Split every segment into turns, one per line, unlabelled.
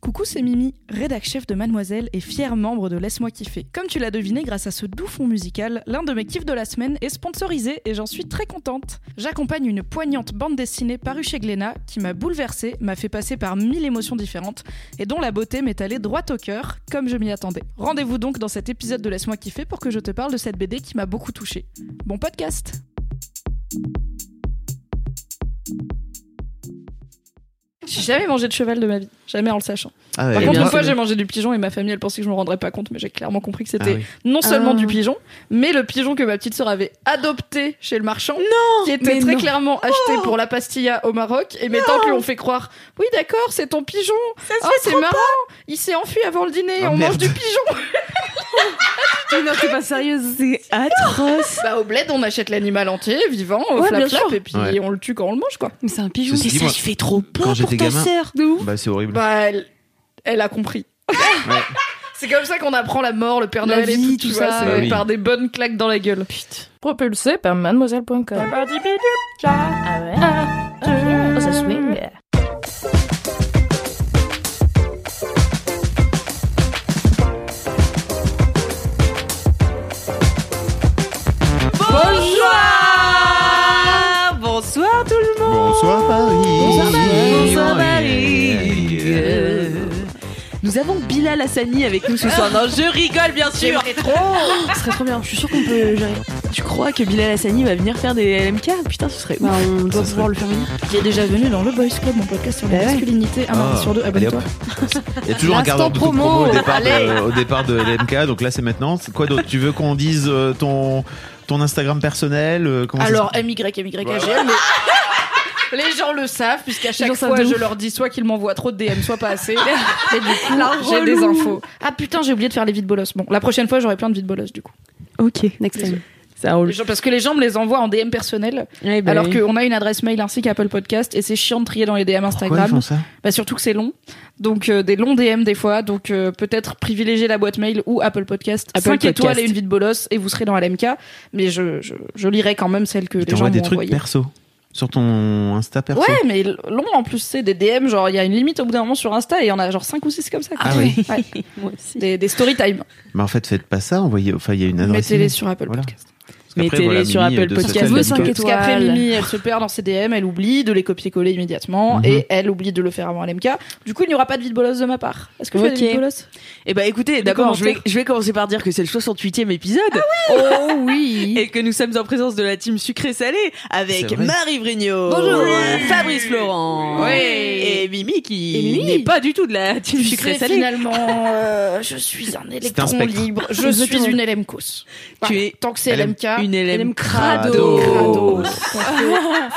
Coucou, c'est Mimi, rédac chef de Mademoiselle et fier membre de Laisse-moi kiffer. Comme tu l'as deviné, grâce à ce doux fond musical, l'un de mes kiffs de la semaine est sponsorisé et j'en suis très contente. J'accompagne une poignante bande dessinée parue chez Glénat qui m'a bouleversée, m'a fait passer par mille émotions différentes et dont la beauté m'est allée droit au cœur, comme je m'y attendais. Rendez-vous donc dans cet épisode de Laisse-moi kiffer pour que je te parle de cette BD qui m'a beaucoup touchée. Bon podcast! J'ai jamais mangé de cheval de ma vie, jamais en le sachant.
Ah ouais,
Par
et
contre,
moi-
une fois, j'ai mangé du pigeon et ma famille, elle pensait que je me rendrais pas compte, mais j'ai clairement compris que c'était
Ah oui.
non seulement
Ah.
du pigeon, mais le pigeon que ma petite sœur avait adopté chez le marchand, qui était
mais
très
non.
clairement acheté pour la pastilla au Maroc. Et mes tantes lui ont fait croire Oui, d'accord, c'est ton pigeon. Ah, c'est marrant. Il s'est enfui avant le dîner.
Ah,
on
merde.
mange du pigeon.
Mais non, t'es pas sérieuse, c'est atroce.
bah, au bled, on achète l'animal entier, vivant, au
Ouais,
flap
bien
flap,
sûr.
et puis
Ouais.
on le tue quand on le mange, quoi.
Mais c'est un pigeon.
Ceci
Mais
dit,
ça
moi,
se fait trop
quand
peur
j'étais
pour ta
gamin-
sœur. De ouf.
Bah, c'est horrible.
Bah, elle, elle a compris. C'est comme ça qu'on apprend la mort, le Père
La
Noël et
vie,
tout, tu
tout
vois,
ça.
c'est
Bah oui.
par des bonnes claques dans la gueule.
propulsé par mademoiselle.com. Ah ouais Ah, ça swing.
Bonjour Bonsoir tout le monde
Bonsoir Paris.
Bonsoir Marie. Bonsoir Marie.
Yeah.
Nous avons Bilal Hassani avec nous ce soir. Non, je rigole bien sûr. trop. Ce serait trop bien. Je suis sûre qu'on peut gérer. Tu crois que Bilal Hassani va venir faire des LMK Putain, ce serait. ouf.
Bah, on doit pouvoir le faire venir. Qui est déjà venu dans le Boys Club, mon podcast sur la
Bah ouais.
masculinité, un mardi
Ah,
sur deux,
allez,
abonne-toi.
hop. Il y a toujours un quart d'heure de
L'instant
promo, au
promo.
départ
Allez.
de, au départ de l'MK, donc là c'est maintenant. C'est quoi d'autre Tu veux qu'on dise euh, ton, ton Instagram personnel euh, comment ça
Alors,
se-
MY, MYAGL, mais... Les gens le savent, puisqu'à
gens
chaque
savent
fois,
de
je
ouf.
leur dis soit qu'ils m'envoient trop de DM, soit pas assez. Et du coup,
La
j'ai des
relou.
infos. Ah putain, j'ai oublié de faire les vides bolos. Bon, la prochaine fois, j'aurai plein de vides bolos, du coup.
Ok.
Next time.
Ça roule.
Les gens- Parce que les gens me les envoient en DM personnel,
bah
alors qu'on a une adresse mail ainsi qu'Apple Podcast, et c'est chiant de trier dans les DM
Pourquoi ils
Instagram.
font ça
Bah, surtout que c'est long. Donc, euh, des longs DM des fois. Donc, euh, peut-être privilégier la boîte mail ou Apple Podcast.
Apple
5
Podcast.
étoiles et une vie de bolos, et vous serez dans LMK. Mais je, je, je lirai quand même celle que
Ils
les gens
t'envoient
m'ont
des trucs
envoyée.
perso sur ton Insta perso.
Ouais, mais l- long en plus, c'est des DM. Genre, il y a une limite au bout d'un moment sur Insta, et il y en a genre 5 ou 6 comme ça. quoi.
Ah oui.
Ouais.
Moi aussi.
Des, des story time.
Mais Bah, en fait, faites pas ça. Envoyez. Enfin, il y a une adresse.
Mettez-les
email.
sur Apple
Voilà.
Podcast.
Parce qu'après,
Mettez-les
voilà,
sur
Mimi,
Apple
de
Podcast.
Social
Vous,
Club.
cinq étoiles.
Parce qu'après Mimi, elle se perd dans ses DM, elle oublie de les copier-coller immédiatement
Mhm.
et elle oublie de le faire avant LMK. Du coup, il n'y aura pas de vide bolos de ma part. Est-ce que tu as
Ok.
des vide bolos
Eh ben écoutez, d'abord, je vais,
commentaires.
je vais commencer par dire que c'est le 68e épisode. oh oui Et que nous sommes en présence de la team sucré-salé
C'est
avec
vrai.
Marie Vrigno,
Bonjour.
Fabrice Laurent
Oui.
et Mimi
Et
qui
Mimi.
n'est pas du tout de la team
Tu sais,
sucré-salé.
finalement, euh, je suis un électron
spectre.
libre, je
Exactement.
suis une LMKOS.
Tu es
Tant que c'est
LM
LMK,
Une LM
crado.
crado.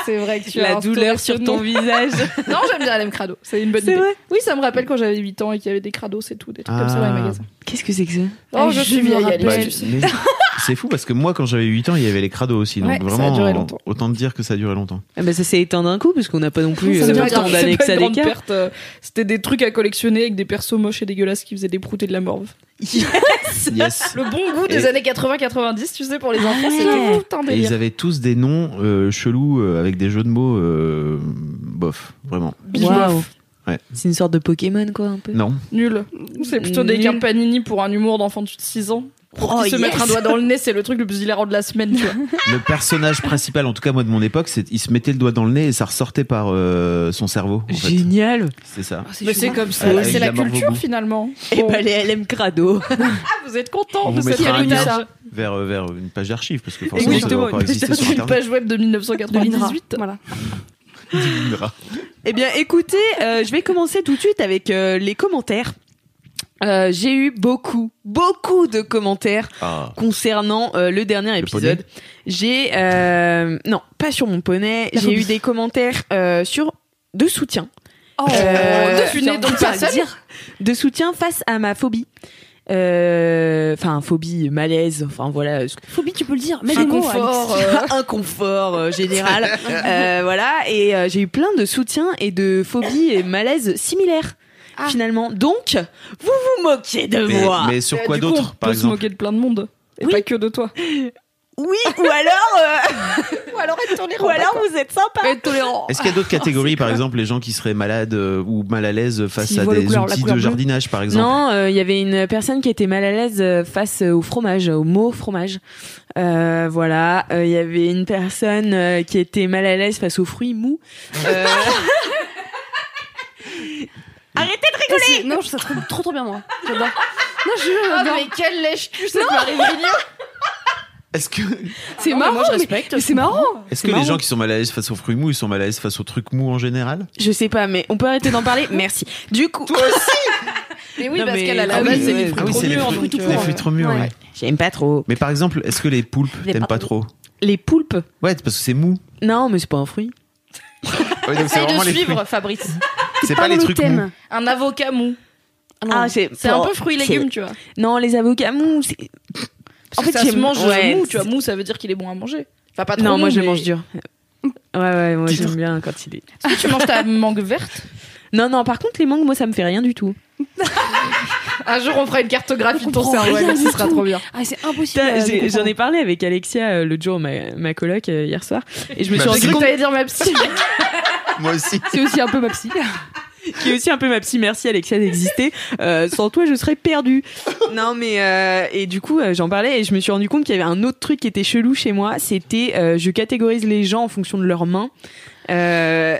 c'est vrai que tu as
La
instauré
douleur
ce
sur
nom.
ton visage.
Non, j'aime bien LM Crado, c'est une bonne
C'est
idée.
vrai
Oui, ça me rappelle quand j'avais 8 ans et qu'il y avait des crados, c'est tout, des trucs comme ça dans les
Ah.
magasins.
Qu'est-ce que c'est que ça
Oh,
Ah,
je,
je
suis
me
vieille,
rappelle.
Alice,
Bah,
tu sais.
mais c'est fou parce que moi, quand j'avais 8 ans, il y avait les crados aussi. Donc
Ouais, ça a
vraiment,
duré longtemps.
autant te dire que ça a duré longtemps.
ah bah ça s'est éteint d'un coup parce qu'on n'a pas non plus
Ça veut
euh,
dire
autant
que c'est
d'années que
pas
ça
une grande
d'écart.
perte, euh, C'était des trucs à collectionner avec des persos moches et dégueulasses qui faisaient des proutes et de la morve.
Yes.
Le bon goût
des
des
Et-
années 80-90, tu sais, pour les enfants,
c'était
c'était tout un
Et ils
délire.
avaient tous des noms euh, chelous euh, avec des jeux de mots euh, bof, vraiment.
Waouh.
Ouais.
C'est une sorte de Pokémon quoi un peu.
Non.
Nul. C'est plutôt des
Nul.
cartes panini pour un humour d'enfant de 6 ans.
Oh,
se
yes.
mettre un doigt dans le nez, c'est le truc le plus hilarant de la semaine, tu vois.
Le personnage principal, en tout cas moi de mon époque, c'est il se mettait le doigt dans le nez et ça ressortait par euh, son cerveau. En fait.
Génial.
C'est ça.
Mais c'est comme ça,
Ah,
c'est la
évidemment,
culture
Bobo.
finalement.
Et
Bon.
bah les LM crado.
Ah, Eh ben, vous êtes content
On
de
vous
cette
mettra un
héritage.
lien. Vers euh, vers une page d'archives parce que forcément ça
Exactement,
doit encore
une
exister sur
Une
internet.
page web de 1998.
Voilà.
Une page...
Eh bien écoutez, euh, je vais commencer tout de suite avec euh, les commentaires. Euh, j'ai eu beaucoup, beaucoup de commentaires
Ah.
concernant euh, le dernier épisode. J'ai euh, non, pas sur mon poney. J'ai eu des commentaires euh, sur de soutien,
Oh,
Euh,
de funé, donc
putain,
pas seul.
dire de soutien face à ma phobie. Euh, Enfin, phobie, malaise, enfin voilà, euh, ce-
Phobie, tu peux le dire. Mais les mots,
inconfort,
Alex.
euh, inconfort euh, général, Euh, voilà. Et euh, j'ai eu plein de soutiens et de phobies et malaises similaires. Finalement, donc, vous vous moquez de
Mais,
moi.
mais sur
Euh,
quoi
du coup,
d'autre,
On
par
peut se
exemple
moquer de plein de monde. Et
Oui.
pas que de toi.
Oui, ou alors,
Ou alors être
euh, ou alors vous êtes sympa.
Être tolérant.
Est-ce qu'il y a d'autres catégories, par exemple, les gens qui seraient malades euh, ou mal à l'aise face
S'ils
à
voient le
des
couleur, la
outils
couleur
de
bleue.
jardinage, par exemple
Non, euh, il y avait une personne qui était mal à l'aise euh, face euh, au fromage, au mot fromage. Euh, voilà, Euh, il y avait une personne euh, qui était mal à l'aise face aux fruits mous. Euh, Arrêtez de
Ah, c'est- Non, je- ça se trouve trop trop bien, moi. J'adore. Non, je.
Ah,
non.
mais quelle lèche-cul, cette Marie-Brignot
Est-ce que,
C'est
Non, mais
marrant.
moi, je
mais-
respecte.
mais c'est marrant.
est-ce
C'est
que les
marrant.
gens qui sont mal à l'aise face aux fruits mous, ils sont mal à l'aise face aux trucs mous en général
Je sais pas, mais on peut arrêter d'en parler Merci. Du coup,
Mais oui,
Non,
parce
mais-
qu'elle a
Ah
la
oui,
base, c'est
ouais.
les
Ah oui,
fruits
c'est
trop
les
mûrs.
fruits-
donc,
les
euh,
fruits trop mûrs,
Ouais.
ouais.
j'aime pas trop
Mais par exemple, est-ce que les poulpes,
Les
t'aimes
pa-
pas trop
les poulpes.
Ouais, parce que c'est mou.
Non, mais c'est pas un fruit.
Ouais, donc c'est
Essaye
vraiment
de
les fruits.
suivre, Fabrice.
C'est pas les
le
trucs mous.
thème.
Un avocat mou.
Ah, non.
Ah, c'est
C'est un peu fruits et légumes, tu vois.
Non, les avocats mous. c'est-
En fait, ça
j'aime-
se mange
ouais,
mou, tu vois.
c'est-
Mou, ça veut dire qu'il est bon à manger. Enfin, pas trop.
Non, moi
mou,
je
mais- Mm.
les mange dur. Ouais, ouais, moi
Titre.
j'aime bien quand il est.
Est-ce que tu manges ta mangue verte
Non, non, par contre, les mangues, moi, ça me fait rien du tout.
Un jour, on fera une cartographie de ton
comprend
cerveau,
rien
Alex, ce
du
sera
tout.
trop bien.
Ah, c'est impossible.
Putain,
à- de
j'ai-
comprendre.
J'en ai parlé avec Alexia euh, l'autre jour, ma, ma coloc, euh, hier soir, et je me
Ma
suis
J'ai
rendu
cru que
compte
t'allais dire ma psy.
Moi aussi.
C'est aussi un peu ma psy.
qui est aussi un peu ma psy. Merci Alexia d'exister. Euh, sans toi, je serais perdue. Non, mais euh, et du coup, euh, j'en parlais et je me suis rendu compte qu'il y avait un autre truc qui était chelou chez moi. C'était, euh, je catégorise les gens en fonction de leurs mains. Euh,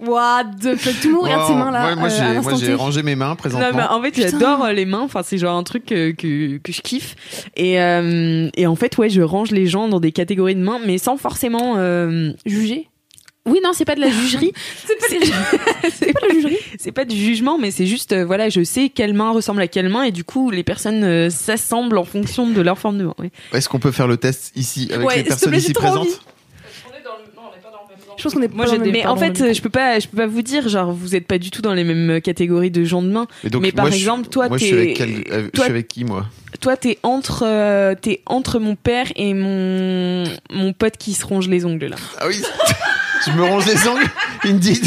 What the fuck. Tout le monde regarde ses mains là.
Ouais, moi,
euh,
j'ai-
à
moi,
l'instant
j'ai
T.
rangé mes mains
non, mais
présentement.
en fait, j'adore euh, les mains. Enfin, c'est genre un truc euh, que, que je kiffe. Et, euh, et en fait, ouais, je range les gens dans des catégories de mains, mais sans forcément. euh,
Jugé. Oui, non, c'est pas de la jugerie. c'est pas de
c'est
la jugerie.
c'est pas du jugement, mais c'est juste, euh, voilà, je sais quelle main ressemble à quelle main, et du coup, les personnes euh, s'assemblent en fonction de leur forme de main. ouais.
Est-ce qu'on peut faire le test ici avec
Ouais,
les
s'il te
personnes
plaît,
ici
j'ai trop envie.
présentes
Je pense qu'on est
Moi,
pas
j'ai
dans
des-
le même-
mais en
pardon,
fait,
le même-
euh, je peux pas, je peux pas vous dire, genre, vous êtes pas du tout dans les mêmes euh, catégories de gens de main.
Et donc,
Mais par
moi, je suis-
exemple, toi,
moi, je
t'es-
suis avec quel- euh, je
toi-
suis avec qui, moi
Toi, t'es entre, euh, t'es entre mon père et mon, mon pote qui se ronge les ongles là.
Ah oui Je me range les ongles, indeed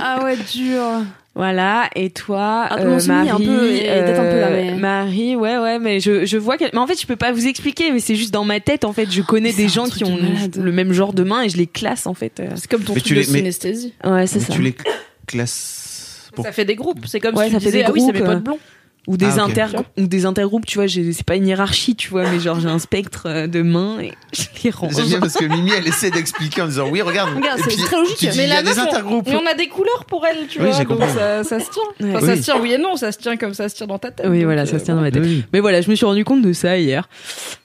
Ah ouais, dur.
Voilà. Et toi,
Un peu
euh,
mon soumis,
Marie, euh,
un peu, et- et date un peu, là, mais-
Marie, ouais, ouais, mais je, je vois. quel- Mais en fait, je peux pas vous expliquer, mais c'est juste dans ma tête. En fait, je connais
c'est
des
un
gens
truc
qui
de
ont
malade.
le même genre de main et je les classe en fait. euh.
C'est comme ton
Mais
truc
tu
de
les- mais-
synesthésie.
Ouais, c'est
Mais
ça.
Tu les classes. pour-
Ça fait des groupes. C'est comme
Ouais,
si
ça
tu
fait des
disais, ah oui, c'est mes
groupes, euh.
potes blonds.
Ou des
Ah, ok.
inter, ou des intergroupes. Tu vois, j'ai- c'est pas une hiérarchie, tu vois, mais genre j'ai un spectre euh, de mains et je les range.
J'aime bien parce que Mimi, elle essaie d'expliquer en disant oui, regarde.
Regarde,
Et
c'est
puis,
très logique.
Tu dis, il
Mais
y
la
a des
meuf, on-
intergroupes.
Mais on a des couleurs pour elle, tu
Oui,
vois.
j'ai
Donc
compris.
ça, ça se tient.
Ouais.
Enfin, ça
Oui.
se tient, oui et non, ça se tient comme ça se tient dans ta tête.
Oui,
Donc,
voilà,
euh,
ça se tient dans ma tête.
Oui.
Mais voilà, je me suis rendu compte de ça hier.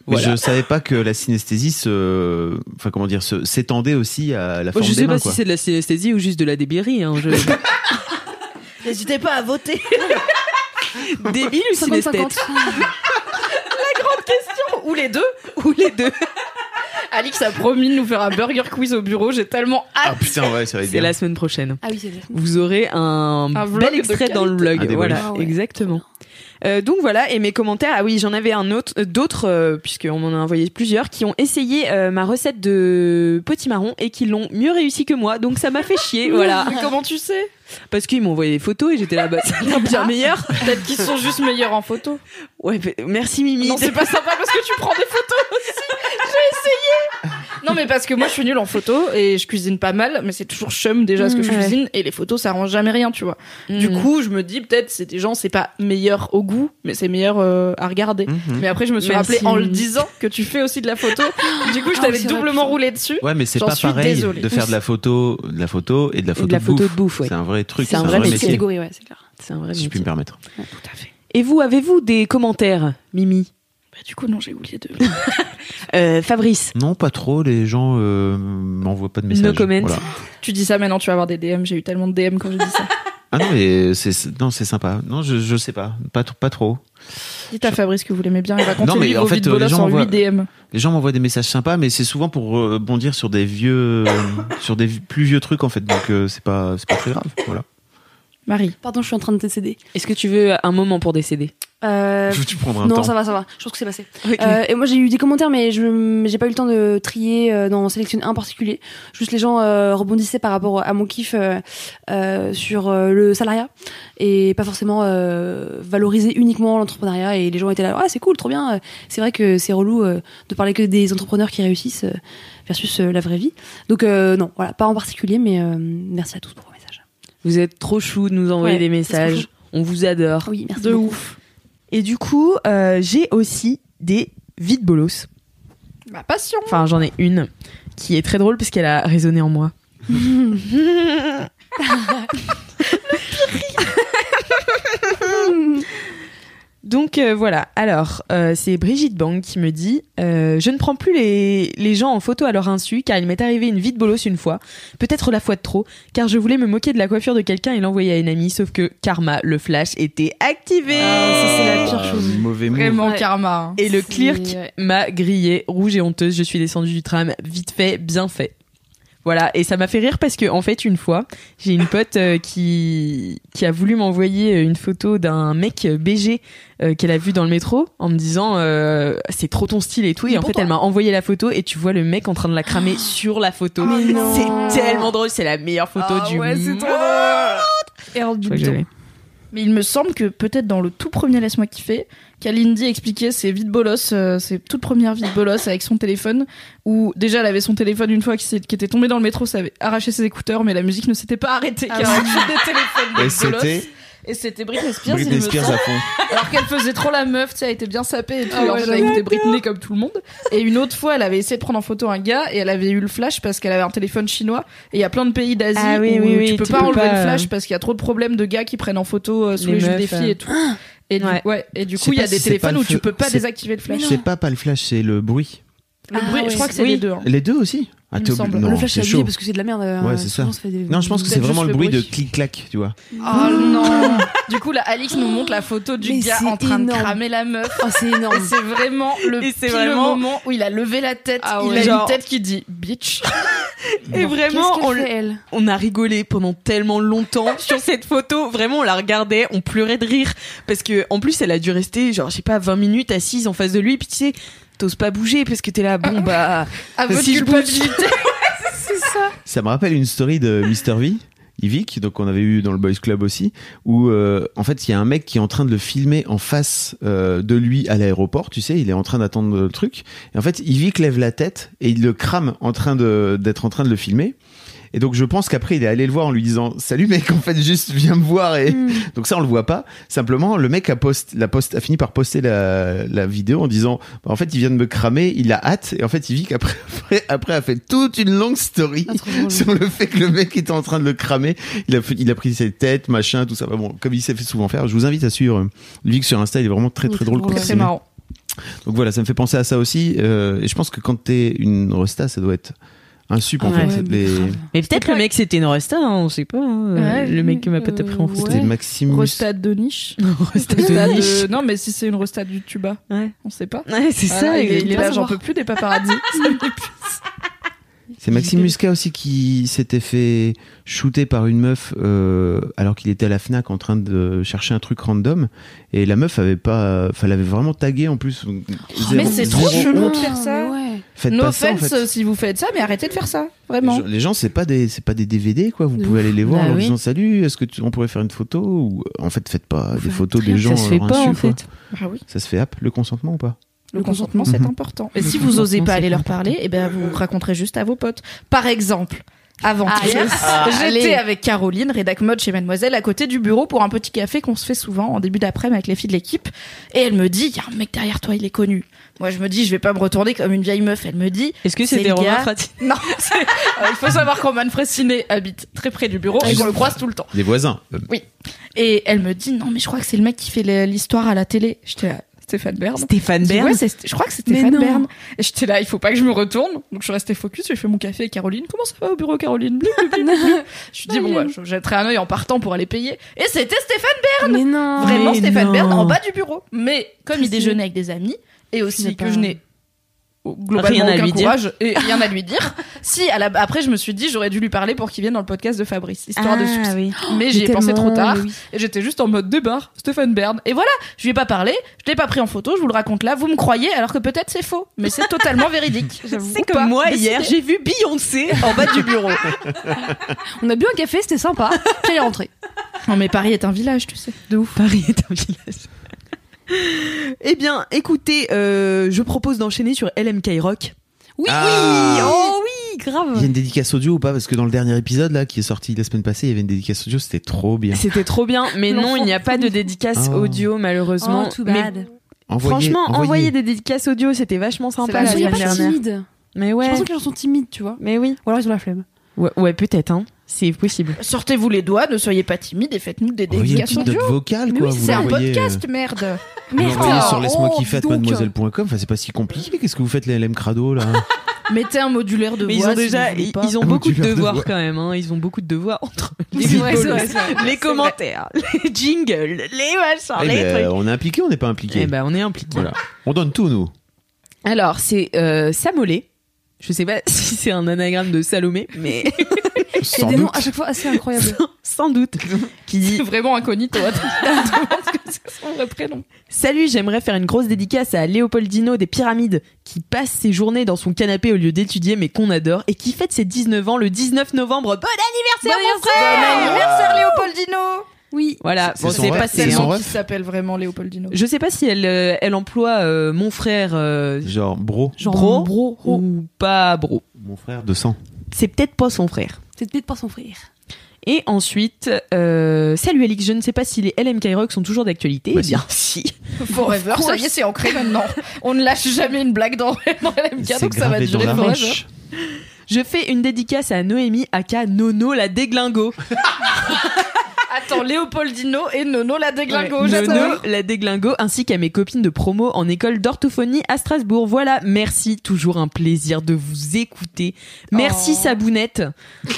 Mais
Voilà.
Je savais pas que la synesthésie se, enfin comment dire, se- s'étendait aussi à la
Bon,
forme
Oh, je
des
sais
mains.
pas
quoi.
si c'est de la synesthésie ou juste de la débierie. Hein. Je...
N'hésitez pas à voter.
Débile ou
50-50.
synesthète
Grande question. Ou les deux.
Ou les deux.
Alix a promis de nous faire un burger quiz au bureau. J'ai tellement hâte.
Ah putain, ouais, ça va être
C'est
bien.
la semaine prochaine.
Ah oui, c'est vrai.
Vous aurez un,
Un vlog
bel
de
extrait
qualité.
dans le
Ah,
vlog.
des
voilà,
bonus. Ah ouais.
exactement. Euh, donc voilà, et mes commentaires, ah oui, j'en avais un autre, euh, d'autres, euh, puisqu'on m'en a envoyé plusieurs, qui ont essayé euh, ma recette de potimarron et qui l'ont mieux réussi que moi, donc ça m'a fait chier, voilà.
Mais comment tu sais Ah.
Parce qu'ils m'ont envoyé des photos et j'étais là, bah, c'était bien meilleur.
Peut-être qu'ils sont juste meilleurs en photo.
Ouais, bah, merci Mimi.
Non, c'est pas sympa parce que tu prends des photos aussi. J'ai essayé. Non, mais parce que moi, je suis nulle en photo et je cuisine pas mal, mais c'est toujours chum déjà ce que je
Mm, ouais.
cuisine et les photos, ça rend jamais rien, tu vois. Du
Mm.
coup, je me dis peut-être c'est des gens, c'est pas meilleur au goût, mais c'est meilleur euh, à regarder.
Mhm.
Mais après, je me suis
Merci.
rappelé en le disant que tu fais aussi de la photo. Du coup, je
Ah
t'avais
oui, c'est vrai,
doublement
putain.
roulé dessus.
Ouais, mais c'est
J'en
pas
suis
pareil
désolée.
de faire de la photo, de la photo et de la
Et
photo
de la
de
photo
bouffe.
de bouffe, ouais.
C'est un vrai truc,
C'est
c'est
un
un
vrai
vrai
C'est une
métier.
catégorie, ouais, c'est clair.
C'est un vrai
Si je puis
métier.
me permettre.
Tout à fait.
Et vous, avez-vous des commentaires, Mimi
Bah, du coup, non, j'ai oublié de.
Euh, Fabrice
Non, pas trop. Les gens euh, m'envoient pas de messages.
No comment.
Voilà.
tu dis ça maintenant, tu vas avoir des DM. J'ai eu tellement de DM quand j'ai dit ça.
Ah non, mais c'est- c'est non, c'est sympa. Non, je, je sais pas, pas, tr- pas trop.
Dites à Fabrice que vous l'aimez bien et racontez
Non, mais
lui
en
vos
fait, euh,
vies de bolos
les gens
en
voient-
8 DM.
Les gens m'envoient des messages sympas, mais c'est souvent pour euh, bondir sur des vieux, euh, sur des plus vieux trucs en fait. Donc euh, c'est pas, c'est pas très grave. Voilà.
Marie.
Pardon, je suis en train de décéder.
Est-ce que tu veux un moment pour décéder
Euh,
tu prendras un
non,
temps.
ça va, ça va. Je pense que c'est passé. Euh, et moi, j'ai eu des commentaires, mais je mais j'ai pas eu le temps de trier euh, d'en sélectionner un en particulier. Juste les gens euh, rebondissaient par rapport à mon kiff euh, euh, sur euh, le salariat et pas forcément euh, valoriser uniquement l'entrepreneuriat. Et les gens étaient là, ah c'est cool, trop bien. C'est vrai que c'est relou euh, de parler que des entrepreneurs qui réussissent euh, versus euh, la vraie vie. Donc euh, non, voilà, pas en particulier, mais euh, merci à tous pour vos messages.
Vous êtes trop chou de nous envoyer
Ouais,
des
c'est trop
messages.
chou.
On vous adore.
ah Oui, merci.
De
beaucoup.
ouf.
Et du coup, euh, j'ai aussi des vies de bolos.
Ma passion.
Enfin, j'en ai une qui est très drôle parce qu'elle a résonné en moi. Donc euh, voilà, alors euh, c'est Brigitte Bang qui me dit euh, Je ne prends plus les, les gens en photo à leur insu car il m'est arrivé une vie de bolos une fois, peut-être la fois de trop, car je voulais me moquer de la coiffure de quelqu'un et l'envoyer à une amie, sauf que karma, le flash, était activé
c'est la pire
Ah,
chose.
Mauvais move.
Vraiment
Ouais.
karma. hein.
Et le
C'est-
clerc
ouais.
m'a grillé, rouge et honteuse, je suis descendue du tram, vite fait, bien fait. Voilà, et ça m'a fait rire parce que en fait une fois, j'ai une pote euh, qui qui a voulu m'envoyer une photo d'un mec euh, BG euh, qu'elle a vu dans le métro en me disant euh, c'est trop ton style et tout et en fait elle m'a envoyé la photo et tu vois le mec en train de la cramer sur la photo.
Mais non.
C'est tellement drôle, c'est la meilleure photo
Ah
du
ouais, c'est
monde.
trop drôle. Erreur du
Je crois que
bidon.
je l'ai.
Mais il me semble que peut-être dans le tout premier Laisse-moi kiffer, qu'Alindy expliquait ses vies de bolos, euh, ses toutes premières vies de bolos avec son téléphone, où déjà elle avait son téléphone une fois qui, s'est- qui était tombé dans le métro, ça avait arraché ses écouteurs, mais la musique ne s'était pas arrêtée,
Ah
car elle avait des téléphones des
Et
bolos.
c'était
Et c'était Britney Spears, il me
Britney Spears
semble.
à fond.
Alors qu'elle faisait trop la meuf, tu sais, elle était bien sapée et tout,
Ah
et en
ouais,
fait, elle écoutait Britney comme tout le monde. Et une autre fois, elle avait essayé de prendre en photo un gars et elle avait eu le flash parce qu'elle avait un téléphone chinois. Et il y a plein de pays d'Asie
Ah oui,
où
oui, oui,
tu peux
tu
pas
peux
enlever
pas,
le flash
euh,
parce qu'il y a trop de problèmes de gars qui prennent en photo euh, sous
Les
les, jeux
meufs,
des filles
euh.
et tout. Et du,
Ouais.
ouais, et du
Je sais
coup, il y a
pas
des
si c'est pas
téléphones
le
où tu
feu-
peux pas
c'est-
désactiver le flash.
C'est pas pas le flash, c'est le bruit.
Le
Ah
bruit,
ouais,
je crois que
c'est-
c'est
oui.
les deux. hein.
Les deux aussi. Ah,
Il me
t'es obli-
semble.
non,
le flash
c'est
à
chaud.
parce que c'est de la merde. euh,
Ouais, c'est ça.
souvent, fait des-
Non, je pense que c'est
Peut-être
vraiment
juste
le
le
bruit de
bruit.
clic clac, tu vois.
Oh non Du coup, là, Alix nous montre la photo du
Mais
gars
c'est
en train de
énorme.
cramer la meuf.
Oh, c'est énorme.
Et c'est vraiment le
Et c'est
pile
vraiment-
moment où il a levé la tête.
Ah
il
ouais.
a
Genre-
une tête qui dit bitch.
Et vraiment
Qu'est-ce
on
qu'elle fait, elle
on a rigolé pendant tellement longtemps sur cette photo. Vraiment, on la regardait, on pleurait de rire. Parce que, en plus, elle a dû rester, genre, je sais pas, 20 minutes assise en face de lui. Puis tu sais, t'oses pas bouger parce que t'es là, bon, bah.
À votre
Si je bouge.
culpabilité.
Ça me rappelle une story de Mr. V. Yvick, donc on avait eu dans le Boys Club aussi, où euh, en fait il y a un mec qui est en train de le filmer en face euh, de lui à l'aéroport, tu sais, il est en train d'attendre le truc, et en fait Yvick lève la tête et il le crame en train de d'être en train de le filmer, et donc je pense qu'après il est allé le voir en lui disant salut mec, en fait juste viens me voir, et donc ça on le voit pas, simplement le mec a, post, la post, a fini par poster la, la vidéo en disant Bah, en fait il vient de me cramer, il a hâte, et en fait Yvick après, après, après a fait toute une longue story
Ah, trop drôle.
sur le fait que le mec était en train de le cramer. Il a, fait- il a pris ses têtes, machin, tout ça. Bah bon, comme il s'est fait souvent faire, je vous invite à suivre euh, Luc sur Insta. Il est vraiment très
Il est
très
très
drôle.
drôle,
quand
ouais.
il
C'est
filme.
marrant.
Donc voilà, ça me fait penser à ça aussi. euh, et je pense que quand t'es une resta, ça doit être un sup en
Ouais.
fait.
Ah Ouais, mais
Les-
grave.
Mais peut-être le mec, c'était une resta, hein, on sait pas. hein.
Ouais.
le mec que ma pote a pris en
Euh,
photo.
C'était Maximus.
Rostade de niche.
euh, Resta
Rostade
de
de-
niche.
Non, mais si c'est une rostade du tuba,
Ouais,
on sait pas.
Ouais, c'est
Voilà,
ça.
il, est- il est
exactement.
là, j'en peux plus des paparazzis.
C'est Maxime Muscat aussi qui s'était fait shooter par une meuf euh, alors qu'il était à la Fnac en train de chercher un truc random et la meuf avait pas, enfin l'avait vraiment tagué en plus.
mais
Ah,
Zéro-
c'est trop
zéro
chelou
honte.
de faire ça.
Mais ouais.
Faites
No
pas ça en
offense
fait.
euh, si vous faites ça, mais arrêtez de faire ça. Vraiment.
Les gens- Les gens, c'est pas des, c'est pas des DVD quoi. Vous
De
pouvez aller les voir
Bah
en leur
oui.
disant salut. Est-ce que tu- on pourrait faire une photo ou en fait faites pas des photos des gens.
ça se
à
fait
leur
pas
insu,
en
quoi.
fait.
Ah oui.
Ça se fait app le consentement ou pas
Le consentement, c'est
Mhm.
important. Et si vous
consentement,
osez pas
c'est
aller leur
important.
parler, eh ben, vous raconterez juste à vos potes. Par exemple, avant hier, j'étais avec Caroline, rédac mode chez Mademoiselle, à côté du bureau pour un petit café qu'on se fait souvent en début d'après-midi avec les filles de l'équipe. Et elle me dit, il y a un mec derrière toi, il est connu. Moi, je me dis, je vais pas me retourner comme une vieille meuf. Elle me dit,
Est-ce que
C'est
c'était
le
Romain
gars.
Frati
non, c'est- euh, il faut savoir quand Manfred Ciné habite très près du bureau et qu'on le croise tout le temps.
Les voisins. Euh,
Et elle me dit, non, mais je crois que c'est le mec qui fait le- l'histoire à la télé. J'étais là, Stéphane Bern.
Stéphane
Je dis,
Bern.
ouais, c'est- je crois que c'est
Mais
Stéphane
non.
Bern. Et j'étais là, il faut pas que je me retourne. Donc je suis restée focus, j'ai fait mon café avec Caroline. Comment ça va au bureau, Caroline Blip, blip, blip, blip. Je me dis, bon, ouais, je jetterai un œil en partant pour aller payer. Et c'était Stéphane
Mais non.
Bern, vraiment
Mais
Stéphane
non.
Bern, en bas du bureau. Mais comme il
Vas-y.
déjeunait avec des amis, et aussi
n'ai
que
pas-
je n'ai globalement
Rien à
aucun
lui dire.
courage et rien à lui dire. si, à la- après, je me suis dit, j'aurais dû lui parler pour qu'il vienne dans le podcast de Fabrice, histoire de succès.
oui.
Mais j'y ai pensé trop tard.
mais oui.
Et j'étais juste en mode débarre, Stéphane Bern. Et voilà, je lui ai pas parlé, je l'ai pas pris en photo, je vous le raconte là, vous me croyez alors que peut-être c'est faux. Mais c'est totalement véridique. j'avoue.
C'est
Ou
comme
pas,
moi
décidez.
hier, j'ai vu Beyoncé en bas du bureau.
On a bu un café, c'était sympa. Puis elle est rentrée.
Non mais Paris est un village, tu sais.
De ouf. Paris est un village. eh bien, écoutez, euh, je propose d'enchaîner sur LMK Rock.
Oui,
Ah.
oui, oh oui, grave.
Il y a une dédicace audio ou pas Parce que dans le dernier épisode là, qui est sorti la semaine passée, il y avait une dédicace audio, c'était trop bien.
C'était trop bien, mais non, il n'y a pas de dédicace
Oh.
audio malheureusement.
Oh, too
Mais
bad.
Envoyez-
franchement, envoyer des dédicaces audio, c'était vachement
vrai,
sympa
Ils
la
sont
il y a
semaine
Bah, pas
dernière.
timides.
Mais
Je
ouais,
pense que les gens sont timides, tu vois.
mais oui.
Ou alors ils ont la flemme.
Ouais, ouais, peut-être, hein. c'est possible.
Sortez-vous les doigts, ne soyez pas timide et faites-nous des
Envoyez une
dédicaces
petite note vocale
Mais
quoi.
oui,
vous
C'est un
l'envoyez, euh,
podcast, merde.
vous l'envoyez
oh,
sur laisse-moi
oh,
kiffer at
donc.
mademoiselle.com. Enfin, c'est pas si compliqué. Qu'est-ce que vous faites les LM Crado là
Mettez un modulaire de
Mais ils
voix.
ont déjà,
si vous voulez
ils
pas.
ils ont
Ah,
beaucoup de
modulaire de
devoirs
voix.
quand même. Hein. Ils ont beaucoup de devoirs entre eux. les,
C'est vrai, c'est vrai,
rigolos, les commentaires, les jingles, les machins,
Eh
les
ben,
trucs.
On est impliqué, on n'est pas
Eh
impliqué.
ben, on est impliqués.
Voilà. On donne tout nous.
Alors, c'est euh, Samolé. Je sais pas si c'est un anagramme de Salomé, mais
Il y a
Sans
des noms
doute.
à chaque fois assez incroyables.
sans doute. Qui dit
C'est vraiment incognito. Attends, je demande ce que c'est son vrai prénom.
Salut, j'aimerais faire une grosse dédicace à Léopoldino des Pyramides, qui passe ses journées dans son canapé au lieu d'étudier, mais qu'on adore, et qui fête ses 19 ans le 19 novembre. Bon anniversaire, mon frère
anniversaire Léopoldino.
Oui.
Voilà,
C'est
bon,
son
c'est
ref-
passé.
c'est
hein.
son
Qui
ref
s'appelle vraiment Léopoldino.
Je sais pas si elle, euh, elle emploie euh, mon frère euh,
Genre, bro,
Genre
bro,
bro.
ou pas bro.
mon frère de sang.
C'est peut-être pas son frère.
C'est peut-être par son frère.
Et ensuite, euh, salut Alix, je ne sais pas si les LMK Rock sont toujours d'actualité.
Bah
eh bien, si.
Forever, ça y est, c'est ancré maintenant. On ne lâche jamais une blague dans, dans LMK,
C'est
donc ça va
gravé dans
durer
la
forever.
roche.
Je fais une dédicace à Noémie, aka Nono la déglingo.
Attends, Léopoldino et Nono la déglingo,
Nono
j'adore.
la déglingo, ainsi qu'à mes copines de promo en école d'orthophonie à Strasbourg. Voilà, merci, toujours un plaisir de vous écouter. Merci
Oh.
Sabounette.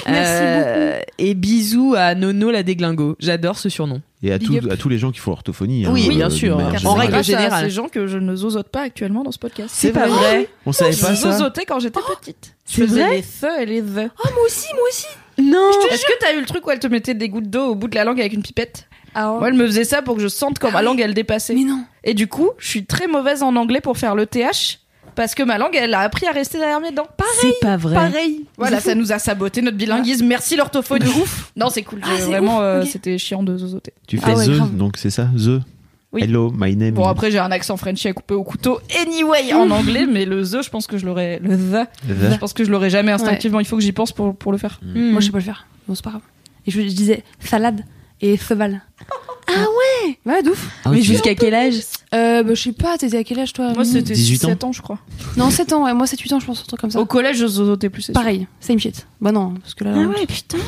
Euh, Et bisous à Nono la déglingo. J'adore ce surnom.
Et à,
Big
tout-
up.
à tous les gens qui font orthophonie. hein,
Oui,
euh,
bien
d'une
sûr.
manière
En
générale.
règle
Grâce à
générale.
ces gens que je ne zozote pas actuellement dans ce podcast.
C'est pas vrai.
On savait pas
Je
ça.
zozotais quand j'étais
Oh,
petite. Je
c'est
faisais
vrai
les the et les the.
moi aussi, moi aussi.
Non.
Est-ce que t'as eu le truc où elle te mettait des gouttes d'eau au bout de la langue avec une pipette
Ah, ouais.
Moi, elle me faisait ça pour que je sente quand
Ah
ma
oui.
langue, elle dépassait.
Mais non.
Et du coup, je suis très mauvaise en anglais pour faire le TH parce que ma langue, elle a appris à rester derrière mes dents.
C'est pas vrai.
Pareil.
Voilà,
C'est
ça
fou.
nous a saboté notre bilinguisme. Merci l'orthophonie. ouf. Non, c'est cool.
Ah,
J'ai
c'est
vraiment,
ouf,
euh,
ok.
c'était chiant de zozoter.
Tu
Ah
fais
ouais, grave.
The, donc c'est ça The.
Oui.
Hello, my name.
Bon, après, j'ai un accent Frenchy à couper au couteau. Anyway, en anglais, mais le the, je pense que je l'aurais. Le the, je
The.
pense que je l'aurais jamais instinctivement. Il faut que j'y pense pour, pour le faire.
Hmm.
Moi, je sais pas le faire. Bon, c'est pas grave. Et je, je disais salade et cheval. Ah ouais Ouais, d'ouf.
Ah oui,
Mais
tu-
jusqu'à quel âge
Euh, bah, je sais pas, t'étais à quel âge, toi
Moi, c'était
18 ans.
7 ans, je crois.
Non, 7 ans, ouais. Moi, 7-8 ans, je pense, un truc comme ça.
Au collège, je zozotais plus. c'est sûr.
Pareil, same shit. Bah non, parce que là... là,
putain.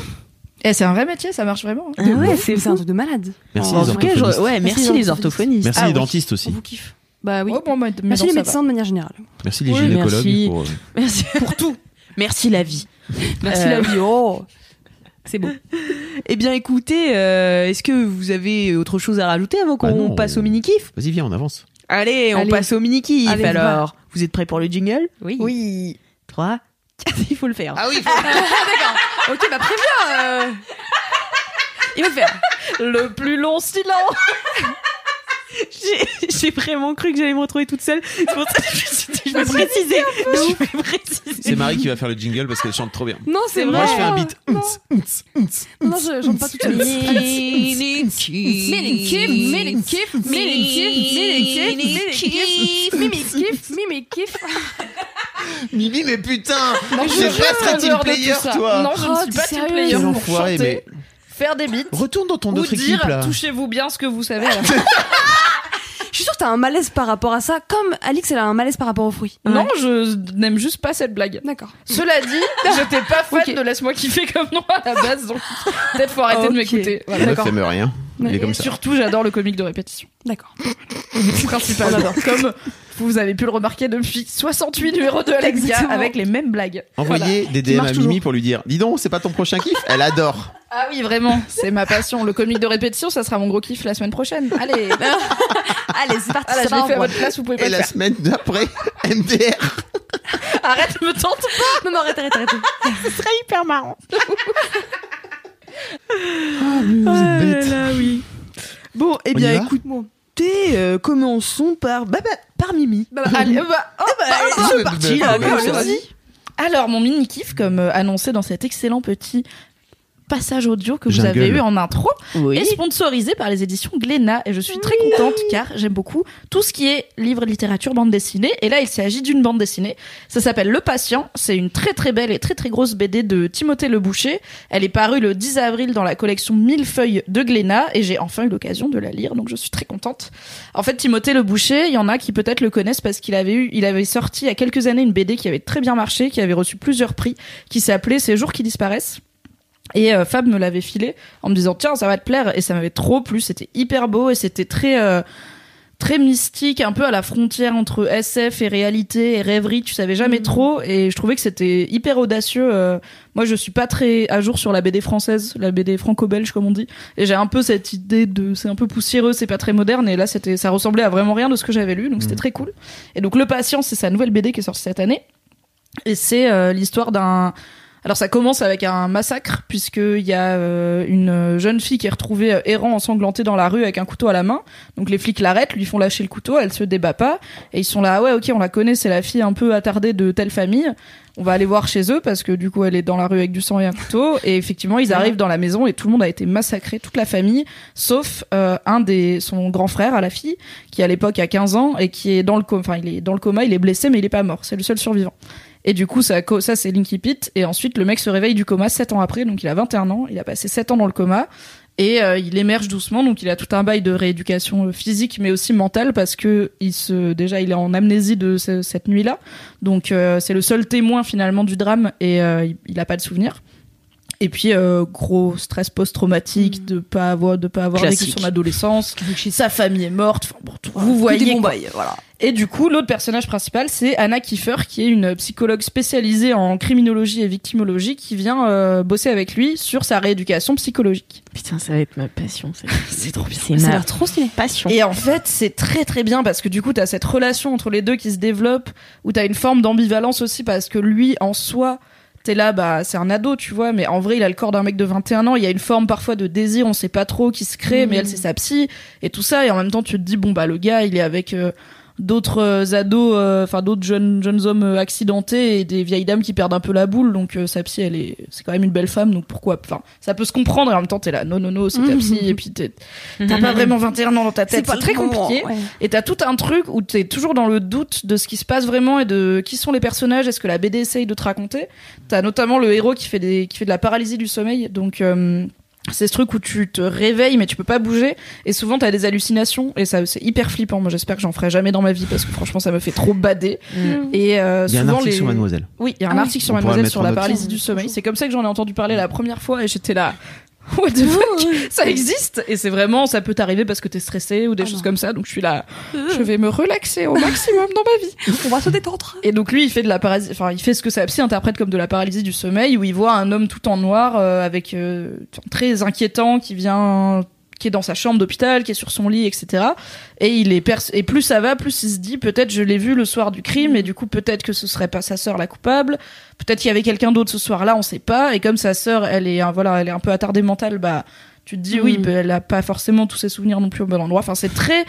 Eh, c'est un vrai métier, ça marche vraiment. hein.
Ah ouais,
c'est
c'est
c'est un truc de malade.
Merci les
En tout cas,
orthophonistes.
je- ouais, merci,
Merci les
les orthophonistes.
Merci
Ah
les
oui.
dentistes
On
aussi.
vous kiffe. Bah
Ah
oui.
Ouais, bon, bah, mais
Merci
non,
les
ça
médecins de manière générale.
Merci les
Oui,
gynécologues.
merci.
pour, euh,
Merci pour tout. Merci la vie. Euh, Merci la vie. C'est bon. Eh bien, écoutez, euh, est-ce que vous avez autre chose à rajouter avant
Ah
qu'on
non.
passe au mini kiff
Vas-y, viens, on avance.
Allez, on
Allez.
passe au mini kiff
Allez, on va.
alors. Vous êtes prêts pour le jingle Oui. Oui. 3 il faut le faire. Ah oui,
Ok, bah
euh,
préviens Il va le faire.
Le plus long silence.
j'ai vraiment cru que j'allais me retrouver toute seule. C'est pour ça que je me suis dit, je vais préciser. Je vais préciser.
C'est Marie qui va faire le jingle parce qu'elle chante trop bien.
Non, c'est vrai.
Moi, je fais un beat.
Non, je j'aime pas tout de suite. Mimikif, mimikif, mimikif, mimikif, mimikif, mimikif, mimikif.
Mimi, mais putain
Je
J'ai pas
reste
très team
radieur de
player,
tout ça.
toi
Non, je
Oh,
ne suis
t'es
pas team
sérieux
player
Quel
pour
enfoiré,
chanter,
mais...
faire des beats
Retourne dans ton
ou
autre équipe,
dire
là
touchez-vous bien ce que vous savez. alors.
Je suis sûre que t'as un malaise par rapport à ça, comme Alix, elle a un malaise par rapport aux fruits.
non, je n'aime juste pas cette blague.
D'accord.
Cela dit, j'étais pas fan
Ok.
de laisse-moi kiffer comme nom à la base, donc peut-être faut arrêter de
Ok.
m'écouter. Voilà.
La meuf aime rien. Il est
Mais
comme ça.
Surtout, j'adore le comique de répétition.
D'accord.
Principalement. Comme vous avez pu le remarquer depuis 68 numéros de Alexia
Exactement.
avec les mêmes blagues.
Envoyez des
Qui
DM à
marche
Mimi pour lui dire Dis donc, c'est pas ton prochain kiff Elle adore.
Ah oui, vraiment, c'est ma passion. Le comique de répétition, ça sera mon gros kiff la semaine prochaine. Allez,
Allez, c'est parti.
ah là,
c'est
je
pas
l'ai fait à
un
votre place, vous pouvez pas
Et
le
la
faire.
semaine d'après, MDR.
Arrête, me tente
point. Non, non, arrête, arrête, arrête.
C'est hyper marrant.
Ah, Vous êtes bêtes.
oui. Bon, eh
On y
bien,
va
écoute-moi. Euh, commençons par, bah, bah, par Mimi.
Bah, bah, allez, euh, bah, oh, bah,
Ah,
allez,
bah,
c'est parti.
bah,
là,
bah,
bah,
bah,
allons-y. Alors, mon mini kiff, comme euh, annoncé dans cet excellent petit passage audio que vous
Jungle.
avez eu en intro,
Oui.
est sponsorisé par les éditions Glénat. Et je suis très contente car j'aime beaucoup tout ce qui est livre, littérature, bande dessinée. Et là, il s'agit d'une bande dessinée. Ça s'appelle Le Patient. C'est une très très belle et très très grosse BD de Timothée Le Boucher. Elle est parue le 10 avril dans la collection Mille feuilles de Glénat. Et j'ai enfin eu l'occasion de la lire. Donc je suis très contente. En fait, Timothée Le Boucher, il y en a qui peut-être le connaissent parce qu'il avait eu, il avait sorti il y a quelques années une BD qui avait très bien marché, qui avait reçu plusieurs prix, qui s'appelait Ces jours qui disparaissent. Et euh, Fab me l'avait filé en me disant tiens ça va te plaire et ça m'avait trop plu c'était hyper beau et c'était très euh, très mystique un peu à la frontière entre SF et réalité et rêverie tu savais jamais trop et je trouvais que c'était hyper audacieux euh, moi je suis pas très à jour sur la BD française la BD franco-belge comme on dit et j'ai un peu cette idée de c'est un peu poussiéreux c'est pas très moderne et là c'était ça ressemblait à vraiment rien de ce que j'avais lu donc c'était très cool et donc le patient c'est sa nouvelle BD qui est sortie cette année et c'est euh, l'histoire d'un alors ça commence avec un massacre puisqu'il y a euh, une jeune fille qui est retrouvée euh, errant ensanglantée dans la rue avec un couteau à la main. Donc les flics l'arrêtent, lui font lâcher le couteau, elle se débat pas et ils sont là ah ouais OK, on la connaît, c'est la fille un peu attardée de telle famille. On va aller voir chez eux parce que du coup elle est dans la rue avec du sang et un couteau et effectivement ils arrivent dans la maison et tout le monde a été massacré, toute la famille sauf euh, un des son grand frère à la fille qui à l'époque a 15 ans et qui est dans le coma, enfin il est dans le coma, il est blessé mais il est pas mort, c'est le seul survivant. Et du coup, ça, co- ça c'est Linky Pit. Et ensuite, le mec se réveille du coma 7 ans après, donc il a 21 ans. Il a passé 7 ans dans le coma. Et euh, il émerge doucement, donc il a tout un bail de rééducation euh, physique, mais aussi mentale, parce que il se, déjà, il est en amnésie de ce- cette nuit-là. Donc euh, c'est le seul témoin finalement du drame, et euh, il- il n'a pas de souvenir. Et puis euh, gros stress post-traumatique de pas avoir de pas avoir vécu
Classique.
son adolescence, sa famille est morte. Enfin bon, tout- vous
Que des
voyez
bons
quoi.
bails, voilà.
Et du coup, l'autre personnage principal, c'est Anna Kiefer, qui est une psychologue spécialisée en criminologie et victimologie, qui vient euh, bosser avec lui sur sa rééducation psychologique.
Putain, ça va être ma passion. ça. C'est trop bien. C'est
Ça a
ma
l'air trop stylé.
passion.
Et en fait, c'est très très bien parce que du coup, t'as cette relation entre les deux qui se développe, où t'as une forme d'ambivalence aussi parce que lui, en soi, t'es là, bah, c'est un ado, tu vois, mais en vrai, il a le corps d'un mec de 21 ans, il y a une forme parfois de désir, on sait pas trop, qui se crée, mais elle, c'est sa psy, et tout ça, et en même temps, tu te dis, bon, bah, le gars, il est avec euh, d'autres euh, ados, euh, enfin, d'autres jeunes, jeunes hommes euh, accidentés et des vieilles dames qui perdent un peu la boule, donc euh, sa psy, elle est, c'est quand même une belle femme, donc pourquoi, enfin, ça peut se comprendre, et en même temps, t'es là, non, non, non, c'est ta psy, et puis t'es- t'as pas vraiment 21 ans dans ta tête, Mhm. c'est très compliqué. Et t'as tout un truc où t'es toujours dans le doute de ce qui se passe vraiment et de qui sont les personnages, est-ce que la BD essaye de te raconter. T'as notamment le héros qui fait, des, qui fait de la paralysie du sommeil, donc euh, c'est ce truc où tu te réveilles mais tu peux pas bouger et souvent t'as des hallucinations et ça c'est hyper flippant. Moi j'espère que j'en ferai jamais dans ma vie parce que franchement ça me fait trop bader. Et euh,
Il y a un
souvent
article
les...
sur Mademoiselle.
Oui, il y a un
Ah oui.
article sur
On pourra le
Mademoiselle
mettre
sur
en
la
note.
paralysie du sommeil. C'est comme ça que j'en ai entendu parler la première fois et j'étais là. What
Oh,
the fuck Ça existe et c'est vraiment ça peut t'arriver parce que t'es stressé ou des
Ah
choses
non. Euh.
comme ça. Donc je suis là, je vais me relaxer au maximum dans ma vie.
On va se détendre.
Et donc lui, il fait de la paralysie, enfin, il fait ce que sa psy interprète comme de la paralysie du sommeil, où il voit un homme tout en noir, euh, avec euh, très inquiétant, qui vient, qui est dans sa chambre d'hôpital, qui est sur son lit, etc. Et il est pers- et plus ça va, plus il se dit, peut-être je l'ai vu le soir du crime, et du coup peut-être que ce serait pas sa sœur la coupable, peut-être qu'il y avait quelqu'un d'autre ce soir-là, on sait pas. Et comme sa sœur, elle est, un- voilà, elle est un peu attardée mentale, bah, tu te dis oui, bah, elle a pas forcément tous ses souvenirs non plus au bon endroit. Enfin, c'est très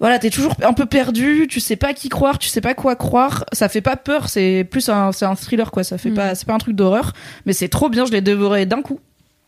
voilà, t'es toujours un peu perdu, tu sais pas qui croire, tu sais pas quoi croire. Ça fait pas peur, c'est plus un, c'est un thriller quoi. Ça fait pas, c'est pas un truc d'horreur, mais c'est trop bien. Je l'ai dévoré d'un coup.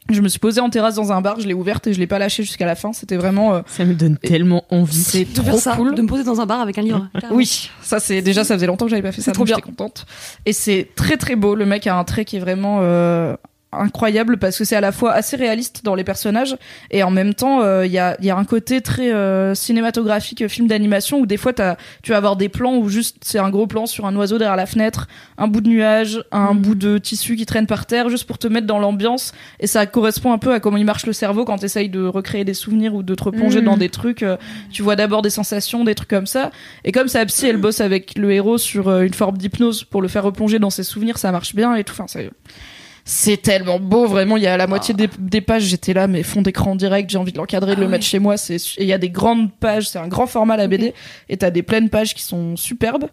Je me suis posée en terrasse dans un bar, je l'ai ouverte et je l'ai pas lâchée jusqu'à la fin. C'était vraiment, euh,
Ça me donne tellement envie.
c'est
De
trop
faire ça,
cool.
de me poser dans un bar avec un livre.
Oui, ça c'est déjà ça faisait longtemps que j'avais pas fait ça.
trop
donc
bien.
J'étais contente. Et c'est très très beau. Le mec a un trait qui est vraiment euh, incroyable parce que c'est à la fois assez réaliste dans les personnages et en même temps euh, il y, a, y a un côté très euh, cinématographique euh, film d'animation où des fois t'as- tu vas avoir des plans où juste c'est un gros plan sur un oiseau derrière la fenêtre un bout de nuage un bout de tissu qui traîne par terre juste pour te mettre dans l'ambiance et ça correspond un peu à comment il marche le cerveau quand t'essayes de recréer des souvenirs ou de te replonger
Mhm.
dans des trucs euh, tu vois d'abord des sensations des trucs comme ça et comme sa psy elle bosse avec le héros sur euh, une forme d'hypnose pour le faire replonger dans ses souvenirs ça marche bien et tout enfin c'est c'est tellement beau, vraiment. Il y a
Ah.
la moitié des, des pages, j'étais là, mais fond d'écran direct, j'ai envie de l'encadrer,
Ah
de le mettre chez moi. C'est, su- et il y a des grandes pages, c'est un grand format la
Mm-hmm.
BD, et t'as des pleines pages qui sont superbes.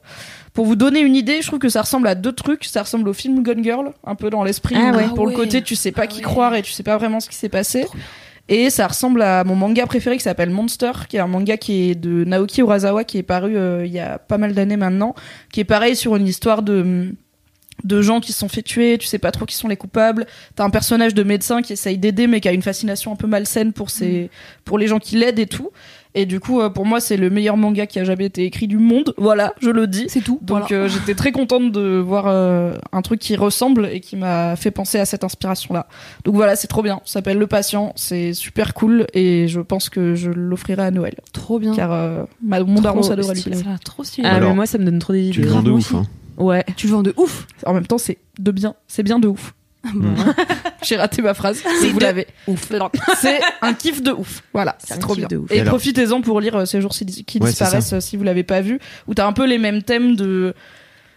Pour vous donner une idée, je trouve que ça ressemble à deux trucs. Ça ressemble au film Gone Girl, un peu dans l'esprit.
Ah
où
ouais.
Pour
Ah
le
ouais.
côté, tu sais pas
Ah
qui
ouais.
croire et tu sais pas vraiment ce qui s'est passé. Et ça ressemble à mon manga préféré qui s'appelle Monster, qui est un manga qui est de Naoki Urasawa, qui est paru euh, il y a pas mal d'années maintenant, qui est pareil sur une histoire de de gens qui se sont fait tuer, tu sais pas trop qui sont les coupables. T'as un personnage de médecin qui essaye d'aider, mais qui a une fascination un peu malsaine pour ses, pour les gens qui l'aident et tout. Et du coup, euh, pour moi, c'est le meilleur manga qui a jamais été écrit du monde. Voilà, je le dis.
C'est tout.
Donc euh, j'étais très contente de voir euh, un truc qui ressemble et qui m'a fait penser à cette inspiration-là. Donc voilà, c'est trop bien. Ça s'appelle Le Patient, c'est super cool et je pense que je l'offrirai à Noël.
Trop bien.
Car euh, ma, mon daron, ça devrait lui
Mm. stylé.
plaire.
Ça a trop stylé.
Ah,
Alors,
mais moi, ça me donne trop des
Tu
idées.
le vends
grave,
de
moi
ouf.
aussi.
hein.
Ouais.
Tu le vends de ouf.
En même temps, c'est de bien. C'est bien de ouf.
bon.
J'ai raté ma phrase. mais vous
de
l'avez. Ouf. C'est un kiff de ouf. Voilà,
C'est un
c'est trop
kiff
bien.
de ouf.
Et
Alors-
profitez-en pour lire euh, ces jours si- qui
Ouais, c'est
disparaissent euh, si vous l'avez pas vu. Où t'as un peu les mêmes thèmes de.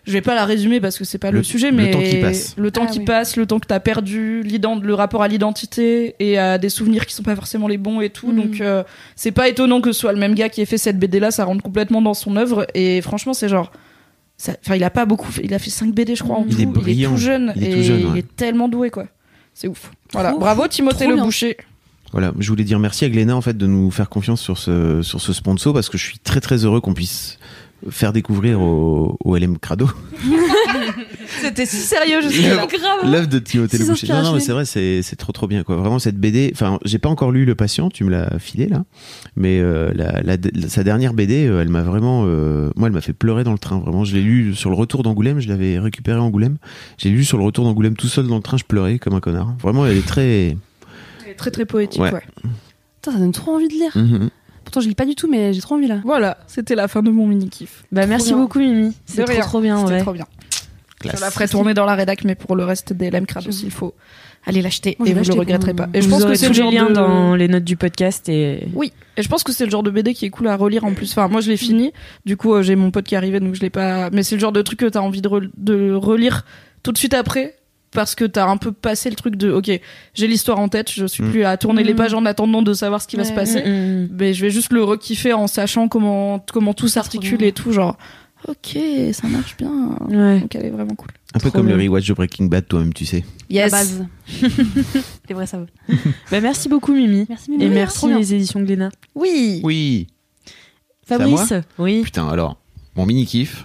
Je vais pas la résumer parce que c'est pas le,
Le-
sujet,
le
mais
temps qui passe.
le temps
Ah
qui
oui.
passe, le temps que t'as perdu, l'ident- le rapport à l'identité et à des souvenirs qui sont pas forcément les bons et tout.
Mhm.
Donc euh, c'est pas étonnant que ce soit le même gars qui ait fait cette BD là, ça rentre complètement dans son œuvre. Et franchement, c'est genre, ça- enfin il a pas beaucoup, fait- il a fait 5 BD je crois en
Il
tout.
est
il est
brillant.
tout jeune
Il est
et
tout jeune,
il
ouais.
est tellement doué quoi. C'est ouf. Voilà,
Trop-
bravo Timothée
trop
Le
bien.
Boucher.
Voilà, je voulais dire merci à Glénat en fait de nous faire confiance sur ce sur ce sponsor parce que je suis très très heureux qu'on puisse faire découvrir au, au LM Crado
C'était si sérieux
jusque-là.
Grave.
l'œuvre de Timothée
C'est
Le Boucher. Non, non, mais
inspirationnel.
c'est vrai, c'est c'est trop trop bien quoi. Vraiment cette BD. Enfin, j'ai pas encore lu Le Patient, tu me l'as filé là, mais euh, la, la- la- sa dernière BD, euh, elle m'a vraiment, euh, moi, elle m'a fait pleurer dans le train. Vraiment, je l'ai lu sur le retour d'Angoulême, je l'avais récupéré à Angoulême. J'ai lu sur le retour d'Angoulême tout seul dans le train, je pleurais comme un connard. Vraiment, elle est très.
Très très poétique,
Ouais.
ouais.
Putain, ça donne trop envie de lire.
Mhm.
Pourtant, je lis pas du tout, mais j'ai trop envie là.
Voilà, c'était la fin de mon mini kiff.
Bah, merci
bien.
beaucoup, Mimi. C'est trop,
rien.
trop bien,
C'était
Ah, ouais.
trop bien.
Classe.
Je la ferai tourner dans la rédac, mais pour le reste des LM Crado,
J'avoue.
il faut aller l'acheter
Moi, je
et
vais
vous le
l'acheter
regretterez
pour-
pas. Et je pense que c'est le
les
genre
liens
de...
dans les notes du podcast et.
Oui, et je pense que c'est le genre de BD qui est cool à relire en plus. Enfin, moi je l'ai fini, du coup euh, j'ai mon pote qui est arrivé donc je l'ai pas. Mais c'est le genre de truc que t'as envie de, re- de relire tout de suite après parce que t'as un peu passé le truc de ok, j'ai l'histoire en tête, je suis
Mm.
plus à tourner les
Mm.
pages en attendant de savoir ce qui va
Ouais.
se passer.
Mm, mm.
Mais je vais juste le rekiffer en sachant comment, comment tout s'articule
bien.
et tout, genre ok, ça marche bien.
mm. Ouais.
Donc elle est vraiment cool.
Un peu
Trop
comme le
bien.
rewatch de Breaking Bad, toi-même, tu sais.
La base. Les vrais savent.
Bah, merci beaucoup, Mimi.
Merci
Et
Mimi.
merci les éditions Glénat.
Oui.
Oui. à
Fabrice Oui.
Putain, alors, mon mini-kiff,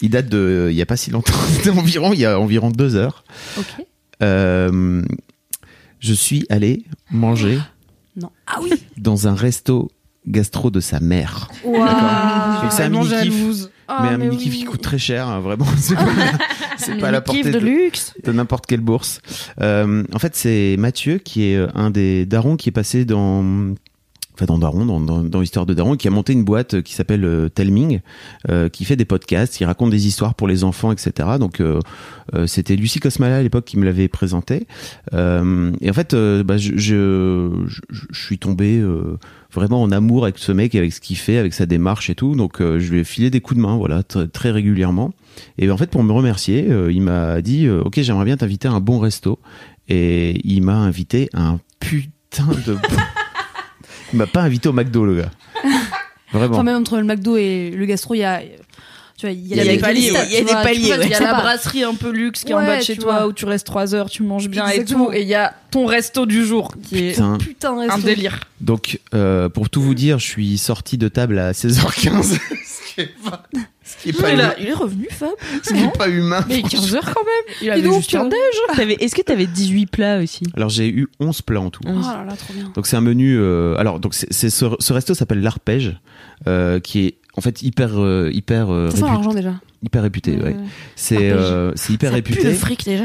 il date de. euh, Il n'y a pas si longtemps, environ, il y a environ deux heures.
Ok.
Euh, je suis allé manger
Non. Ah oui.
dans un resto gastro de sa mère.
Ah,
Donc c'est un
Vraiment
mini-kiff.
jalouse.
mais un mini-kiff qui coûte très cher, hein, vraiment. C'est pas, c'est pas à la portée
Kiff de
de-
luxe.
de n'importe quelle bourse. Euh, en fait, c'est Mathieu qui est euh, un des darons qui est passé dans. Enfin, dans Daron, dans, dans, dans l'histoire de Daron, qui a monté une boîte euh, qui s'appelle euh, Telming, euh, qui fait des podcasts, qui raconte des histoires pour les enfants, etc. Donc, euh, euh, c'était Lucie Cosmala à l'époque qui me l'avait présenté. Euh, et en fait, euh, bah, je, je, je- je suis tombé euh, vraiment en amour avec ce mec, avec ce qu'il fait, avec sa démarche et tout. Donc, euh, je lui ai filé des coups de main, voilà, tr- très régulièrement. Et en fait, pour me remercier, euh, il m'a dit euh, Ok, j'aimerais bien t'inviter à un bon resto. Et il m'a invité à un putain de. bon- il m'a pas invité au McDo, le gars. Vraiment.
Enfin, même entre le McDo et le gastro, il y a. Tu vois, il y a
Il y a des paliers,
listes,
ouais.
tu
Il y a des
vois, tu
paliers,
vois,
ouais.
tu
Il y a
sais
la
pas.
brasserie un peu luxe qui est en
Ouais,
bas de chez
tu
toi
vois.
où tu restes 3 heures, tu manges bien et
Exactement.
tout. Et il y a ton resto du jour qui est
Putain.
Putain, de
un
resto.
délire.
Donc, euh, pour tout vous dire, je suis sorti de table à 16h15. ce qui est pas. Ce qui est pas,
il,
humain,
a- il est revenu Fab.
ce qui est pas humain.
Mais 15 heures quand même. Il avait
donc,
juste un
euh,
dé.
T'avais- Est-ce que t'avais 18 plats aussi
Alors, j'ai eu 11 plats en tout.
Oh là là, trop bien.
Donc c'est un menu. euh, alors donc c'est c'est ce, ce resto s'appelle l'arpège, euh, qui est en fait hyper euh, hyper euh,
Ça sent
répu-
l'argent déjà.
hyper réputé.
Ouais,
ouais.
ouais.
C'est euh, c'est hyper
Ça pue
réputé.
le fric déjà.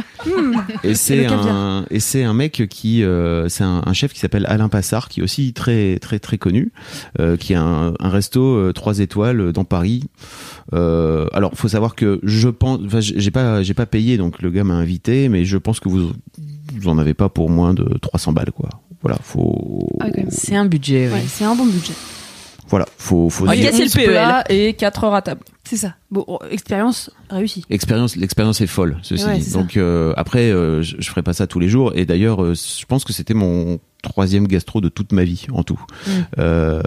Et c'est
le caviar.
un et c'est un mec qui euh, c'est un, un chef qui s'appelle Alain Passard qui est aussi très très très connu euh, qui a un, un resto euh, trois étoiles euh, dans Paris. Euh, alors faut savoir que je pense enfin, j'ai j'ai pas j'ai pas payé donc le gars m'a invité mais je pense que vous vous en avez pas pour moins de 300 balles quoi. Voilà, faut
Ah, quand même.
C'est un budget,
Ouais, c'est un bon budget.
voilà, faut faut
Ok,
dire-
c'est le
Onze plats et 4 heures à table.
C'est ça. Bon, oh, expérience réussie.
L'expérience, l'expérience est folle, ceci
Ouais,
dit.
c'est ça.
Donc euh, après, euh, je, je ferai pas ça tous les jours. Et d'ailleurs, euh, je pense que c'était mon troisième gastro de toute ma vie en tout.
Mm.
Euh,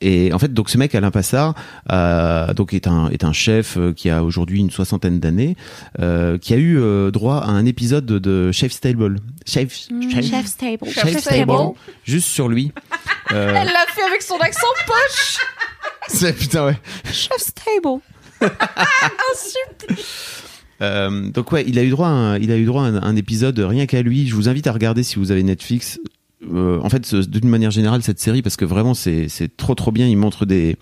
et en fait, donc ce mec Alain Passard, euh, donc est un est un chef euh, qui a aujourd'hui une soixantaine d'années, euh, qui a eu euh, droit à un épisode de- de Chef's Table. Chef, chef,
Chef's table.
Chef's Table, juste sur lui. Euh,
Elle l'a fait avec son accent poche.
c'est putain ouais.
Chef's table.
Euh, donc ouais, il a eu droit, à un, il a eu droit à un, un épisode rien qu'à lui. Je vous invite à regarder si vous avez Netflix. Euh, en fait, ce- d'une manière générale, cette série parce que vraiment c'est c'est trop trop bien. Il montre des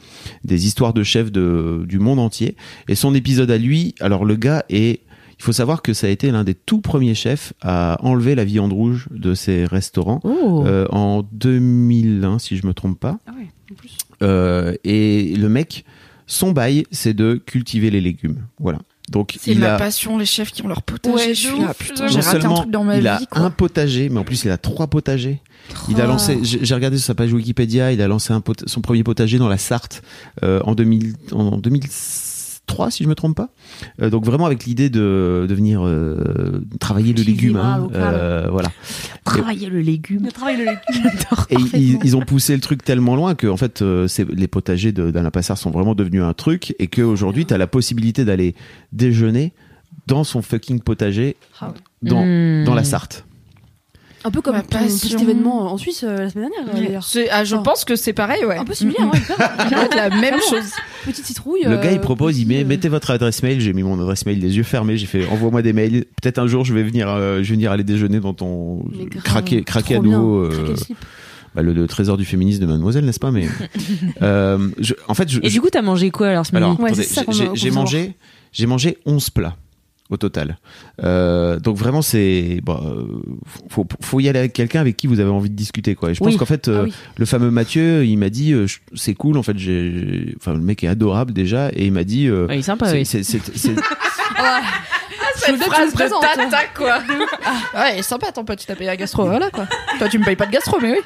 des histoires de chefs de du monde entier et son épisode à lui. Alors le gars est il faut savoir que ça a été l'un des tout premiers chefs à enlever la viande rouge de ses restaurants
Oh.
euh, en 2001, si je me trompe pas.
Ah ouais, en plus.
Euh, et le mec, son bail, c'est de cultiver les légumes. Voilà. Donc
C'est
il
ma
a
passion, les chefs qui ont leur potager.
Ouais, de
je suis là,
ouf,
putain,
de
j'ai
non
raté un
seulement
truc dans ma
il
vie.
a
quoi. Oh.
un potager, mais en plus il a trois potagers. Il a
Oh.
lancé, j'ai j'ai regardé sur sa page Wikipédia, il a lancé un pot- son premier potager dans la Sarthe euh, en, 2000, en 2003, si je me trompe pas. Euh, donc vraiment avec l'idée de, de venir euh, travailler le légume. hein.
ah,
Euh, voilà.
Travailler le légume. Travailler le légume.
Oh,
J'adore.
Et ils, ils ont poussé le truc tellement loin que en fait euh, c'est- les potagers de- d'Alain Passard sont vraiment devenus un truc et qu'aujourd'hui tu as la possibilité d'aller déjeuner dans son fucking potager
Ah
dans,
Hmm.
Mm.
dans la Sarthe.
Un peu comme
Ma
un petit
passion.
événement en Suisse euh, la semaine dernière,
Ouais.
d'ailleurs.
C'est- ah, je
Attends.
pense que c'est pareil, ouais.
Un peu similaire, ouais.
Ça doit être la même
Vraiment.
chose.
Petite citrouille.
Le
euh,
gars, il propose, il met,
petit, euh,
mettez votre adresse mail. J'ai mis mon adresse mail les yeux fermés. J'ai fait, envoie-moi des mails. Peut-être un jour, je vais venir, euh, je vais venir aller déjeuner dans ton
euh, mais grave,
craquer, craquer à
trop bien,
nouveau. euh,
craquer le slip.
bah, le, le trésor du féminisme de Mademoiselle, n'est-ce pas Mais euh, je- en fait, je,
Et du coup, t'as mangé quoi alors ce
je- alors
midi
Ouais,
attendez,
c'est ça
j'ai-
qu'on
j'ai
veut- qu'on
j'ai
veut
mangé, j'ai mangé 11 plats au total. Euh, donc vraiment, c'est bah, euh, faut, faut y aller avec quelqu'un avec qui vous avez envie de discuter, quoi. Et je pense
Oui.
qu'en fait, euh,
Ah oui.
le fameux Mathieu, il m'a dit, euh, je- c'est cool. En fait, j'ai, j'ai- enfin, le mec est adorable déjà, et il m'a dit. euh,
Ouais, Ah, Il est sympa,
c'est-
oui.
c'est- c'est- c'est-
Ah,
Ah,
Je veux bien que tu me présentes.
hein.
quoi. Ah, ouais, il est sympa, ton pote, tu t'as payé la gastro, voilà, quoi. Toi, tu me payes pas de gastro, mais oui.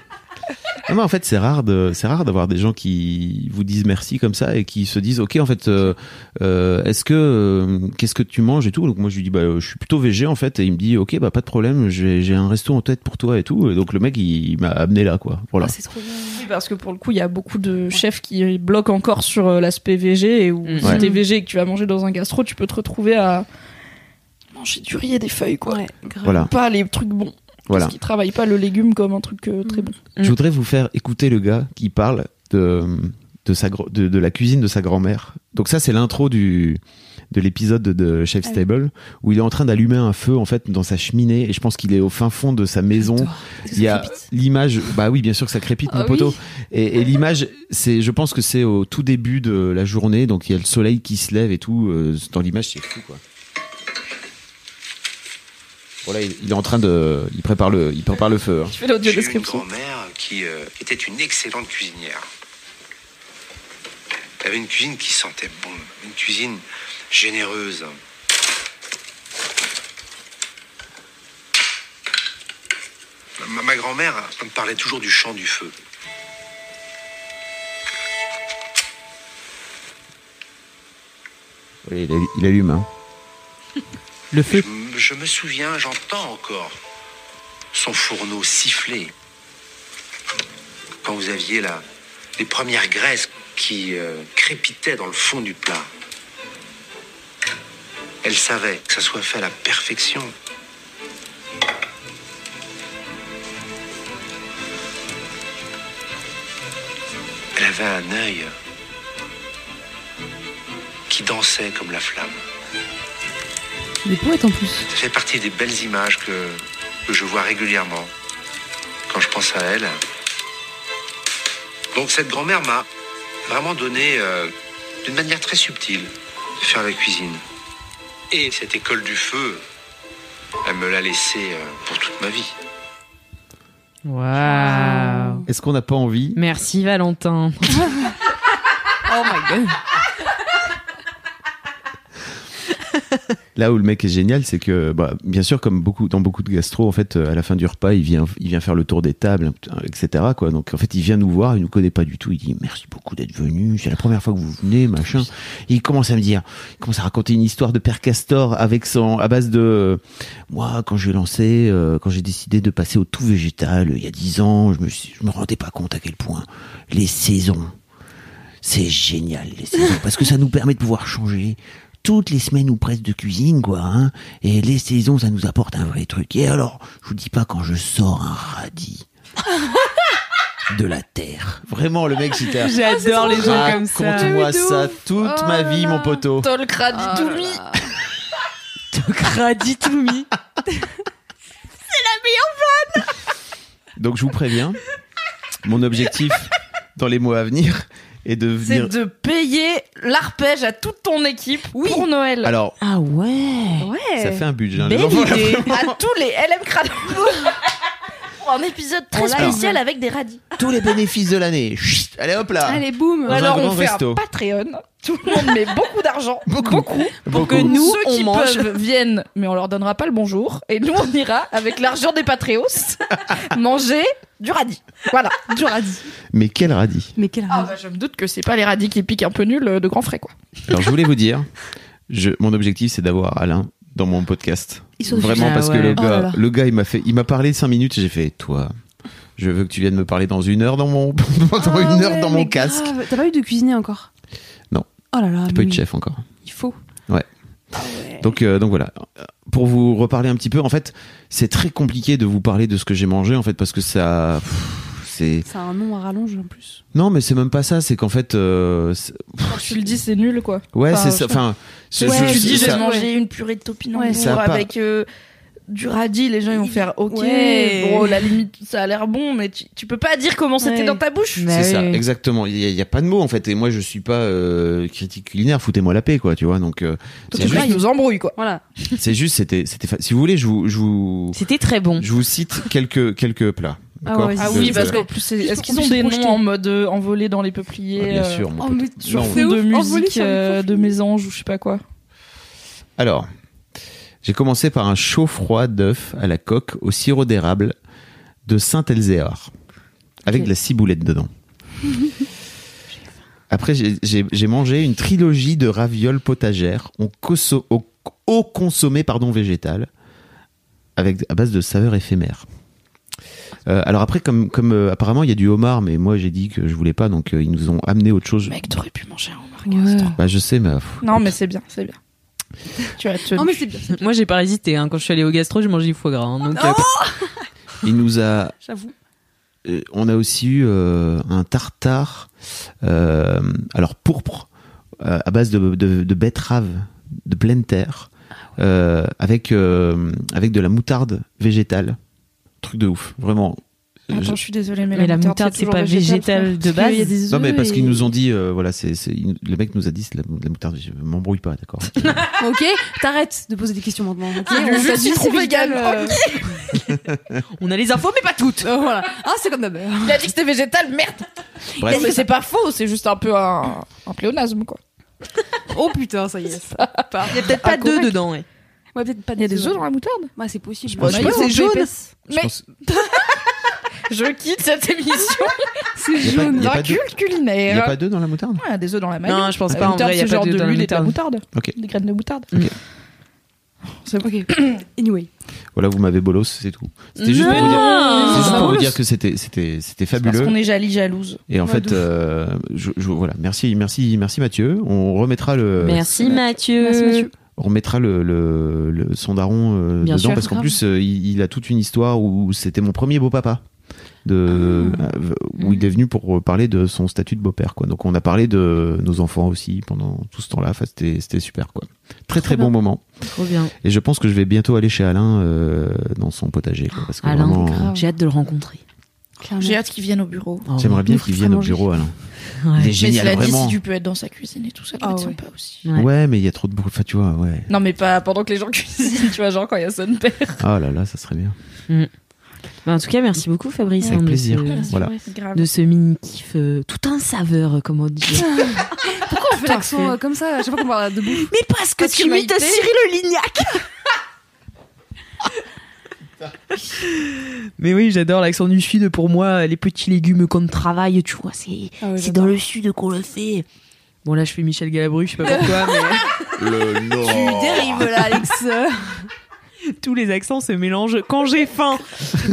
Non, mais en fait, c'est rare de, c'est rare d'avoir des gens qui vous disent merci comme ça et qui se disent, ok, en fait, euh, euh, est-ce que, euh, qu'est-ce que tu manges et tout. Donc moi, je lui dis, bah, euh, je suis plutôt végé en fait, et il me dit, ok, bah, pas de problème, j'ai, j'ai un resto en tête pour toi et tout. Et donc le mec, il, il m'a amené là, quoi. Voilà.
Ah, c'est trop bien.
Oui, parce que pour le coup, il y a beaucoup de chefs qui bloquent encore sur euh, l'aspect VG et où
Mm.
si
Ouais.
t'es VG et que tu vas manger dans un gastro, tu peux te retrouver à manger du riz et des feuilles, quoi.
Ouais, grave.
Voilà,
Pas les trucs bons.
voilà.
Parce qu'ils travaillent pas le légume comme un truc euh, très bon.
Mm.
Je voudrais vous faire écouter le gars qui parle de, de, sa, gro- de, de la cuisine de sa grand-mère. Donc ça, c'est l'intro du de l'épisode de Chef's
Ah oui.
Table où il est en train d'allumer un feu en fait dans sa cheminée et je pense qu'il est au fin fond de sa maison
Est-ce que
il y
ça
a
crépite
l'image bah oui bien sûr que ça crépite mon
Ah
poteau
oui.
et, et l'image c'est je pense que c'est au tout début de la journée donc il y a le soleil qui se lève et tout euh, dans l'image c'est fou quoi voilà il, il est en train de il prépare le il prépare le feu hein.
Tu fais l'audio
J'ai eu une
description.
grand-mère qui euh, était une excellente cuisinière. Elle avait une cuisine qui sentait bon, une cuisine généreuse. Ma, ma grand-mère me parlait toujours du chant du feu.
Voilà, il, il allume hein.
Le
Je,
feu.
m- je me souviens, j'entends encore son fourneau siffler. Quand vous aviez la, les premières graisses qui euh, crépitaient dans le fond du plat. Elle savait que ça soit fait à la perfection. Elle avait un œil qui dansait comme la flamme.
Il est poète en plus.
Ça fait partie des belles images que, que je vois régulièrement quand je pense à elle. Donc cette grand-mère m'a vraiment donné euh, d'une manière très subtile de faire la cuisine. Et cette école du feu, elle me l'a laissée euh, pour toute ma vie.
Waouh.
Est-ce qu'on n'a pas envie
Merci Valentin. oh my god.
Là où le mec est génial, c'est que, bah, bien sûr, comme beaucoup, dans beaucoup de gastro, en fait, euh, à la fin du repas, il vient, il vient faire le tour des tables, euh, etc. Quoi. Donc, en fait, il vient nous voir, il nous connaît pas du tout. Il dit merci beaucoup d'être venu, c'est la première fois que vous venez, machin. Et il commence à me dire, il commence à raconter une histoire de père Castor avec son, à base de, euh, moi, quand j'ai lancé, euh, quand j'ai décidé de passer au tout végétal euh, il y a dix ans, je me, suis- je me rendais pas compte à quel point les saisons c'est génial les saisons parce que ça nous permet de pouvoir changer toutes les semaines ou presque de cuisine quoi hein. et les saisons ça nous apporte un vrai truc et alors je vous dis pas quand je sors un radis de la terre vraiment le mec citer
J'adore les gens comme ça.
Raconte-moi ça toute ma vie, mon poteau.
Tolkra dit tout mis.
Radis to me.
Donc je vous préviens, mon objectif dans les mois à venir est de venir.
C'est de payer l'arpège à toute ton équipe pour Noël.
Alors,
Ah ouais.
ouais.
ça fait un budget. hein, les
Belle
enfants.
idée.
à tous les LM Crado. pour un épisode très spécial avec des radis.
Tous les bénéfices de l'année. Chut, allez hop là.
Allez, boum
Dans un
Alors on
grand
fait un
resto.
Patreon. Tout le monde met beaucoup d'argent.
Beaucoup.
Pour que
Beaucoup.
nous, ceux
on
qui
mange.
peuvent viennent, mais on leur donnera pas le bonjour. Et nous, on ira avec l'argent des Patreos manger du radis. Voilà, du radis.
Mais quel radis
Mais quelle
Ah bah je me doute que c'est pas les radis qui piquent un peu nul euh, de grands frais quoi.
Alors je voulais vous dire, je, mon objectif c'est d'avoir Alain dans mon podcast.
Ils sont
Vraiment
Ah
parce que
ouais.
le
Oh
gars,
là là.
le gars il m'a fait, il m'a parlé cinq minutes, j'ai fait toi. Je veux que tu viennes me parler dans une heure dans mon dans une
Ah
heure dans mon casque.
T'as pas eu de cuisiner encore
Non.
Oh là là.
J'ai pas eu de
mais
chef encore.
Il faut.
Donc euh, donc voilà. Pour vous reparler un petit peu, en fait, c'est très compliqué de vous parler de ce que j'ai mangé en fait parce que ça pff, c'est
C'est un nom à rallonge en plus.
non mais c'est même pas ça, c'est qu'en fait euh, c'est-
Quand tu le dis c'est nul quoi.
ouais
Enfin,
c'est ça.
je-
Enfin je-
Ouais,
je-
tu dis
ça-
j'ai
ça-
mangé une purée de topinambour
Ouais,
ça a pas-
avec euh, du radis, les gens ils vont faire ok,
Ouais.
gros, la limite ça a l'air bon, mais tu, tu peux pas dire comment c'était
Ouais.
dans ta bouche.
C'est ça,
oui.
exactement. Il n'y a, pas de mots en fait. Et moi, je suis pas euh, critique culinaire. Foutez-moi la paix, quoi. Tu vois. Donc, euh,
Toi,
c'est
tu
juste,
nous embrouilles quoi.
Voilà.
c'est juste, c'était, c'était. fa- Si vous voulez, je vous, je vous,
C'était très bon.
je vous cite quelques quelques plats.
Ah
d'accord euh,
ouais,
Ah
De-
oui,
de-
parce qu'en plus, c'est- est-ce qu'ils ont
Ils
des
sont
noms
projetés.
en mode euh, envolé dans les peupliers
Ah, bien
euh,
sûr. mon
Oh,
pote.
mais
Non,
sur
on-
C'est
de
ouf, envolé
musique
sur les
euh,
profils.
de mésange ou je sais pas quoi.
Alors, j'ai commencé par un chaud froid d'œuf à la coque au sirop d'érable de Saint-Elzéar, avec de la ciboulette dedans. Après, j'ai- j'ai j'ai mangé une trilogie de ravioles potagères au, cosso- au- au consommé pardon, végétal, avec, à base de saveurs éphémères. Euh, alors après, comme, comme euh, apparemment il y a du homard, mais moi j'ai dit que je voulais pas, donc euh, ils nous ont amené autre chose.
Mec, t'aurais pu manger un homard
Bah, je sais, mais pff,
Non, mais c'est bien, c'est bien. tu vas te.
Non, Oh, mais c'est bien.
Moi, j'ai pas hésité. hein. Quand je suis allée au gastro, j'ai mangé du foie gras. hein. Donc, euh,
il nous a
J'avoue.
Euh, on a aussi eu euh, un tartare, euh, alors pourpre, euh, à base de, de, de betterave, de pleine terre, euh, avec, euh, avec de la moutarde végétale. Truc de ouf, vraiment. Je-
Attends, je suis désolée, mais,
mais la moutarde, c'est
toujours
pas végétal de base.
non mais parce qu'ils nous ont dit, euh, voilà, c'est c'est- il- le mec nous a dit, c'est de la, de la moutarde, je m'embrouille pas, d'accord
Ok, t'arrêtes de poser des questions maintenant. ok
Ah, je suis trop vegan,
euh,
on a les infos, mais pas toutes.
euh, voilà. Ah, c'est comme d'hab.
Il a dit que c'était végétal, merde
Bref,
Non, mais c'est pas faux, c'est juste un peu un, un pléonasme, quoi.
Oh putain, ça y est.
Il y a peut-être pas deux dedans. ouais.
Ouais, peut-être pas
Il y a des hein. œufs dans la moutarde
Moi, Bah, c'est possible.
pense
Ouais,
pas.
ils sont
C'est jaune.
épaisses.
je
mais-
pense-
Je quitte cette émission
C'est
il y a pas-
jaune.
il y a
d'un
pas deux-
culte
il y a
culinaire.
pas deux dans la moutarde
Ouais, des œufs dans la maille.
Non, je pense
La
pas. En
moutarde,
vrai, il y a
c'est
pas
genre
deux
de
dans la
l'huile et de la
moutarde.
moutarde.
Ok.
Des graines de moutarde.
Ok.
Ok. Anyway.
Voilà, vous m'avez bolos, c'est tout. C'était
Ah
juste pour
Non.
vous dire, c'est juste
C'est
pour vous
bolos.
dire que c'était c'était- c'était
Ah, Parce
fabuleux.
qu'on est jaloux, jalouse.
Et en
Ouais,
fait,
de ouf.
euh, je, je- voilà, merci, merci, merci Mathieu. On remettra le,
Merci, Mathieu.
Merci, Mathieu.
on remettra le, le, le- son daron euh,
Bien
dedans
sûr,
parce qu'en
grave.
plus, euh, il, il a toute une histoire où c'était mon premier beau papa. De, euh, où il est venu pour parler de son statut de beau-père quoi donc on a parlé de nos enfants aussi pendant tout ce temps-là enfin, c'était c'était super quoi très très bon moment
Trop bien.
et je pense que je vais bientôt aller chez Alain euh, dans son potager quoi, parce que
Alain,
Oh.
vraiment
J'ai hâte de le rencontrer.
clairement.
J'ai hâte qu'ils viennent au bureau.
J'aimerais bien qu'ils viennent au bureau, Alain. Il est génial,
mais cela
vraiment.
dit, si tu peux être dans sa cuisine et tout, ça doit
Ah
être
ouais.
sympa aussi.
ouais. mais il y a trop de bruit. Enfin, tu vois, ouais.
Non, mais pas pendant que les gens cuisinent, tu vois, genre quand il y a son père.
Ah là là, ça serait bien.
Bah, en tout cas, merci beaucoup, Fabrice.
Avec
hein, de
plaisir.
ce-
Voilà.
Ah
Grave.
De ce mini kiff, euh, tout un saveur, comme on dit.
Pourquoi on fait l'accent euh, comme ça à chaque fois qu'on parle de bouffe
Mais parce que
Parce que Maïté-
Lignac Mais oui, j'adore l'accent du sud. Pour moi, les petits légumes qu'on travaille, tu vois, c'est
Ah ouais,
c'est
j'adore.
dans le sud qu'on le fait. Bon, là, je fais Michel Galabru, je sais pas pourquoi, mais
Le
dérives là, Alex.
tous les accents se mélangent quand j'ai faim.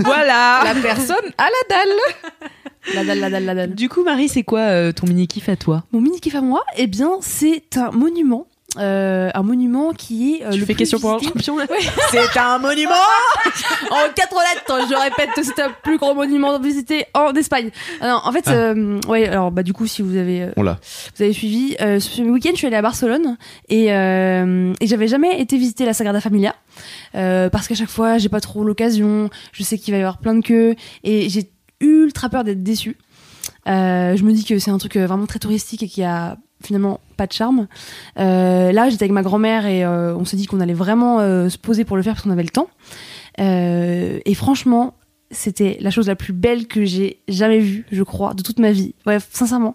Voilà
Ah.
La personne à la dalle.
La dalle, la dalle, la dalle.
Du coup, Marie, c'est quoi euh, ton mini-kiff à toi
Mon mini kiff à moi, eh bien, c'est un monument. Euh, un monument qui est. euh,
Tu
le
fais
plus
question pour un
visité.
champion là C'est un monument
En quatre lettres, hein, je répète, c'est un plus grand monument visité en Espagne. Ah non, en fait,
Ah.
euh, ouais, alors bah du coup, si vous avez, euh,
On l'a.
vous avez suivi, euh, ce week-end, je suis allée à Barcelone et, euh, et j'avais jamais été visiter la Sagrada Familia euh, parce qu'à chaque fois, j'ai pas trop l'occasion. Je sais qu'il va y avoir plein de queues et j'ai ultra peur d'être déçue. Euh, je me dis que c'est un truc euh, vraiment très touristique et qui a finalement pas de charme. Euh, là, j'étais avec ma grand-mère et euh, on s'est dit qu'on allait vraiment euh, se poser pour le faire parce qu'on avait le temps. Euh, et franchement, c'était la chose la plus belle que j'ai jamais vue, je crois, de toute ma vie. Ouais, sincèrement.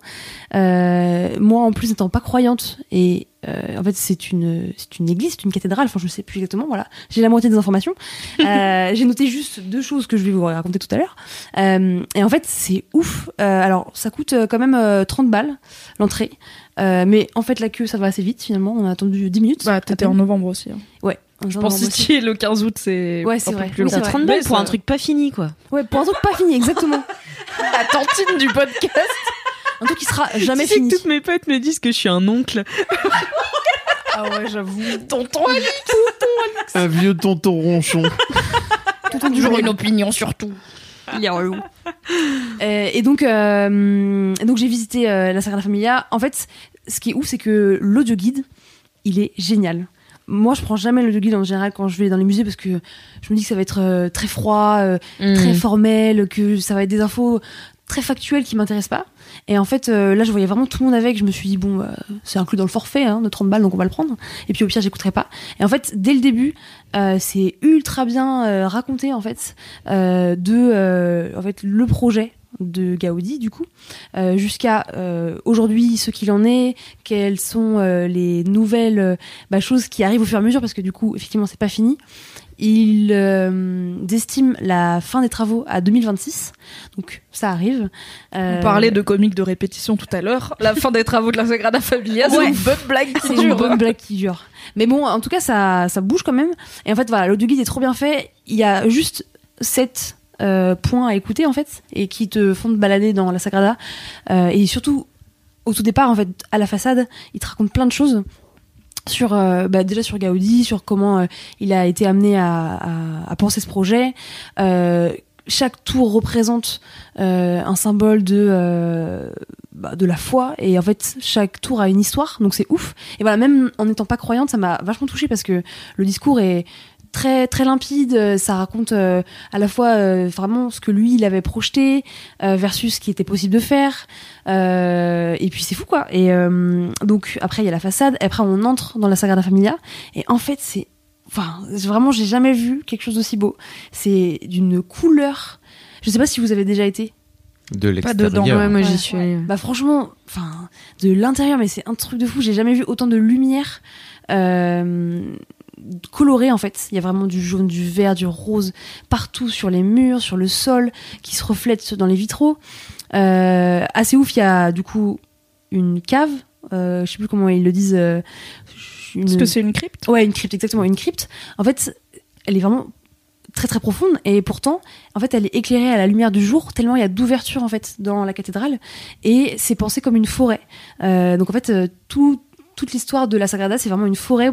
Euh, moi, en plus, n'étant pas croyante, et euh, en fait, c'est une, c'est une église, c'est une cathédrale, enfin, je ne sais plus exactement, voilà. J'ai la moitié des informations. Euh, j'ai noté juste deux choses que je vais vous raconter tout à l'heure. Euh, et en fait, c'est ouf. Euh, alors, ça coûte euh, quand même euh, 30 balles, l'entrée. Euh, mais en fait, la queue, ça va assez vite, finalement. On a attendu 10 minutes.
Bah, t'étais en novembre aussi. hein.
Ouais.
Je pense que si tu y es le 15 août, c'est
Ouais,
un
c'est
peu
vrai.
plus
Oui,
long.
c'est vrai.
30 balles pour un truc pas fini, quoi.
Ouais, pour un truc pas fini, exactement.
La tantine du podcast.
Un truc qui sera jamais
Tu sais
fini.
que toutes mes potes me disent que je suis un oncle.
Ah ouais, j'avoue. Tonton,
Un vieux tonton ronchon.
tonton du jour, une opinion surtout.
Il est relou. Euh, et donc, euh, et donc j'ai visité euh, la Sagrada Familia. En fait, ce qui est ouf, c'est que l'audio guide, il est génial. Moi, je prends jamais l'audio guide en général quand je vais dans les musées parce que je me dis que ça va être euh, très froid, euh,
Hmm.
Mm.
très formel, que ça va être des infos très factuelles qui m'intéressent pas. Et en fait, euh, là, je voyais vraiment tout le monde avec. Je me suis dit, bon, euh, c'est inclus dans le forfait hein, de 30 balles, donc on va le prendre. Et puis au pire, j'écouterai pas. Et en fait, dès le début, euh, c'est ultra bien euh, raconté, en fait, euh, de euh, en fait, le projet de Gaudi, du coup, euh, jusqu'à euh, aujourd'hui, ce qu'il en est, quelles sont euh, les nouvelles euh, bah, choses qui arrivent au fur et à mesure, parce que du coup, effectivement, c'est pas fini. Il euh, estime la fin des travaux à 2026, donc ça arrive.
On
Euh,
parlait de comiques de répétition tout à l'heure. La fin des travaux de la Sagrada Familia, c'est
Ouais.
une bonne blague qui
C'est une
dure.
bonne blague qui dure. Mais bon, en tout cas, ça, ça bouge quand même. Et en fait, voilà, l'audio guide est trop bien fait. Il y a juste sept euh, points à écouter, en fait, et qui te font te balader dans la Sagrada. Euh, et surtout, au tout départ, en fait, à la façade, il te raconte plein de choses. Sur, euh, bah, déjà sur Gaudi, sur comment euh, il a été amené à, à- à penser ce projet. Euh, chaque tour représente euh, un symbole de, euh, bah, de la foi. Et en fait, chaque tour a une histoire, donc c'est ouf. Et voilà, même en n'étant pas croyante, ça m'a vachement touchée parce que le discours est très très limpide. euh, Ça raconte euh, à la fois euh, vraiment ce que lui il avait projeté euh, versus ce qui était possible de faire. Euh, et puis c'est fou quoi. Et euh, donc après il y a la façade. Après on entre dans la Sagrada Familia. Et en fait c'est enfin vraiment j'ai jamais vu quelque chose d'aussi beau. C'est d'une couleur. Je sais pas si vous avez déjà été.
De
dedans,
l'extérieur.
moi,
j'y suis Bah franchement, enfin, de l'intérieur, mais c'est un truc de fou. J'ai jamais vu autant de lumière euh, colorée en fait. Il y a vraiment du jaune, du vert, du rose partout sur les murs, sur le sol, qui se reflète dans les vitraux. Euh, assez ouf, il y a du coup une cave. euh, je sais plus comment ils le disent. euh, une-
Parce que c'est une crypte.
Ouais, une crypte, exactement, une crypte. En fait, elle est vraiment très très profonde et pourtant, en fait, elle est éclairée à la lumière du jour tellement il y a d'ouverture en fait dans la cathédrale et c'est pensé comme une forêt. Euh, donc en fait, euh, tout toute l'histoire de la Sagrada, c'est vraiment une forêt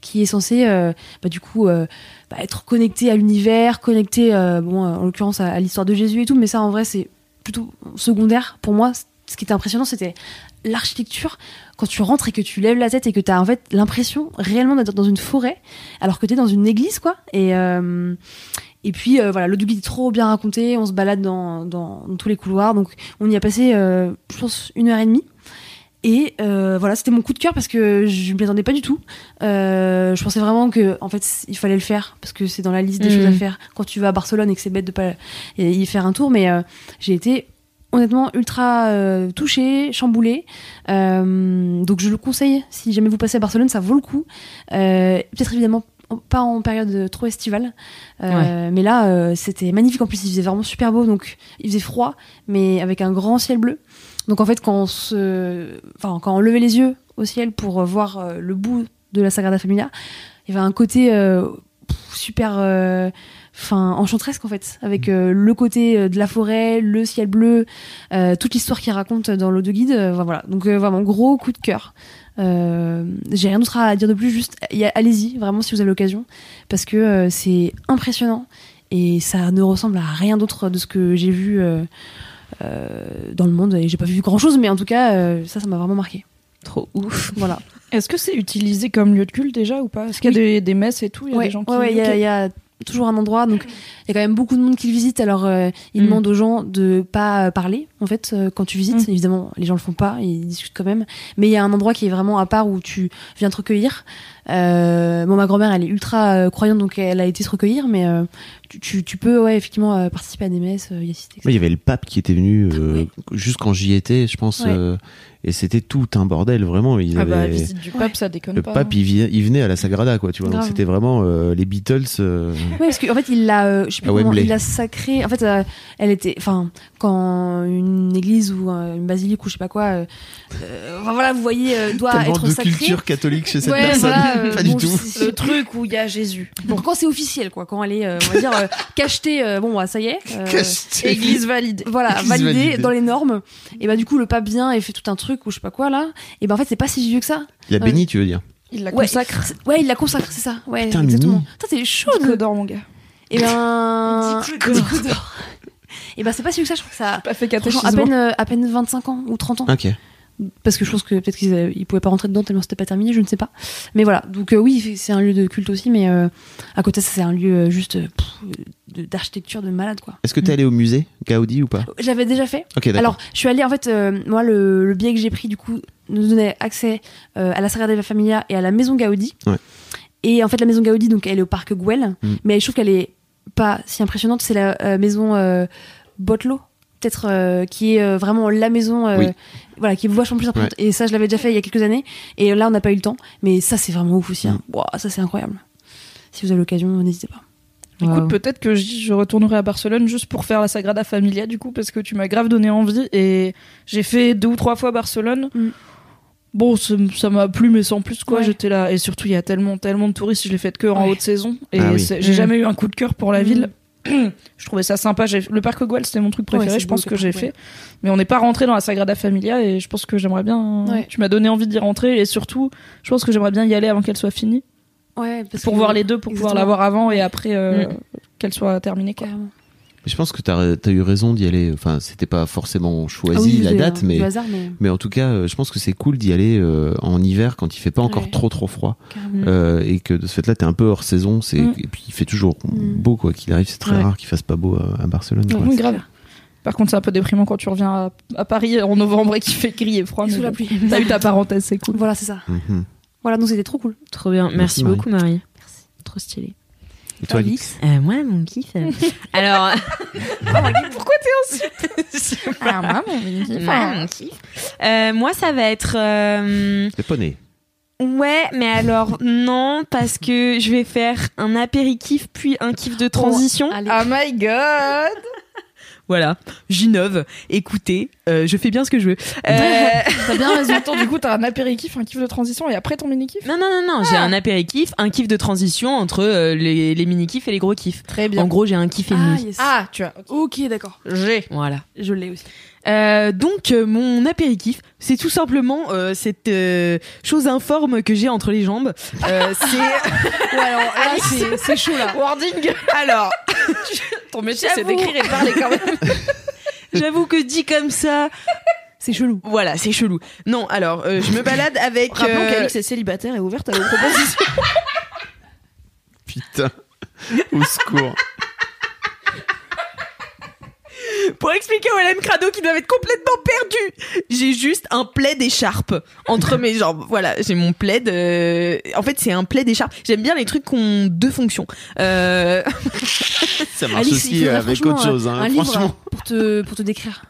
qui est censée, euh, bah, du coup, euh, bah, être connectée à l'univers, connectée, euh, bon, euh, en l'occurrence, à, à l'histoire de Jésus et tout. Mais ça, en vrai, c'est plutôt secondaire. Pour moi, ce qui était impressionnant, c'était l'architecture. Quand tu rentres et que tu lèves la tête et que tu as en fait l'impression réellement d'être dans une forêt, alors que tu es dans une église, quoi. Et, euh, Et puis euh, voilà, le doubli est trop bien raconté, on se balade dans, dans- dans tous les couloirs. Donc on y a passé, euh, je pense, une heure et demie. Et euh, voilà, c'était mon coup de cœur parce que je m'y attendais pas du tout. Euh, je pensais vraiment que, en fait, c- il fallait le faire parce que c'est dans la liste des
Mhm.
choses à faire quand tu vas à Barcelone et que c'est bête de pas y y faire un tour. Mais euh, j'ai été honnêtement ultra euh, touchée, chamboulée. Euh, donc je le conseille. Si jamais vous passez à Barcelone, ça vaut le coup. Euh, Peut-être évidemment en- pas en période trop estivale, Euh, mais là euh, c'était magnifique. En plus, il faisait vraiment super beau, donc il faisait froid, mais avec un grand ciel bleu. Donc en fait, quand on se, enfin quand on levait les yeux au ciel pour euh, voir euh, le bout de la Sagrada Familia, il y avait un côté euh, pff, super, euh, enfin enchantresque en fait, avec euh, le côté euh, de la forêt, le ciel bleu, euh, toute l'histoire qu'il raconte dans l'eau de guide. euh, voilà, donc euh, vraiment gros coup de cœur. Euh, J'ai rien d'autre à dire de plus, juste y a- allez-y vraiment si vous avez l'occasion, parce que euh, c'est impressionnant et ça ne ressemble à rien d'autre de ce que j'ai vu. euh, euh, dans le monde et j'ai pas vu grand chose mais en tout cas euh, ça ça m'a vraiment marqué
Trop ouf.
voilà
Est-ce que c'est utilisé comme lieu de culte déjà ou pas Est-ce qu'il y a des, des messes et tout Il y a
ouais
des gens qui.
ouais, ouais, il y a- il y, a toujours un endroit donc il y a quand même beaucoup de monde qui le visite alors euh, ils
Mm.
demandent aux gens de pas parler en fait euh, quand tu
Mm.
visites évidemment les gens le font pas ils discutent quand même mais il y a un endroit qui est vraiment à part où tu viens te recueillir euh, bon ma grand-mère elle est ultra euh, croyante donc elle a été se recueillir mais euh, tu, tu, tu peux ouais effectivement euh, participer à des messes euh, y assister
Ouais, Il y avait le pape qui était venu euh, juste quand j'y étais, je pense,
Ouais.
euh, et c'était tout un bordel vraiment. Ils
Ah bah,
avaient-
visite du pape, ça déconne
le
pas. hein.
pape, il, vi- il venait à la Sagrada, quoi, tu vois. Donc
hein. Grave.
c'était vraiment euh, les Beatles. euh,
Oui, parce qu'en fait, il l'a, euh, je sais plus
À
comment,
Wembley.
il l'a sacré. En fait, euh, elle était, enfin, quand une église ou euh, une basilique ou je sais pas quoi, euh, euh, enfin, voilà, vous voyez, euh, doit
tellement
être
de
sacrée.
culture catholique chez cette
Ouais,
personne.
voilà, euh,
pas du
bon,
tout.
c'est-
Le truc où il y a Jésus.
Bon, quand c'est officiel, quoi, quand elle est, euh, on va dire, euh, cachetée, euh, bon, bah, ça y est. euh,
Cachetée.
Église validée. Voilà,
Église
validée,
validée.
dans les normes. Et bah, du coup, le pape vient et fait tout un truc ou je sais pas quoi, là. Et bah, en fait, c'est pas si vieux que ça.
Il a béni, tu veux dire
Il la
Ouais.
consacre.
C'est- Ouais, il la consacre, c'est ça. Ouais,
Putain,
exactement.
Mimi.
Putain, t'es chaude.
Que d'or, mon gars.
Et Eh ben.
Petit coup d'or.
Et ben, c'est pas si vieux que ça, je crois que ça.
Pas fait
Franchement, à peine, euh, à peine 25 ans ou 30 ans.
Ok.
Parce que je pense que peut-être qu'ils euh, ils pouvaient pas rentrer dedans tellement c'était pas terminé, je ne sais pas. Mais voilà, donc euh, oui, c'est un lieu de culte aussi, mais euh, à côté, ça, c'est un lieu euh, juste euh, pff, de- d'architecture de malade, quoi.
Est-ce que t'es allé au musée Gaudi ou pas
J'avais déjà fait.
Ok, d'accord.
Alors, je suis allée, en fait, euh, moi, le, le billet que j'ai pris, du coup, nous donnait accès euh, à la Sagrada de la Familia et à la Maison Gaudi.
Ouais.
Et en fait, la Maison Gaudi, donc, elle est au parc Güell,
Mm.
mais je trouve qu'elle est pas si impressionnante. C'est la euh, maison euh, Botlo, peut-être, euh, qui est euh, vraiment la maison, euh,
Oui.
voilà, qui est vachement plus importante. Et ça, je l'avais déjà fait il y a quelques années, et là, on n'a pas eu le temps. Mais ça, c'est vraiment ouf aussi. hein.
Mm.
Ouah, ça, c'est incroyable. Si vous avez l'occasion, n'hésitez pas.
Écoute, peut-être que j'y- je retournerai à Barcelone juste pour faire la Sagrada Familia, du coup, parce que tu m'as grave donné envie et j'ai fait deux ou trois fois Barcelone.
Mm.
Bon, ça m- ça m'a plu, mais sans plus, quoi.
Ouais.
J'étais là. Et surtout, il y a tellement, tellement de touristes, je l'ai fait que en
Ouais.
haute saison. Et
Ah oui.
c'est- j'ai
Mm.
jamais eu un coup de cœur pour la
Mm.
ville. je trouvais ça sympa. J'ai- Le parc Güell, c'était mon truc préféré,
c'est
je
beau,
pense
le
que j'ai
parc Güell.
fait. Mais on n'est pas rentré dans la Sagrada Familia et je pense que j'aimerais bien.
Ouais.
Tu m'as donné envie d'y rentrer et surtout, je pense que j'aimerais bien y aller avant qu'elle soit finie.
Ouais, parce
Pour
que-
voir les deux, pour pouvoir la
Exactement.
voir avant et après euh, qu'elle soit terminée, quoi.
Carrément.
Je pense que t'as as eu raison d'y aller. Enfin, c'était pas forcément
Ah
choisi
oui,
la
c'est,
date,
euh,
mais
du hasard, mais
mais en tout cas, euh, je pense que c'est cool d'y aller euh, en hiver quand il fait pas encore
Ouais.
trop trop froid
carrément.
Euh, et que de ce fait-là, t'es un peu hors saison. C'est
Mm.
et puis il fait toujours
Mm.
beau quoi qu'il arrive. C'est très
Ouais.
rare qu'il fasse pas beau euh, à, à Barcelone. quoi.
Oui, Mm, grave. Par contre, c'est un peu déprimant quand tu reviens à, à Paris en novembre et qu'il fait gris et froid.
Et
mais
sous la
bon.
pluie.
T'as eu ta parenthèse, c'est cool.
Voilà, c'est ça.
Mhm.
Voilà, donc c'était trop cool.
Trop bien.
Merci,
Merci,
Marie.
beaucoup, Marie. Trop stylé.
Et toi, Alix
Alix.
Euh, moi, mon kiff. euh, Alors.
Pourquoi
Ah, moi, mon
moi, mon kiff. Euh, moi, ça va être. euh,
Les poneys.
Ouais, mais alors non, parce que je vais faire un apéritif puis un kiff de transition.
Allez.
Oh my god
Voilà, j'innove. Écoutez, euh, je fais bien ce que je veux. Euh,
T'as bien raison. Attends, du coup, t'as un apéritif, un kiff de transition et après ton mini-kiff
non, non, non, non, j'ai un apéritif, un kiff de transition entre euh, les, les mini-kiffs et les gros kiffs.
Très
En gros, j'ai un kiff et demi.
yes.
Ah, tu as.
ok, d'accord.
J'ai.
Voilà.
Je l'ai aussi.
Euh, donc euh, mon apéritif, c'est tout simplement euh, cette euh, chose informe que j'ai entre les jambes. Euh, c'est
Ouais, alors là, c'est, c'est chaud là.
Wording
alors,
Ton métier,
J'avoue.
c'est d'écrire et de parler quand même.
j'avoue que dit comme ça,
C'est chelou.
voilà, c'est chelou. Non, alors euh, je me balade avec.
Rappelons
euh,
qu'Alix est célibataire et ouverte à vos propositions.
Putain. Au secours.
pour expliquer au LM Crado qu'il doit être complètement perdu. J'ai juste un plaid écharpe entre mes jambes. Voilà, j'ai mon plaid. euh, En fait, c'est un plaid écharpe. J'aime bien les trucs qui ont deux fonctions. Euh...
Ça marche
Alix, il
aussi
faudrait
avec
franchement,
autre chose,
euh,
hein,
un livre
franchement.
pour te pour te décrire.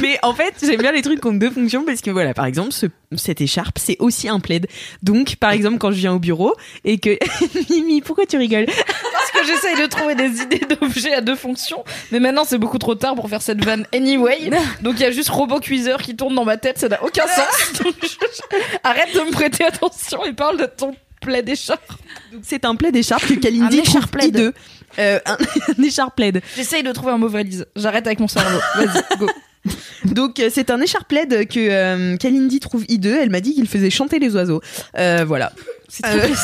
Mais en fait, j'aime bien les trucs qui ont deux fonctions parce que voilà, par exemple, ce- cette écharpe, c'est aussi un plaid. Donc, par exemple, quand je viens au bureau et que Mimi, pourquoi tu rigoles
Parce que j'essaye de trouver des idées d'objets à deux fonctions, mais maintenant c'est beaucoup trop tard pour faire cette vanne anyway. Donc il y a juste robot cuiseur qui tourne dans ma tête, ça n'a aucun sens. Donc, je- je- Arrête de me prêter attention et parle de ton plaid écharpe.
Donc, c'est un plaid écharpe que Kalindi
Un
trouve
écharpe plaid.
hideux. Euh, un, un écharpe plaid.
J'essaye de trouver un mot valise. J'arrête avec mon cerveau. Vas-y, go.
Donc euh, c'est un écharpe plaid que euh, Kalindi trouve hideux. Elle m'a dit qu'il faisait chanter les oiseaux. Euh, voilà. Euh,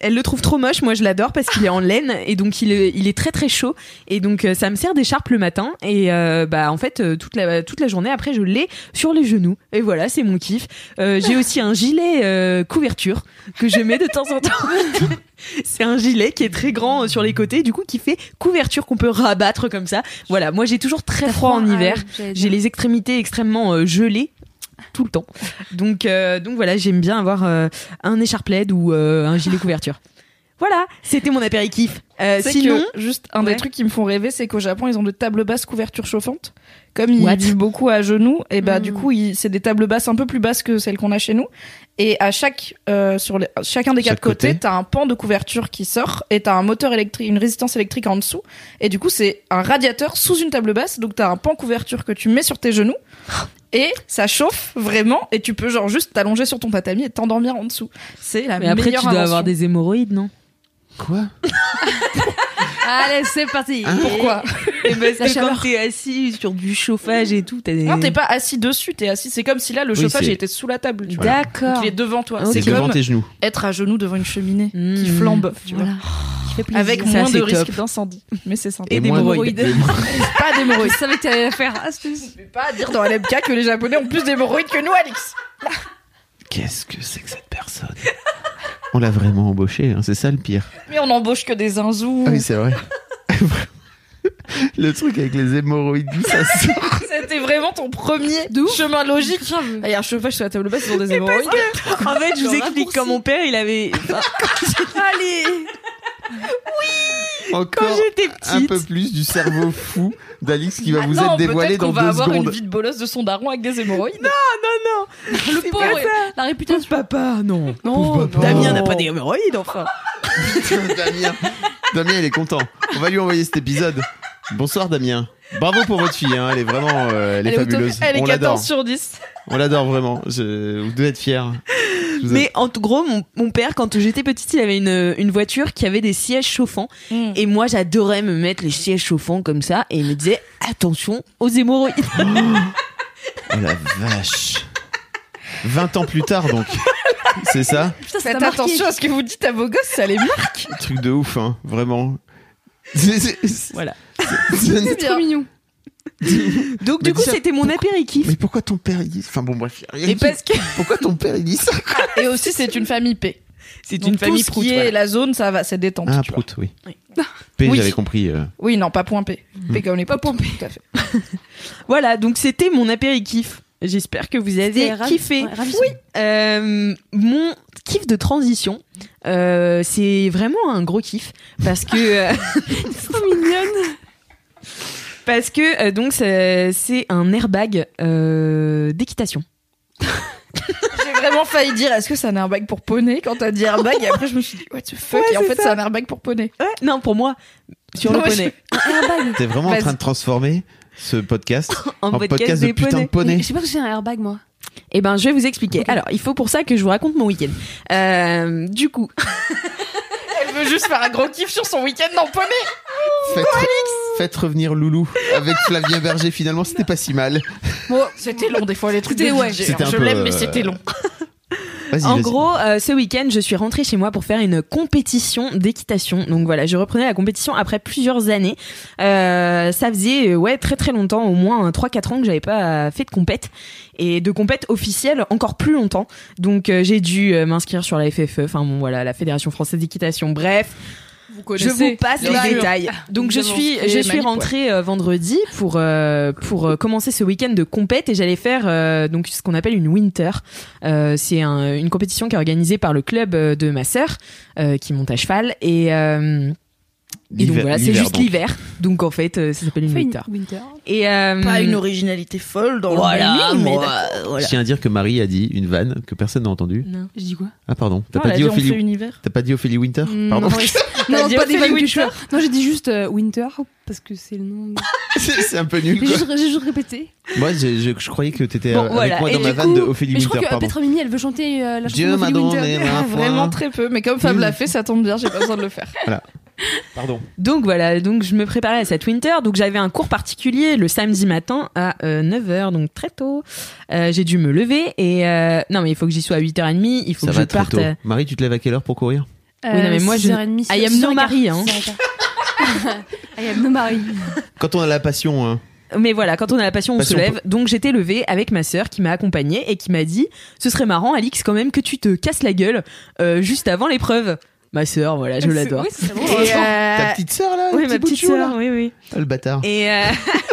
Elle le trouve trop moche, moi je l'adore parce qu'il est en laine et donc il est, il est très très chaud et donc euh, ça me sert d'écharpe le matin et euh, bah en fait euh, toute la toute la journée après je l'ai sur les genoux et voilà c'est mon kiff. Euh, J'ai aussi un gilet euh, couverture que je mets de temps en temps. C'est un gilet qui est très grand euh, sur les côtés, du coup qui fait couverture qu'on peut rabattre comme ça. Voilà, moi j'ai toujours très froid en hiver.
ah,
J'ai les extrémités extrêmement euh, gelées tout le temps. Donc, euh, donc voilà, j'aime bien avoir euh, un écharpe LED ou euh, un gilet couverture. Voilà, c'était mon apéritif. Euh,
C'est
sinon,
que, juste un
Ouais.
des trucs qui me font rêver, c'est qu'au Japon, ils ont des tables basses couvertures chauffantes. Comme ils
What
vivent beaucoup à genoux, et bah
Mm.
du coup, ils- c'est des tables basses un peu plus basses que celles qu'on a chez nous. Et à chaque, euh, sur les- à chacun des
Chaque
quatre côtés,
côté.
t'as un pan de couverture qui sort et t'as un moteur électrique, une résistance électrique en dessous. Et du coup, c'est un radiateur sous une table basse, donc t'as un pan couverture que tu mets sur tes genoux. Et ça chauffe vraiment, et tu peux genre juste t'allonger sur ton tatami et t'endormir en dessous. C'est la
Ah, mais après tu
meilleure
dois avoir
invention.
des hémorroïdes, non
Quoi
Allez, c'est parti.
Ah.
Pourquoi
Et ben,
La chaleur.
t'es assis sur du chauffage et tout, t'as des...
Non, t'es pas assis dessus, t'es assis. C'est comme si là, le
Oui,
chauffage
c'est-
il était sous la table. tu vois.
D'accord.
Donc, il est devant
Ah,
toi.
C'est
C'est
devant
bah,
comme
tes genoux.
être à genoux devant une cheminée
Mmh.
qui flambe, tu vois.
Voilà.
Avec
Ça,
moins
c'est
de
top.
risque d'incendie. Mais c'est sympa.
Et des
moins-
hémorroïdes.
et moins-
pas d'hémorroïdes.
Je savais que t'allais la euh, faire. ah,
Je vais pas dire dans LMK que les Japonais ont plus d'hémorroïdes que nous, Alex.
Qu'est-ce que c'est que cette personne On l'a vraiment embauché, hein, c'est ça le pire.
Mais on embauche que des zinzous.
Mm.
Ah,
c'est vrai. le truc avec les hémorroïdes, d'où ça sort
C'était vraiment ton premier chemin logique. Ah, Il y a un chauffage sur la table basse, ils ont des hémorroïdes.
En fait, je vous
Le
explique
raccourci.
quand mon père, il avait... enfin,
Allez.
quand
encore
j'étais
un peu
petite...
plus du cerveau fou d'Alix qui va vous
Attends,
être dévoilé
Ah peut-être
dans
qu'on va
deux
avoir une
secondes.
vie de bolosse de son daron avec des hémorroïdes.
Non,
Le pauvre. La réputation.
non, papa, non.
Pauvre papa.
Damien n'a pas d'hémorroïdes, enfin.
Damien. Damien, il est content. On va lui envoyer cet épisode. Bonsoir, Damien. Bravo pour votre fille, hein. elle est vraiment euh, elle
Elle
est
est au top.
fabuleuse.
Elle est
On l'adore.
14 sur 10.
On l'adore vraiment. Je- Vous devez être fiers. Je vous
Mais en tout gros, mon, mon père, quand j'étais petite, il avait une, une voiture qui avait des sièges chauffants. Et moi, j'adorais me mettre les sièges chauffants comme ça. Et il me disait, attention aux hémorroïdes.
Oh la vache 20 ans plus tard donc C'est ça
Putain, ça
Faites
t'a marqué.
attention à ce que vous dites à vos gosses, ça les marque.
Truc de ouf hein, vraiment. C'est- c'est- c'est-
Voilà.
c'est-
C'est trop mignon.
Donc,
Mais
du coup,
tiens,
c'était mon apéritif.
Mais pourquoi ton père il dit Enfin bon bref, y a rien
Et
qui-
parce que
pourquoi ton père il dit ça
Et aussi, c'est une famille P.
C'est
Donc,
une famille
tout ce
prout.
qui
voilà.
est la zone, ça va, c'est détente.
Ah
tu vois.
prout oui. P
Oui.
j'avais compris. euh.
Oui, non, pas point P.
Hmm.
P comme les
Pas
proutes.
pompé.
Tout à fait.
Voilà, donc c'était mon apéritif. J'espère que vous avez kiffé.
Oui.
Euh, mon kiff de transition, euh, c'est vraiment un gros kiff parce que euh,
C'est trop mignonne.
parce que euh, donc c'est c'est un airbag euh, d'équitation.
J'ai vraiment failli dire, est-ce que c'est un airbag pour poney quand t'as dit airbag Et après, je me suis dit, what the fuck
Ouais,
Et en
c'est
fait,
ça.
c'est un airbag pour poney.
Ouais, non, pour moi, sur le
Non, mais
poney.
T'es vraiment en
Vas-y.
train de transformer ce podcast
En,
en podcast, de putain de poney.
Je sais pas que Oh, j'ai un airbag moi.
Eh ben, je vais vous expliquer. Alors, il faut pour ça que je vous raconte mon week-end. Euh, du coup,
Elle veut juste faire un gros kiff sur son week-end en poney
Faites, faites revenir Loulou avec Flavien Berger finalement c'était pas si mal.
C'était long, des fois, les trucs
C'était-
de
ouais.
DJ,
C'était
hein.
un
Je
peu,
l'aime, mais
euh,
c'était long.
Vas-y
en
vas-y.
gros, euh, ce week-end, je suis rentrée chez moi pour faire une compétition d'équitation. Donc voilà, je reprenais la compétition après plusieurs années. Euh, ça faisait euh, ouais très très longtemps, au moins hein, 3-4 ans que j'avais pas euh, fait de compète et de compète officielle encore plus longtemps. E. Donc euh, j'ai dû euh, m'inscrire sur la FFE, enfin bon voilà, la Fédération française d'équitation. Bref,
vous
Je
connaissez.
vous passe
bien
les
sûr.
détails. Donc je
Évidemment,
suis,
ce qui
je
est
suis
Manip,
rentrée euh, vendredi pour euh, pour euh, commencer ce week-end de compète et j'allais faire euh, donc ce qu'on appelle une winter. Euh, c'est un- une compétition qui est organisée par le club euh, de ma sœur euh, qui monte à cheval et euh, et donc
L'hiver-
voilà, c'est
l'hiver,
juste
donc.
l'hiver. Donc en fait, euh, ça s'appelle une winter. Et
Hmm.
euh,
Pas une originalité folle dans
Voilà,
le naming, mais
moi,
d'accord, voilà.
Je tiens à dire que Marie a dit une vanne que personne n'a entendue.
non, je dis quoi
Ah, pardon. T'as
Non,
pas
elle a
dit
dit on fait
Ophélie.
univers.
T'as pas dit Ophélie Winter
Mm,
Pardon.
Non, oui. Non,
dit
pas des
Ophélie
vannes que je
Winter
fais. Non, j'ai dit juste euh, Winter parce que c'est le nom. de-
C'est c'est un peu nul.
J'ai
Quoi.
juste, j'ai juste répété.
Moi, je, je- je croyais que t'étais
Bon,
euh, avec
voilà.
moi
Et
dans
du
ma vanne de Ophélie
Mais je crois
Winter.
que euh,
Pardon.
Petra Mini, elle veut chanter euh, la chanson
Dieu m'a
d'Ophélie
donné
Winter.
ma
Vraiment
foi.
très peu, mais comme Fab
Hmm.
Nul.
l'a fait, ça tombe bien, j'ai pas besoin de le faire.
Pardon.
Donc voilà, donc je me préparais à cette winter, donc j'avais un cours particulier le samedi matin à 9h, donc très tôt. Euh, j'ai dû me lever et euh, non mais il faut que j'y sois à 8h30, il
Ça
faut que je
va très
parte.
tôt.
euh,
Marie, tu te lèves à quelle heure pour courir
Euh,
Oui, non, mais moi, je-
6h30,
I am
6h15.
no Marie, hein.
6h15. I am no Marie.
Quand on a la passion, hein.
Mais voilà, quand on a la passion, on
Passion,
se
on
lève. Donc j'étais levée avec ma sœur qui m'a accompagnée et qui m'a dit "Ce serait marrant Alix quand même que tu te casses la gueule euh, juste avant l'épreuve." Ma sœur, voilà, je l'adore.
Oui, Ah, c'est bon.
Et, euh,
ta petite sœur là,
oui,
le petit
ma
bout de
petite
chou, là
sœur, oui oui.
Ah, le bâtard.
Et, euh,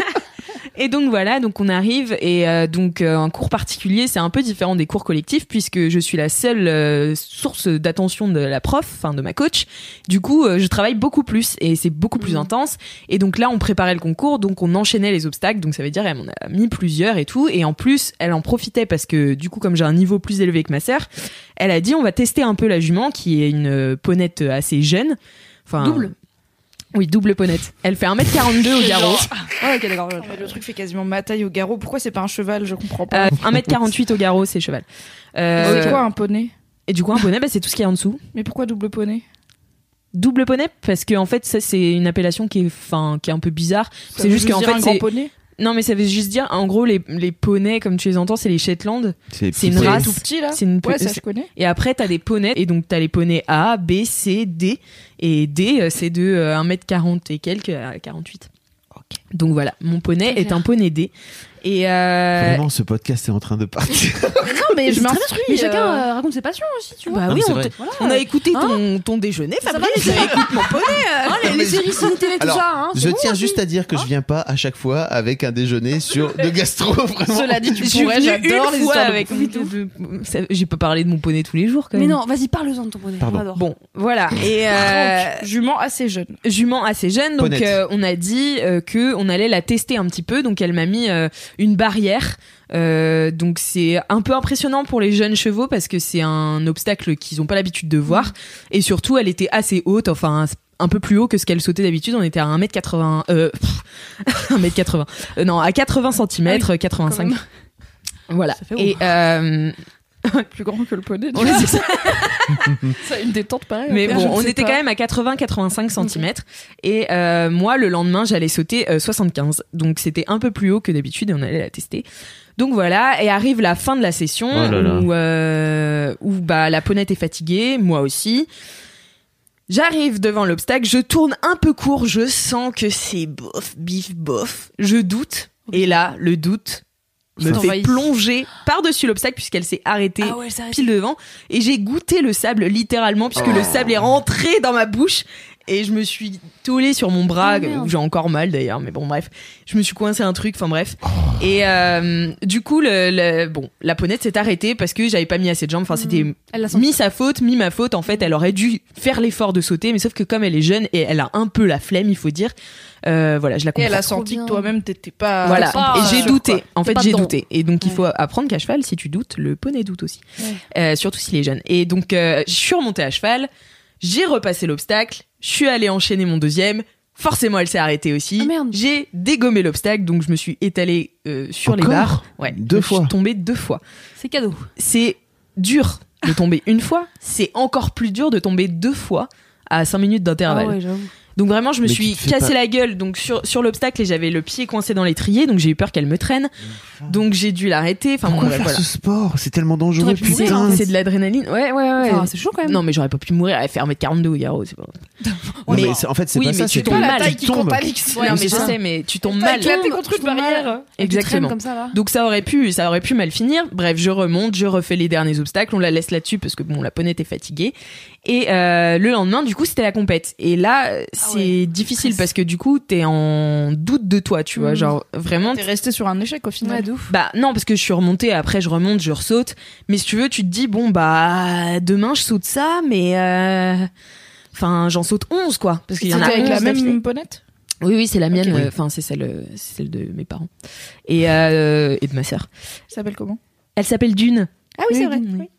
et donc voilà, donc on arrive et euh, donc euh, un cours particulier, c'est un peu différent des cours collectifs puisque je suis la seule euh, source d'attention de la prof, enfin de ma coach. Du coup, euh, je travaille beaucoup plus et c'est beaucoup plus intense. Et donc là, on préparait le concours, donc on enchaînait les obstacles, donc ça veut dire elle m'en a mis plusieurs et tout. Et en plus, elle en profitait parce que du coup, comme j'ai un niveau plus élevé que ma sœur, elle a dit on va tester un peu la jument qui est une euh, ponette assez jeune. Enfin,
Double.
Oui, double ponette. Elle fait 1m42 au garrot.
Ouais, ok,
Oh
d'accord.
Mais le truc fait quasiment ma taille au garrot. Pourquoi c'est pas un cheval Je comprends pas.
Euh, 1m48 au garrot, c'est cheval. Euh,
C'est quoi un poney
Et du coup, un poney, bah, c'est tout ce qu'il y a en dessous.
Mais pourquoi double poney
Double poney, parce que en fait, ça, c'est une appellation qui est, fin, qui est un peu bizarre.
Ça
C'est
veut
juste qu'en
dire
fait,
un grand
c'est-
poney.
Non, mais ça veut juste dire, en gros, les, les poneys, comme tu les entends, c'est les Shetland.
C'est
c'est une
petit-
race.
Tout petit là.
C'est une
Ouais, ça
c'est-
je connais.
Et après, t'as des poneys, et donc t'as les poneys A, B, C, D. Et D, euh, c'est de euh, 1m40 et quelques à 48. Donc voilà, mon poney
Très
est
clair.
un poney D. Et euh,
Vraiment, ce podcast est en train de partir.
Non, mais je m'instruis.
Mais chacun
euh,
euh, raconte ses passions aussi, tu vois.
bah
Non,
oui,
mais c'est
on,
vrai.
te- on a écouté
Hein
ton, ton déjeuner, Fabrice. Écoute mon poney. euh.
Ah, les, les séries ciné télé, tout
Alors,
ça, hein,
Je
c'est bon,
tiens
hein,
juste à dire que je viens pas à chaque fois avec un déjeuner sur de gastro. Vraiment.
Cela dit, tu
Je suis
pourrais.
venue
J'adore
une
les
fois
histoires de
avec de- de- ça- J'ai pas parlé de mon poney tous les jours quand
Mais
même.
non, vas-y, parle-en de ton poney.
Pardon.
on adore.
Bon, voilà. Et euh,
Franck, jument assez jeune.
jument assez jeune, donc
Ponette.
euh, on a dit euh, que on allait la tester un petit peu. Donc elle m'a mis euh, une barrière. Euh, donc c'est un peu impressionnant pour les jeunes chevaux parce que c'est un obstacle qu'ils ont pas l'habitude de voir. Et surtout, elle était assez haute. Enfin. Un peu plus haut que ce qu'elle sautait d'habitude, on était à 1m80, euh, pff, 1m80, Euh, non, à 80 cm,
Ah
85. Voilà.
Ça fait
Et, euh,
Plus grand que le poney.
on les-
Ça a une détente pareille.
Mais
après, je
bon,
ne
on
sais
était
pas.
quand même à 80-85 cm. Et euh, moi, le lendemain, j'allais sauter euh, 75. Donc c'était un peu plus haut que d'habitude et on allait la tester. Donc voilà, et arrive la fin de la session
Oh là là.
où, euh, où bah, la ponette est fatiguée, moi aussi. J'arrive devant l'obstacle, je tourne un peu court, je sens que c'est bof, bif, bof. Je doute. Et là, le doute me
Ça
fait
t'envahit.
plonger par-dessus l'obstacle puisqu'elle s'est arrêtée
Ah ouais, ça
Ouais. pile devant et j'ai goûté le sable littéralement puisque le sable est rentré dans ma bouche et je me suis tollée sur mon bras
Oh, merde.
où j'ai encore mal d'ailleurs mais bon bref je me suis coincé un truc enfin bref et euh, du coup le, le- bon la ponette s'est arrêtée parce que j'avais pas mis assez de jambes enfin c'était
Elle Mm. l'a senti.
mis sa faute mis ma faute en fait elle aurait dû faire l'effort de sauter mais sauf que comme elle est jeune et elle a un peu la flemme il faut dire euh, voilà je la
Et
comprends
elle a
Trop
senti
bien.
que toi-même t'étais pas.
voilà.
pas,
et
euh,
j'ai
sûr,
douté.
quoi.
En
T'es
fait,
pas
j'ai
dedans.
douté. Et donc, il
Ouais.
faut apprendre qu'à cheval, si tu doutes, le poney doute aussi.
Ouais.
Euh, surtout s'il est jeune. Et donc, euh, je suis remontée à cheval, j'ai repassé l'obstacle, je suis allée enchaîner mon deuxième. Forcément, elle s'est arrêtée aussi.
Ah, merde.
j'ai dégommé l'obstacle, donc je me suis étalée euh, sur les
Encore
barres. Ouais,
Deux
je suis
fois.
tombée deux fois.
C'est cadeau.
C'est dur
Ah
de tomber une fois, c'est encore plus dur de tomber deux fois à cinq minutes d'intervalle.
Ah j'avoue.
Donc vraiment, je me
Mais tu
suis
te fais
cassé
pas-
la gueule donc sur, sur l'obstacle et j'avais le pied coincé dans l'étrier, donc j'ai eu peur qu'elle me traîne. Donc j'ai dû l'arrêter. Enfin, bon,
Pourquoi
bref,
faire
voilà.
ce sport C'est tellement dangereux,
T'aurais pu
C'est
putain.
hein, c'est de l'adrénaline. Ouais, ouais, ouais.
Enfin, c'est chaud quand même.
non, mais j'aurais pas pu mourir. Elle fermait 42 au garrot, c'est pas.
Non, mais
mais-
c'est- en fait, c'est
oui,
pas
mais
ça,
tu
c'est
tombes
que
mal.
tu tombes.
non, mais
c'est
je
ça.
sais, mais tu tombes mal.
éclaté contre une barrière.
Et tu traînes
Exactement.
comme ça là.
Donc ça aurait pu, ça aurait pu mal finir. Bref, je remonte, je refais les derniers obstacles, on la laisse là-dessus parce que bon, la ponette est fatiguée. Et euh, le lendemain, du coup, c'était la compète. Et là, euh, c'est difficile parce que du coup, t'es en doute de toi, tu vois, genre vraiment.
T'es resté sur un échec au final.
de ouf.
Bah non, parce que je suis remontée, après je remonte, je ressaute. Mais si tu veux, tu te dis bon bah demain je saute ça, mais euh, enfin j'en saute 11 quoi, parce qu'il y en a
C'était avec la
11 d'affilée.
même ponette
Oui, oui, c'est la mienne.
oui.
euh, Enfin, c'est celle, euh, c'est celle de mes parents et, euh, et de ma sœur.
Ça s'appelle comment
Elle s'appelle Dune.
Ah oui, c'est vrai.
Dune, oui.
oui.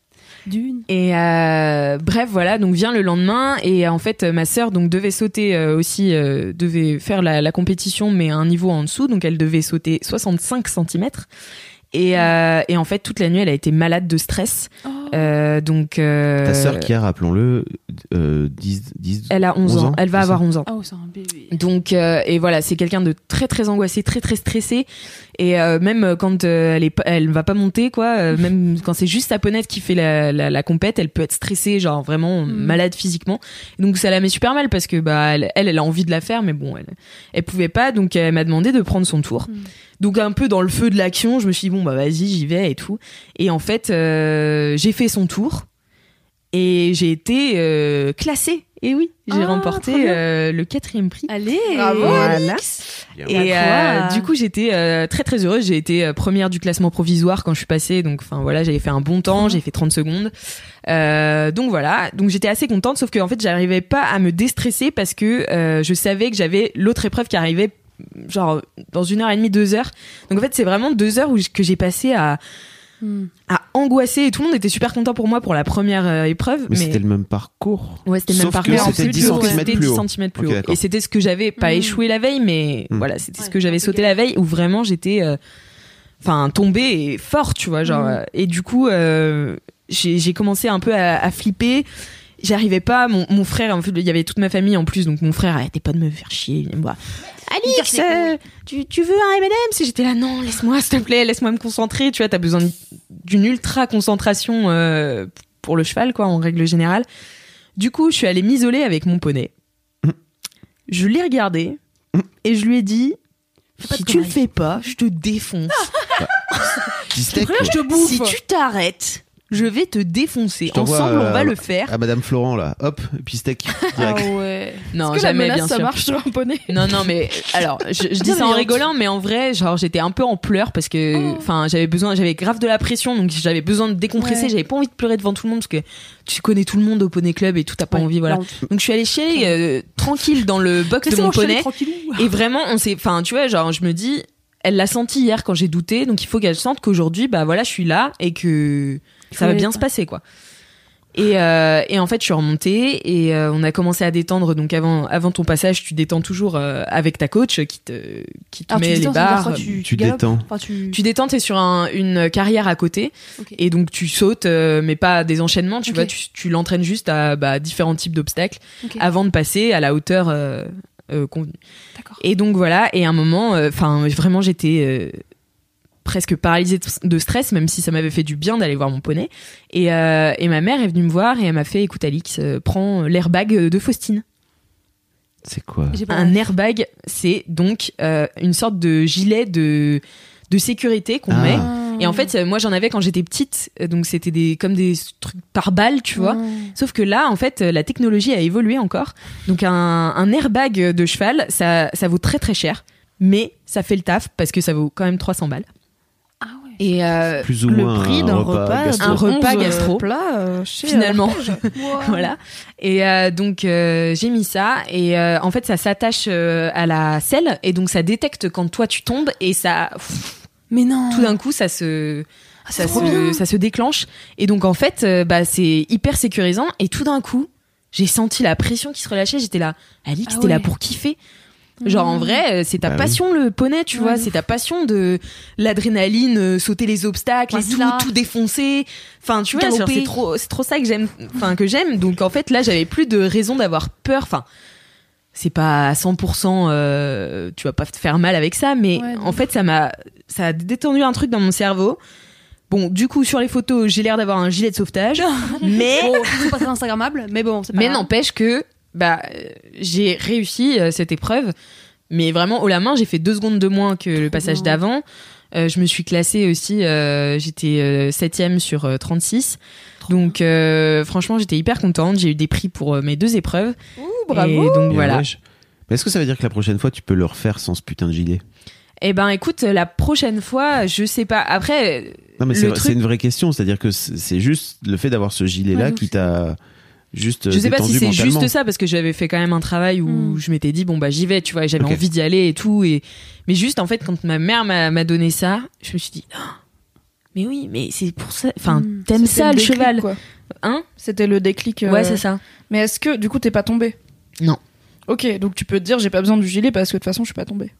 Dune.
Et euh, bref, voilà. Donc vient le lendemain et euh, en fait, euh, ma sœur donc devait sauter euh, aussi, euh, devait faire la, la compétition, mais à un niveau en dessous. Donc elle devait sauter 65 cm. Et, euh, et en fait, toute la nuit, elle a été malade de stress. Euh, donc euh,
Ta sœur qui a, rappelons-le, euh, 10, 10
elle a
11
11, ans.
ans,
Elle va
c'est
avoir
ça
11 ans.
Oh, c'est un bébé.
Donc euh, et voilà, c'est quelqu'un de très très angoissé, très très stressé et euh, même euh, quand euh, elle est pas- elle va pas monter quoi, euh, même quand c'est juste sa ponette qui fait la, la la compète, elle peut être stressée, genre vraiment
Mm.
malade physiquement. Donc ça la met super mal parce que bah elle elle, elle a envie de la faire mais bon elle elle pouvait pas donc elle m'a demandé de prendre son tour.
Mm.
Donc un peu dans le feu de l'action, je me suis dit bon bah vas-y, j'y vais et tout. Et en fait, euh, j'ai fait son tour et j'ai été euh, classée. Et oui, j'ai
Ah, trop
remporté
bien.
euh, le quatrième prix.
Allez.
Voilà.
Bien.
Et
Bah,
euh,
quoi
du coup, j'étais euh, très très heureuse. J'ai été euh, première du classement provisoire quand je suis passée. Donc, enfin voilà, j'avais fait un bon temps. J'ai fait 30 secondes. Euh, donc voilà. Donc j'étais assez contente. Sauf que en fait, j'arrivais pas à me déstresser parce que euh, je savais que j'avais l'autre épreuve qui arrivait genre dans une heure et demie, deux heures. Donc en fait, c'est vraiment deux heures où j- que j'ai passé à
Hmm.
à angoisser. Et tout le monde était super content pour moi pour la première euh, épreuve.
Mais c'était le même parcours.
Ouais, c'était le
Sauf
même
que
parcours.
c'était
C'était
10 centimètres plus haut.
centimètres plus
Ok,
haut.
d'accord.
Et c'était ce que j'avais pas
Mm.
échoué la veille, mais
Mm.
voilà, c'était ce
Ouais,
que j'avais
un peu
sauté la veille où vraiment j'étais, euh, enfin, tombée et fort, tu vois, genre. euh, Et du coup, euh, j'ai j'ai commencé un peu à, à flipper. J'arrivais pas, mon, mon frère, en fait, il y avait toute ma famille en plus, donc mon frère arrêtait pas de me faire chier. Il me voit, Alix, euh, tu, tu veux un M&M's Et J'étais là, non, laisse-moi, s'il te plaît, laisse-moi me concentrer. Tu vois, t'as besoin d'une ultra concentration euh, pour le cheval, quoi, en règle générale. Du coup, je suis allée m'isoler avec mon poney.
Mm.
Je l'ai regardé et je lui ai dit si tu le fais pas, je te défonce.
Petit steak,
Vraiment,
quoi.
je te bouffe. Si tu t'arrêtes, je vais te défoncer.
Je t'envoie,
Ensemble,
euh,
on va le faire.
À Madame Florent, là. Hop, petit steak.
Ah
direct.
ouais.
Non,
Est-ce que la
Oh, jamais, bien
menace, ça
sûr.
marche sur un poney
Non, non, mais alors, je, je dis ça en
Bienveillante.
rigolant, mais en vrai, genre, j'étais un peu en pleurs parce que, enfin, j'avais besoin, j'avais grave de la pression, donc j'avais besoin de décompresser,
Ouais.
j'avais pas envie de pleurer devant tout le monde parce que tu connais tout le monde au Poney Club et tout, t'as pas envie, voilà.
Non.
Donc je suis allée chier euh, tranquille dans le box de mon poney. Et vraiment, on s'est, enfin, tu vois, genre, je me dis, elle l'a senti hier quand j'ai douté, donc il faut qu'elle sente qu'aujourd'hui, bah voilà, je suis là et que ça va
l'aider,
bien se passer, quoi. Et, euh, et en fait, je suis remontée et euh, on a commencé à détendre. Donc avant, avant ton passage, tu détends toujours euh, avec ta coach qui te, qui te
Alors, tu
met
dis
les
ça, ça veut dire
barres.
quoi, tu,
Tu
galopes
détends.
Enfin, tu.
Tu détends, t'es sur un- une carrière à côté
Ok.
et donc tu sautes, euh, mais pas à des enchaînements. Tu
Ok.
vois, tu, tu l'entraînes juste à bah, différents types d'obstacles
Ok.
avant de passer à la hauteur euh, euh, convenue.
D'accord.
Et donc voilà, et à un moment, euh, enfin vraiment j'étais euh, presque paralysée de- de stress, même si ça m'avait fait du bien d'aller voir mon poney. Et, euh, et ma mère est venue me voir et elle m'a fait, écoute Alix, euh, prends l'airbag euh, de Faustine.
C'est quoi
J'ai pas-
Un airbag, c'est donc euh, une sorte de gilet de, de sécurité qu'on
Ah.
met.
Ah.
Et en fait, euh, moi j'en avais quand j'étais petite, euh, donc c'était des comme des trucs par balle, tu vois.
Ah.
Sauf que là, en fait, euh, la technologie a évolué encore. Donc, un, un airbag de cheval, ça, ça vaut très très cher. Mais ça fait le taf parce que ça vaut quand même 300 balles.
Ah ouais.
Et euh,
Plus ou
Le
moins
prix
un
d'un repas,
gastro.
Un repas gastro.
gastro plat
euh,
chez
finalement, voilà. Et euh, donc, euh, j'ai mis ça. Et euh, en fait, ça s'attache euh, à la selle. Et donc, ça détecte quand toi tu tombes. Et ça, pff,
Mais non.
tout d'un coup, ça se.
Ah, c'est
ça
trop
se,
bien.
ça se déclenche. Et donc, en fait, euh, bah, c'est hyper sécurisant. Et tout d'un coup, j'ai senti la pression qui se relâchait. J'étais là, Alix,
Ah
t'es là
ouais.
pour kiffer. Genre, en vrai, euh, c'est ta
Bah oui.
passion, le poney, tu
Ouais,
vois.
de
C'est ta passion de l'adrénaline, euh, sauter les obstacles
Ouais,
et tout,
cela.
tout défoncer. Enfin, tu vois, genre,
Galoper.
c'est trop, c'est trop ça que j'aime. Enfin, que j'aime. Donc, en fait, là, j'avais plus de raison d'avoir peur. Enfin, c'est pas à 100%, euh, tu vas pas te faire mal avec ça, mais
Ouais,
en fait, ça m'a, ça a détendu un truc dans mon cerveau. Bon, du coup, sur les photos, j'ai l'air d'avoir un gilet de sauvetage, mais
Bon, c'est Oh, pas très instagrammable, mais bon, c'est pas
mais
grave.
n'empêche que bah euh, j'ai réussi euh, cette épreuve, mais vraiment haut la main, j'ai fait deux secondes de moins que le passage
bien.
d'avant. Euh, je me suis classée aussi, euh, j'étais euh, septième sur euh, 36. Donc euh, franchement, j'étais hyper contente. J'ai eu des prix pour euh, mes deux épreuves. Et donc voilà.
wesh. Mais est-ce que ça veut dire que la prochaine fois, tu peux le refaire sans ce putain de gilet
Eh ben écoute, la prochaine fois, je sais pas. Après, euh,
Non, mais
Le
c'est
truc-
c'est une vraie question. C'est-à-dire que c'est c'est juste le fait d'avoir ce gilet-là
Ouais, de
qui t'a juste. euh,
je sais pas si
détendu
c'est juste
mentalement.
ça parce que j'avais fait quand même un travail où
Hmm.
je m'étais dit bon bah j'y vais, tu vois, et j'avais
Ok.
envie d'y aller et tout et mais juste en fait quand ma mère m'a m'a donné ça, je me suis dit Ah, mais oui, mais c'est pour ça enfin
Hmm.
t'aimes
C'était
ça le
déclic,
cheval
quoi.
Hein
C'était le déclic. euh,
Ouais, c'est ça.
Mais est-ce que du coup t'es pas tombé
Non.
Ok, donc tu peux te dire j'ai pas besoin du gilet parce que de toute façon je suis pas tombé.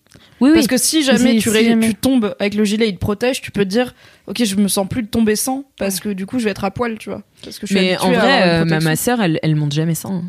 Oui
Parce que si jamais,
Si,
tu,
si
ré-
jamais.
tu tombes avec le gilet, il te protège, tu peux te dire ok je me sens plus de tomber sans parce que du coup je vais être à poil, tu vois. Parce que je suis
mais en
habituée à avoir une
vrai euh, ma,
protection.
ma sœur elle, elle monte jamais sans. hein.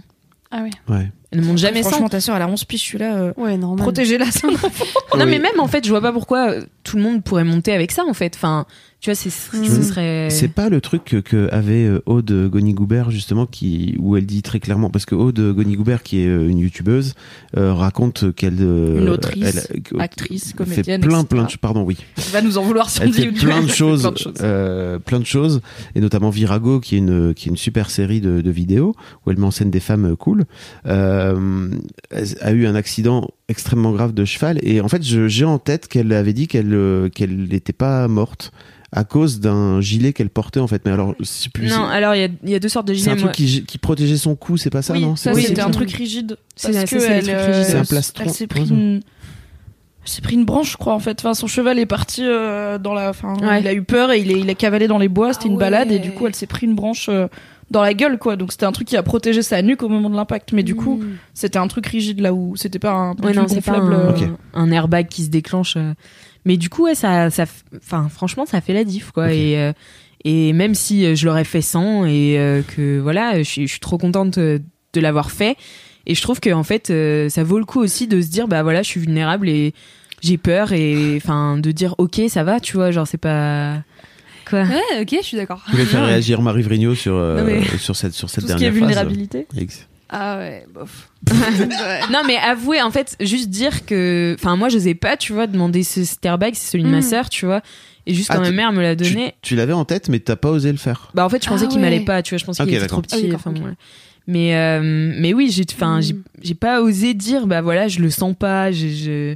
Ah ouais.
Ouais.
Elle monte jamais sans.
Franchement ta soeur elle a 11 piges, je suis là. euh,
Ouais, normal.
Protégez-la, c'est un enfant.
Non
Oui.
mais même en fait, je vois pas pourquoi euh, tout le monde pourrait monter avec ça en fait. Enfin, tu vois, c'est ce
Hmm.
serait
C'est pas le truc que, que avait euh, Aude Gonigoubert justement qui où elle dit très clairement parce que Aude Gonigoubert qui est euh, une youtubeuse euh, raconte qu'elle euh,
Une autrice,
elle-
Actrice,
fait
comédienne.
plein
etc.
plein de pardon oui
Elle va nous en vouloir si on
elle
dit
fait
une-
plein de choses,
plein de choses.
euh, plein de choses, et notamment Virago, qui est une, qui est une super série de, de vidéos où elle met en scène des femmes euh, cool, euh, elle a eu un accident extrêmement grave de cheval, et en fait, je- j'ai en tête qu'elle avait dit qu'elle euh, qu'elle n'était pas morte à cause d'un gilet qu'elle portait en fait. Mais alors, c'est plus.
Non, alors il y a, il y a deux sortes de
C'est
gilets.
un
moi.
truc qui, qui protégeait son cou, c'est pas ça,
oui,
non
ça
pas
oui,
c'était
possible.
un truc rigide.
C'est-
Parce
ça,
que
c'est les
elle,
trucs
euh,
rigides.
C'est un plastron.
Elle s'est pris une. elle s'est pris une branche, je crois, en fait. Enfin, son cheval est parti euh, dans la. Enfin,
Ouais.
il a eu peur et il, est- il a cavalé dans les bois. C'était
Ah
une balade et
ouais.
du coup, elle s'est pris une branche euh, dans la gueule, quoi. Donc, c'était un truc qui a protégé sa nuque au moment de l'impact. Mais du
Mmh.
coup,
Hmm.
c'était un truc rigide là où c'était pas un
Ouais,
truc
non, c'est pas
gonflable.
un,
euh,
Ok.
un airbag qui se déclenche. euh. Mais du coup, ouais, ça, ça, f- enfin, franchement, ça fait la diff, quoi.
Ok.
Et, euh, et même si euh, je l'aurais fait sans et euh, que voilà, je suis, je suis trop contente euh, de l'avoir fait. Et je trouve que en fait, euh, ça vaut le coup aussi de se dire, bah voilà, je suis vulnérable et j'ai peur et enfin de dire, ok, ça va, tu vois, genre c'est pas quoi.
Ouais, ok, je suis d'accord.
Vous voulez faire réagir Marie Vrigno sur, euh,
Non, mais-
sur cette, sur cette
Tout ce qui est
dernière phrase
vulnérabilité.
Ex-
Ah ouais, bof.
Non, mais avouer, en fait, juste dire que. Enfin, moi, je sais pas, tu vois, demander ce cet airbag, c'est celui de ma
Mm.
sœur, tu vois. Et juste
Ah,
quand ma
tu-
mère me l'a
Tu,
donné.
tu l'avais en tête, mais t'as pas osé le faire.
Bah en fait, je pensais
Ah
qu'il
ouais.
m'allait pas, tu vois, je pensais
Ok,
qu'il était trop
d'accord.
petit.
Ah oui,
enfin,
d'accord,
bon,
ok.
ouais. Mais euh, mais oui, j'ai enfin
Mm.
j'ai j'ai pas osé dire bah voilà, je le sens pas, je, je-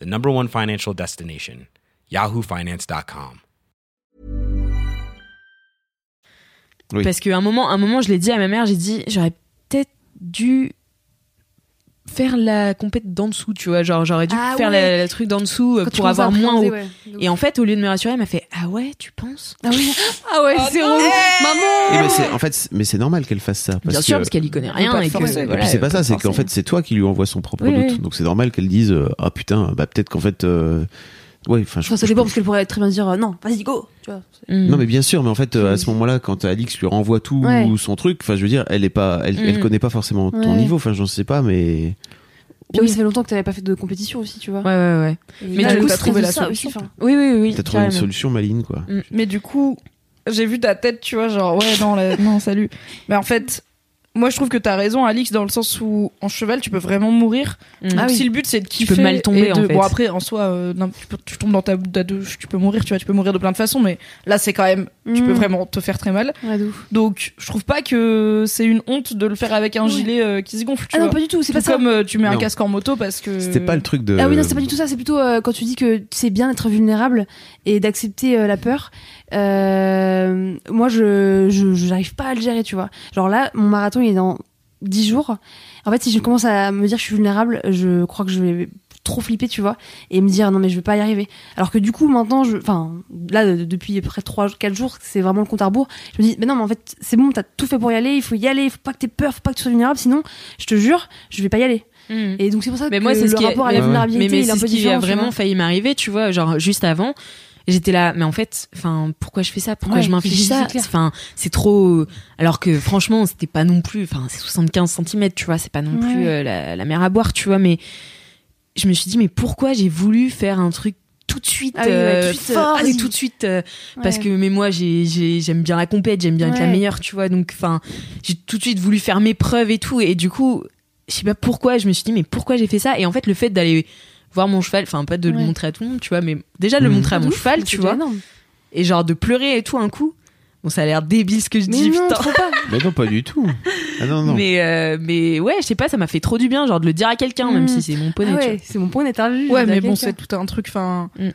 the number one financial destination, yahoofinance.com.
Oui.
parce qu'à un moment, un moment, je l'ai dit à ma mère, j'ai dit j'aurais peut-être dû faire la compète d'en dessous, tu vois, genre j'aurais dû
Ah
faire
ouais.
la- le truc d'en dessous euh,
Quand tu
pour
commences à
avoir moins haut.
appréhender, ouais, de ouf.
Et en fait, au lieu de me rassurer, elle m'a fait ah ouais, tu penses
Ah oui, ah ouais, c'est relou.
Eh ben,
Maman
c'est- en fait, c'est- mais c'est normal qu'elle fasse ça. Parce
Bien sûr,
que-
parce qu'elle y connaît
peut pas
rien
le
et que euh,
forcer. Et puis,
Et
voilà,
puis c'est pas
elle
ça,
peut
c'est qu'en
forcer.
fait c'est toi qui lui envoie son propre
Oui,
doute.
oui.
Donc c'est normal qu'elle dise euh, ah putain bah peut-être qu'en fait euh, ouais enfin je,
Enfin, ça
je-
dépend, parce qu'elle pourrait très bien dire euh, non, vas-y, go. Tu vois, c'est-
Mm.
non mais bien sûr mais en fait euh, à ce moment-là quand Alix lui renvoie tout
Ouais.
son truc enfin je veux dire elle est pas elle, elle
Mm.
connaît pas forcément ton
Ouais.
niveau enfin j'en sais pas mais
Puis oui, ça fait longtemps que t'avais pas fait de compétition aussi, tu vois.
Ouais ouais ouais. Mais
là,
du
le
coup,
stress
t'as trouvé
de
la
ça
solution.
aussi, enfin.
Oui oui oui.
t'as trouvé une
carrément.
solution maligne quoi.
Mais du coup, j'ai vu ta tête, tu vois, genre, ouais, non, la- non, salut. Mais en fait, moi, je trouve que t'as raison, Alix, dans le sens où en cheval, tu peux vraiment mourir.
Mm.
Ah
Donc, Ah si le but, c'est de kiffer.
peux mal
et
tomber,
de-
en fait.
Bon, après, en soi, euh, non, tu, peux- tu tombes dans ta, ta douche, tu peux mourir, tu vois, tu peux mourir de plein de façons, mais là, c'est quand même, tu peux
Mm.
vraiment te faire très mal.
Ouais, Ah, de ouf.
Donc, je trouve pas que c'est une honte de le faire avec un
Ouais.
gilet euh, qui se gonfle, tu
Ah non,
vois.
pas du tout, c'est
Tout
pas ça.
comme euh, tu mets un
Non.
casque en moto parce que.
C'était pas le truc de
Ah oui, non, c'est pas du tout ça. C'est plutôt euh, quand tu dis que c'est bien d'être vulnérable et d'accepter euh, la peur. Euh, moi, je je- je- j'arrive pas à le gérer, tu vois. Genre là, mon marathon, il est dans 10 jours. En fait, si je commence à me dire que je suis vulnérable, je crois que je vais trop flipper, tu vois, et me dire non mais je vais pas y arriver. Alors que du coup maintenant, je, enfin là de- depuis à peu près 3 4 jours, c'est vraiment le compte à rebours. Je me dis mais non mais en fait c'est bon, t'as tout fait pour y aller, il faut y aller, il faut pas que t'aies peur, faut pas que tu sois vulnérable, sinon je te jure, je vais pas y aller. Et donc c'est pour ça
Mais
que
moi, c'est
le
ce qui est-
rapport à la
mais-
vulnérabilité
mais, mais
Mm. il est
c'est
un
ce
peu
qui a
différent. tu vois.
vraiment failli m'arriver tu vois genre juste avant j'étais là mais en fait enfin pourquoi je fais ça pourquoi
Ouais,
je m'inflige
c'est
ça
clair.
enfin c'est trop alors que franchement c'était pas non plus enfin c'est 75 cm tu vois c'est pas non
Ouais,
plus
ouais.
euh, la, la mer à boire tu vois mais je me suis dit mais pourquoi j'ai voulu faire un truc tout de suite,
Ah oui, ouais,
euh,
tout de suite, euh,
fort et
vas-y.
tout de suite euh, parce
Ouais.
que mais moi j'ai- j'ai- j'aime bien la compète j'aime bien être la
Ouais.
meilleure tu vois donc enfin j'ai tout de suite voulu faire mes preuves et tout et du coup je sais pas pourquoi je me suis dit mais pourquoi j'ai fait ça et en fait le fait d'aller voir mon cheval enfin pas de le
Ouais.
montrer à tout le monde tu vois mais déjà de le
Mhm.
montrer à mon
Ouf,
cheval
c'est
tu
déjà
vois
énorme.
et genre de pleurer et tout un coup bon ça a l'air débile ce que je
Mais
dis
non,
putain
trop pas.
Mais non, pas du tout. Ah non, non.
mais euh, mais ouais je sais pas ça m'a fait trop du bien genre de le dire à quelqu'un même
Mhm.
si c'est mon poney
Ah
tu
ouais, c'est mon point d'interview.
Ouais,
je dis à
mais bon,
quelqu'un.
c'est tout un truc. Enfin, il
Mm.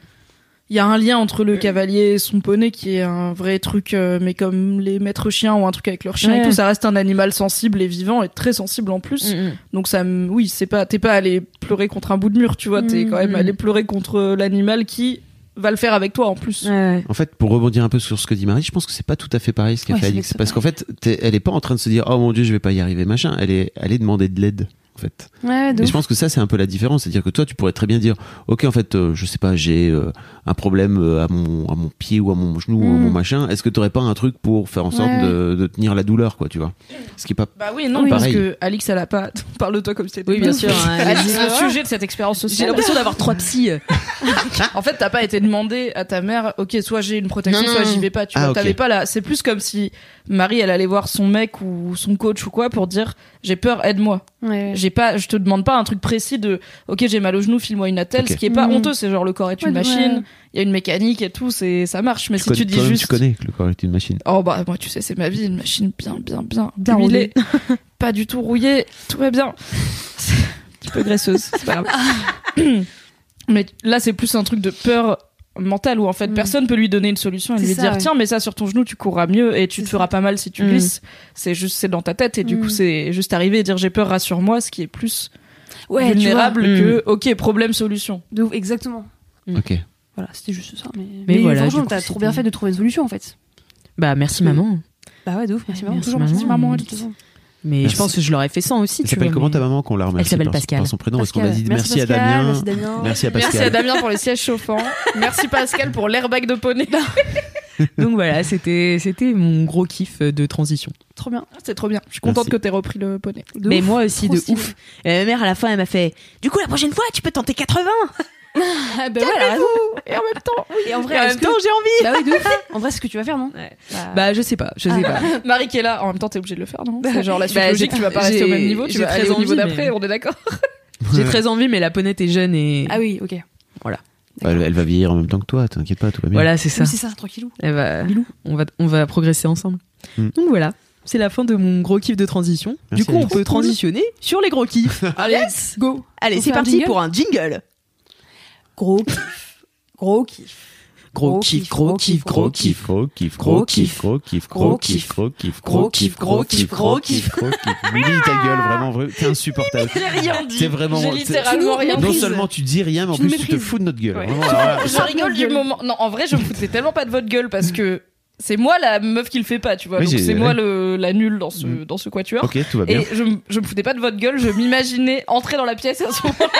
y a un lien entre le cavalier et son poney qui est un vrai truc, euh, mais comme les maîtres chiens ou un truc avec leur chien et
Ouais.
tout, ça reste un animal sensible et vivant et très sensible en plus.
vois. Mhm.
Donc ça, me- oui, c'est pas, t'es pas allé pleurer contre un bout de mur, tu vois, t'es
Mm,
quand même
mm.
allé pleurer contre l'animal qui va le faire avec toi en plus.
Ouais, ouais.
En fait, pour rebondir un peu sur ce que dit Marie, je pense que c'est pas tout à fait pareil ce qu'a
Ouais,
fait
c'est
Alix.
vrai que
Parce
c'est
qu'en fait, t'es- elle est pas en train de se dire, oh mon dieu, je vais pas y arriver, machin. Elle est, elle est demander de l'aide, en fait.
Ouais, Ah, de
Et
ouf.
je pense que ça, c'est un peu la différence. C'est-à-dire que toi, tu pourrais très bien dire, OK, en fait, euh, je sais pas, j'ai euh, un problème euh, à mon, à mon pied ou à mon genou ou à
Mm.
mon machin. Est-ce que t'aurais pas un truc pour faire en sorte
Ouais.
de, de tenir la douleur, quoi, tu vois Ce qui est pas.
Bah oui, non,
Oui.
parce
Pareil.
que Alix, elle a pas. Parle-toi comme si c'était.
oui bien sûr hein,
Alix,
allez-y.
le sujet de cette expérience
j'ai
sociale.
l'impression d'avoir trois psys
En fait, t'as pas été demandé à ta mère, ok, soit j'ai une protection,
Non, non,
soit
non.
j'y vais pas. Tu
Ah,
vois,
ok.
t'avais pas là. C'est plus comme si Marie, elle allait voir son mec ou son coach ou quoi pour dire, j'ai peur, aide-moi.
Ouais,
J'ai pas, je te demande pas un truc précis de, ok, j'ai mal au genou, file-moi une attelle,
Ok.
ce qui est pas
Mhm.
honteux. C'est genre le corps est une
Ouais,
machine,
ouais.
il y a une mécanique et tout, c'est, ça marche. Mais si
connais-
tu dis
toi-même,
juste.
Tu connais que le corps est une machine.
Oh bah moi tu sais c'est ma vie une machine bien bien bien
Bien
huilée pas du tout rouillée tout va bien C'est un petit peu graisseuse c'est pas grave mais là c'est plus un truc de peur mentale où en fait
Mm.
personne peut lui donner une solution et
C'est
lui
ça,
dire
ouais.
tiens mais ça sur ton genou tu courras mieux et tu te
C'est
feras pas mal si tu
Mm.
glisses c'est juste c'est dans ta tête et du coup
Mm.
c'est juste arriver et dire j'ai peur rassure-moi ce qui est plus
ouais tu vois.
vulnérable
Mm.
que ok problème solution
De ouf, exactement.
OK.
Voilà, c'était juste ça. Mais,
voilà,
franchement,
du coup,
t'as
c'était-
trop bien fait de trouver une solution en fait.
bah merci maman
Bah ouais, de ouf, merci maman.
Merci,
Toujours
maman.
merci maman.
Merci. mais
Merci.
je pense que je l'aurais fait sans aussi
Elle
tu
s'appelle
vois,
comment
mais-
ta maman qu'on la remercie
Elle s'appelle
par,
Pascal.
par son prénom Est-ce qu'on a dit merci, à
Pascal,
Damien
Merci Damien.
Merci à Pascal.
merci à Damien pour les sièges chauffants merci Pascal pour l'airbag de poney
donc voilà c'était c'était mon gros kiff de transition
Trop bien.
c'est trop bien je suis contente
Merci.
que t'aies repris le poney
De
mais
ouf.
moi aussi,
Trop
de
stylé.
ouf. Et ma mère, à la fin, elle m'a fait Du coup, la prochaine fois, tu peux tenter 80
Ah, bah ouais, elle a raison.
et ben en même temps
Et en vrai,
Et en
est-ce
même
que-
temps, j'ai envie
Bah oui, de ouf. En vrai, c'est ce que tu vas faire, non
Bah, je sais pas, je sais pas.
Marie qui est là, en même temps t'es obligé de le faire, non C'est genre la suite
Bah,
logique,
j'ai-
tu vas pas rester au même niveau, tu
j'ai
vas
très
aller au niveau
envie,
d'après,
mais-
on est d'accord
J'ai très envie, mais la ponette est jeune et.
Ah oui, ok.
Elle, elle va vieillir en même temps que toi, t'inquiète pas, tout va bien.
Voilà, c'est ça.
Oui, c'est ça, tranquillou.
Elle va- on, va, on va progresser ensemble.
Mm.
Donc voilà, c'est la fin de mon gros kiff de transition.
Merci,
du coup, on
Alice.
peut transitionner sur les gros kiffs. Allez,
Go.
allez
On
c'est
fait un
parti
jingle
pour un jingle.
Gros kiff. Gros kiff.
Gros kiff, gros kiff, gros kiff.
gros kiff,
Gros kiff,
gros kiff,
gros kiff,
gros kiff,
gros kiff, gros kiff, gros kiff,
gros kiff. Mimi, ta gueule, vraiment, vrai- t'es insupportable.
J'ai rien dit
T'es vraiment.
J'ai
t'es-
littéralement rien
Non
dit
seulement tu dis rien, mais en
Tu nous
plus tu te
maîtrises.
fous de notre gueule.
Ouais.
Vraiment, alors là,
Je rigole du moment... Non, en vrai je me foutais tellement pas de votre gueule parce que c'est moi la meuf qui le fait pas, tu vois,
Oui,
donc
j'ai-
c'est
ouais.
moi le- la nulle dans ce,
Mm.
dans ce quatuor.
Ok, tout va bien.
Et je, m- je me foutais pas de votre gueule, je m'imaginais entrer dans la pièce à ce moment-là.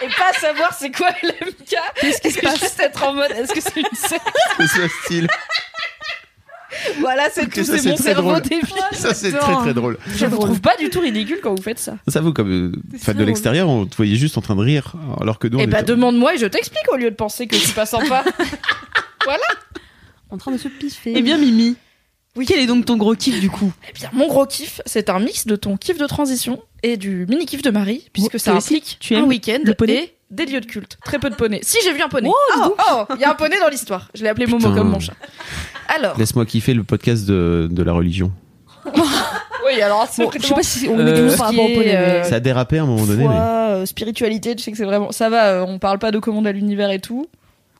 Et pas savoir c'est quoi LMK. Qu'est-ce qui se passe Juste être en mode, est-ce que c'est une scène
C'est ce style.
Voilà, c'est
Ok,
tout,
ça,
c'est
c'est
mon
très
cerveau
drôle.
débile.
Ça, c'est très très drôle.
Je vous trouve pas du tout ridicule quand vous faites ça.
Ça vous, comme. euh, Enfin, de
drôle.
l'extérieur, on te voyait juste en train de rire, alors que nous, on
Eh bah
était-
demande-moi et je t'explique au lieu de penser que je suis pas sympa.
En train de se piffer.
Eh bien, Mimi, quel est donc ton gros kiff du coup
eh bien, mon gros kiff, c'est un mix de ton kiff de transition et du mini kiff de Marie, puisque
Oh,
ça
toi aussi,
implique
tu
un
aimes
week-end
le poney
et des lieux de culte. Très peu de poney. Si j'ai vu un poney. oh, oh, il y a un poney dans l'histoire. Je l'ai appelé Momo
Putain.
comme mon chat. Alors,
Laisse-moi kiffer le podcast de, de la religion.
oui, alors c'est
Bon, je sais
vraiment-
pas si on
Euh,
est toujours par
ce qui
rapport au poney.
est,
mais-
Ça a dérapé à un moment donné,
foi,
mais.
euh, spiritualité, je sais que c'est vraiment ça va. euh, on parle pas de commande à l'univers et tout.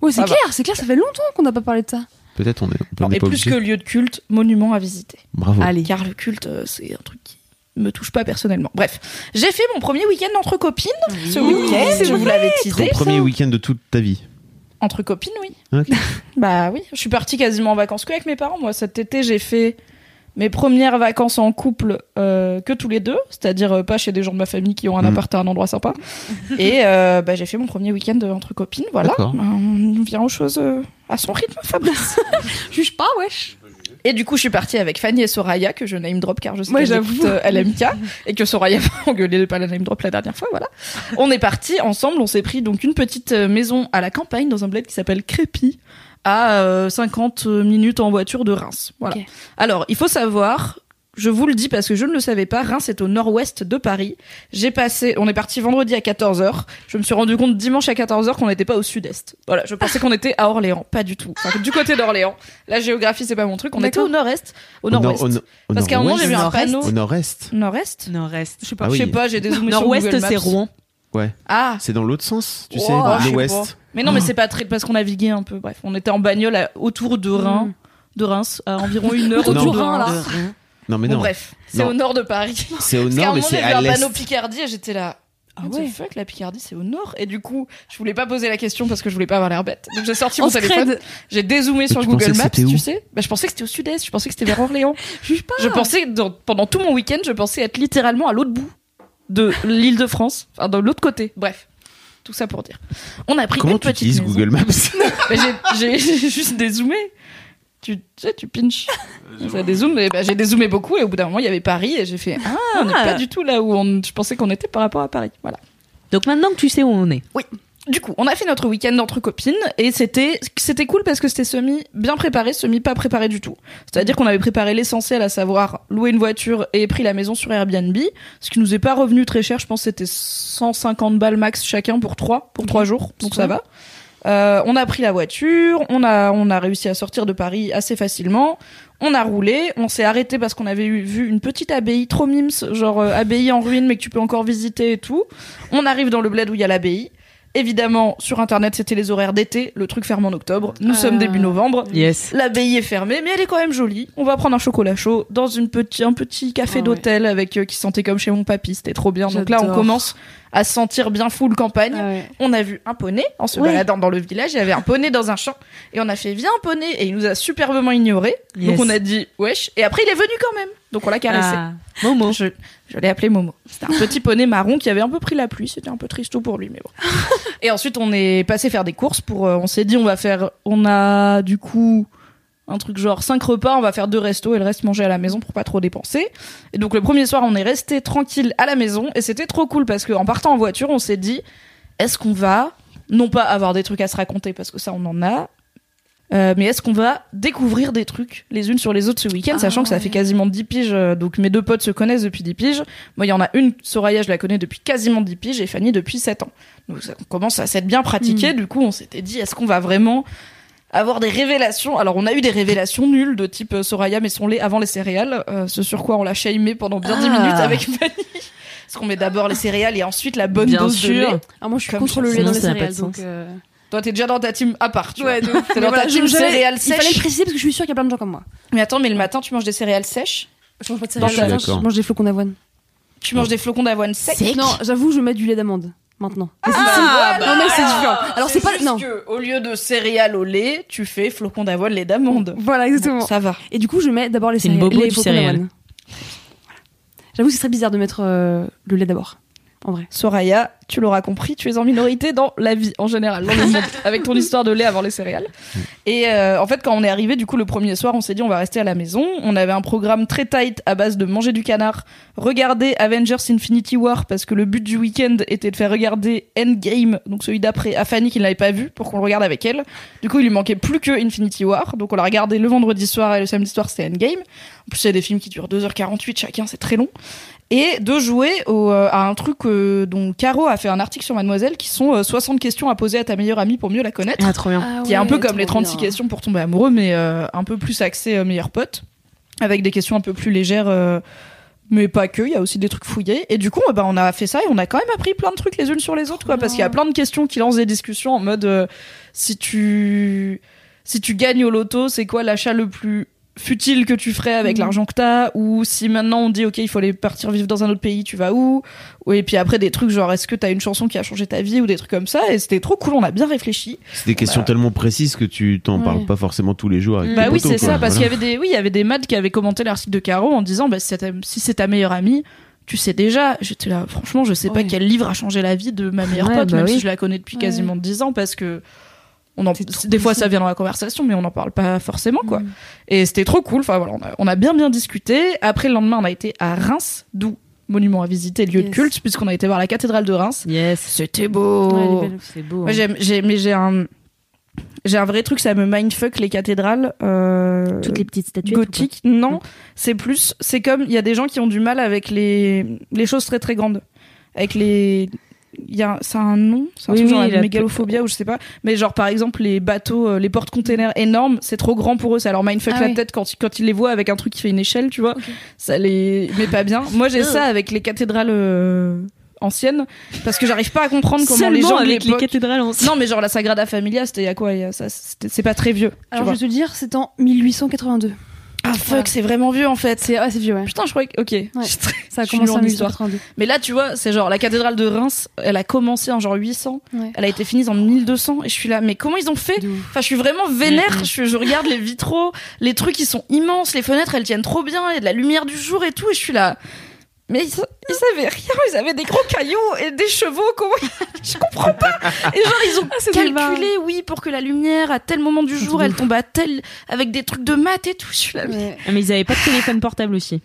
Ouais, c'est
ça va.
clair, c'est clair, ça fait longtemps qu'on n'a pas parlé de ça.
Peut-être on est, on
Non,
n'est
et
pas
plus
obligé.
que lieu de culte, monument à visiter.
Bravo.
Allez.
Car le culte, euh, c'est un truc qui me touche pas personnellement. Bref, j'ai fait mon premier week-end entre copines ce week-end. Je vous l'avais
Ton
teasé.
premier week-end de toute ta vie.
Entre copines, oui.
Ok.
Bah oui, je suis partie quasiment en vacances que avec mes parents. Moi, cet été, j'ai fait mes premières vacances en couple euh, que tous les deux, c'est-à-dire euh, pas chez des gens de ma famille qui ont un
Mhm.
appart à un endroit sympa. Et euh, bah, j'ai fait mon premier week-end euh, entre copines, voilà.
D'accord.
Bah, On vient aux choses euh, à son rythme, Fabrice.
Juge pas, wesh.
et du coup, je suis partie avec Fanny et Soraya, que je name drop car je sais
Ouais,
qu'elles
j'avoue.
écoutent, euh, LMK, et que Soraya m'a engueulé de pas la name drop la dernière fois, voilà. On est partis ensemble, on s'est pris donc une petite euh, maison à la campagne dans un bled qui s'appelle Crépy, à euh, 50 minutes en voiture de Reims. Voilà.
Ok.
Alors, il faut savoir, je vous le dis parce que je ne le savais pas, Reims est au nord-ouest de Paris. J'ai passé, on est parti vendredi à 14h. Je me suis rendu compte dimanche à 14h qu'on n'était pas au sud-est. Voilà, je pensais qu'on était à Orléans, pas du tout. Enfin, du côté d'Orléans. La géographie, c'est pas mon truc. On était au nord-est, au
nord-
nord-ouest.
au no- au
Parce qu'à un moment, j'ai vu un
nord-ouest.
panneau.
Au nord-est.
Nord-est
Nord-Est.
Je sais pas,
Ah oui.
je sais pas, j'ai des zooms sur
Nord-Ouest,
Google Maps.
c'est Rouen.
Ouais.
Ah,
C'est dans l'autre sens, tu sais,
Oh,
dans
je sais
l'ouest.
pas. Mais non, mais c'est pas très parce qu'on naviguait un peu. Bref, on était en bagnole à- autour de
Mm.
Reims, de Reims, à environ une heure
Autour
autour
de
de Reims. Là.
Non, mais
Bon,
non.
bref, c'est
Non.
au nord de Paris.
C'est au
Parce qu'à un
nord, mais
moment, j'ai
c'est
vu
à
un panneau
l'est.
Picardie et j'étais là. Ah
ouais.
ouais. fuck, la Picardie c'est au nord. Et du coup, je voulais pas poser la question parce que je voulais pas avoir l'air bête. Donc j'ai sorti mon
On se
téléphone,
crède.
j'ai dézoomé sur
tu
Google
pensais que
Maps,
c'était où
tu sais. Bah, je pensais que c'était au sud-est, je pensais que c'était vers Orléans.
Juge pas.
Je pensais, dans- pendant tout mon week-end, je pensais être littéralement à l'autre bout de l'île de France, enfin de l'autre côté. Bref, tout ça pour dire. On a pris
Comment
une
tu
petite
utilises
maison.
Google Maps
Mais Bah, j'ai- j'ai j'ai juste dézoomé. Tu, tu sais, tu pinches. Ça dézoome. et bah, j'ai dézoomé beaucoup et au bout d'un moment, il y avait Paris et j'ai fait Ah, on n'est pas du tout là où on, je pensais qu'on était par rapport à Paris. Voilà.
Donc maintenant que tu sais où on est.
Du coup, on a fait notre week-end entre copines et c'était c'était cool parce que c'était semi bien préparé, semi pas préparé du tout. C'est-à-dire qu'on avait préparé l'essentiel, à savoir louer une voiture et pris la maison sur Airbnb, ce qui nous est pas revenu très cher. Je pense que c'était 150 balles max chacun pour trois pour trois jours, donc ça va. Euh, on a pris la voiture, on a on a réussi à sortir de Paris assez facilement. On a roulé, on s'est arrêté parce qu'on avait eu- vu une petite abbaye trop mimes, genre euh, abbaye en ruine mais que tu peux encore visiter et tout. On arrive dans le bled où il y a l'abbaye. Évidemment, sur internet, c'était les horaires d'été, le truc ferme en octobre. Nous sommes début novembre.
Yes.
L'abbaye est fermée, mais elle est quand même jolie. On va prendre un chocolat chaud dans une petit, un petit café
Ah ouais.
d'hôtel avec euh, qui sentait comme chez mon papy. C'était trop bien. Donc là, on
J'adore.
commence à sentir bien fou le campagne.
Ah
On a vu un poney en se
Ouais.
baladant dans le village. Il y avait un poney dans un champ. Et on a fait, viens, poney. Et il nous a superbement ignoré.
Yes.
Donc on a dit, wesh. Et après, il est venu quand même. Donc on l'a caressé.
Ah. Momo.
Je, je l'ai appelé Momo. C'était un petit poney marron qui avait un peu pris la pluie. C'était un peu tristo pour lui, mais bon. Et ensuite, on est passé faire des courses pour. euh, on s'est dit, on va faire. On a du coup un truc genre cinq repas. On va faire deux restos et le reste manger à la maison pour pas trop dépenser. Et donc le premier soir, on est resté tranquille à la maison et c'était trop cool parce qu'en partant en voiture, on s'est dit, est-ce qu'on va non pas avoir des trucs à se raconter parce que ça, on en a. euh, mais est-ce qu'on va découvrir des trucs les unes sur les autres ce week-end, sachant que ça fait quasiment 10 piges, euh, donc mes deux potes se connaissent depuis 10 piges, moi, il y en a une, Soraya, je la connais depuis quasiment 10 piges et Fanny depuis 7 ans. Donc, ça commence à s'être bien pratiqué. Du coup, on s'était dit, est-ce qu'on va vraiment avoir des révélations Alors, on a eu des révélations nulles de type euh, Soraya met son lait avant les céréales, euh, ce sur quoi on l'a shamé pendant bien 10
Ah.
minutes avec Fanny. Parce qu'on met d'abord les céréales et ensuite la bonne
Bien
dose de
sûr.
lait.
Ah, moi, je suis
Comme
contre
ça,
le lait
sinon
dans les
ça n'a pas de
céréales, donc.
sens.
euh,
Toi, t'es déjà dans ta team à part, tu vois.
donc,
T'es
mais
dans
voilà,
ta
je-
team
je-
céréales
Il fallait le
sèches.
préciser parce que je suis sûre qu'il y a plein de gens comme moi.
Mais attends, mais le matin, tu manges des céréales sèches
Je mange pas de
Non, je suis
céréales,
d'accord.
je mange des flocons d'avoine.
Tu manges des flocons d'avoine secs
Non, j'avoue, je mets du lait d'amande maintenant.
Ah,
non, mais c'est différent. Alors, c'est pas.
juste
Non.
que, au lieu de céréales au lait, tu fais flocons d'avoine, lait d'amande.
Voilà, exactement.
Ça va.
Et du coup, je mets d'abord les
C'est une
céréales.
bobo
les
du
flocons
céréales.
d'avoine. Voilà. J'avoue, ce serait bizarre de mettre euh, le lait d'abord. En vrai.
Soraya, tu l'auras compris, tu es en minorité dans la vie en général, dans le monde, avec ton histoire de lait avant les céréales. Et euh, en fait, quand on est arrivé, du coup, le premier soir, on s'est dit on va rester à la maison. On avait un programme très tight à base de manger du canard, regarder Avengers Infinity War parce que le but du week-end était de faire regarder Endgame, donc celui d'après, à Fanny qui ne l'avait pas vu pour qu'on le regarde avec elle. Du coup, il lui manquait plus que Infinity War, donc on l'a regardé le vendredi soir et le samedi soir, c'était Endgame. En plus, il y a des films qui durent 2h48 chacun, c'est très long et de jouer au, euh, à un truc euh, dont Caro a fait un article sur Mademoiselle qui sont euh, 60 questions à poser à ta meilleure amie pour mieux la connaître
Ah, trop bien.
qui est un peu comme les 36 questions pour tomber amoureux, mais euh, un peu plus axé euh, meilleur pote, avec des questions un peu plus légères, euh, mais pas que, il y a aussi des trucs fouillés. Et du coup, eh ben, on a fait ça et on a quand même appris plein de trucs les unes sur les autres, quoi, parce qu'il y a plein de questions qui lancent des discussions en mode euh, si tu si tu gagnes au loto, c'est quoi l'achat le plus futile que tu ferais
Mm.
avec l'argent que t'as, ou si maintenant on dit ok il faut aller partir vivre dans un autre pays, tu vas où Ou- Et puis après des trucs genre est-ce que t'as une chanson qui a changé ta vie ou des trucs comme ça, et c'était trop cool, on a bien réfléchi.
C'est des questions tellement précises que tu t'en
Ouais.
parles pas forcément tous les jours avec
Bah
tes
oui
potos,
c'est
quoi.
ça, parce qu'il y
Voilà.
avait des oui il y avait des mads qui avaient commenté l'article de Caro en disant bah si c'est ta, si c'est ta meilleure amie. Tu sais déjà, j'étais là, franchement, je sais pas
Ouais.
quel livre a changé la vie de ma meilleure
Ouais,
pote,
bah
même
oui.
si je la connais depuis quasiment 10 ans, parce que on en, des fois ça vient dans la conversation, mais on n'en parle pas forcément,
Mm.
quoi. Et c'était trop cool. Enfin voilà, on a, on a bien bien discuté. Après le lendemain, on a été à Reims, d'où monument à visiter, lieu de
Yes.
culte, puisqu'on a été voir la cathédrale de Reims.
Yes.
C'était beau.
Ah. C'est beau. hein.
Moi, j'aime, j'ai, mais j'ai un, j'ai un vrai truc, ça me mindfuck les cathédrales. euh,
Toutes les petites statuettes.
gothiques, non. C'est plus, c'est comme il y a des gens qui ont du mal avec les les choses très très grandes, avec les il y a ça a un nom c'est un
Oui,
truc
oui,
genre la
la-
mégalophobie ou je sais pas mais genre par exemple les bateaux euh, les porte containers énormes c'est trop grand pour eux ça leur mindfuck
Ah
la
oui.
tête quand ils, quand ils les voient avec un truc qui fait une échelle tu vois ça les met pas bien moi j'ai ça avec les cathédrales euh, anciennes parce que j'arrive pas à comprendre comment les gens de
avec les
l'époque-
cathédrales
non mais genre la Sagrada Familia c'était il y a quoi il y a ça c'était- c'est pas très vieux tu
Alors je
vois.
vais te dire, c'est en 1882.
ah fuck c'est vraiment vieux en fait
C'est ah, c'est vieux, ouais.
putain je croyais que ok
Ça a
Je suis
commencé en
loin d'histoire.
1882.
Mais là, tu vois, c'est genre la cathédrale de Reims, elle a commencé en genre 800,
Ouais.
elle a été finie en 1200, et je suis là, mais comment ils ont fait
De ouf.
Enfin, je suis vraiment vénère, je, je regarde les vitraux, les trucs ils sont immenses, les fenêtres elles tiennent trop bien, il y a de la lumière du jour et tout, et je suis là. Mais ils, sa- ils savaient rien, ils avaient des gros cailloux et des chevaux, comment Je comprends pas Et genre, ils ont calculé, oui, pour que la lumière à tel moment du jour elle tombe à tel, avec des trucs de maths et tout, je suis là. mais-
Ouais.
Ah, mais ils avaient pas de téléphone portable aussi.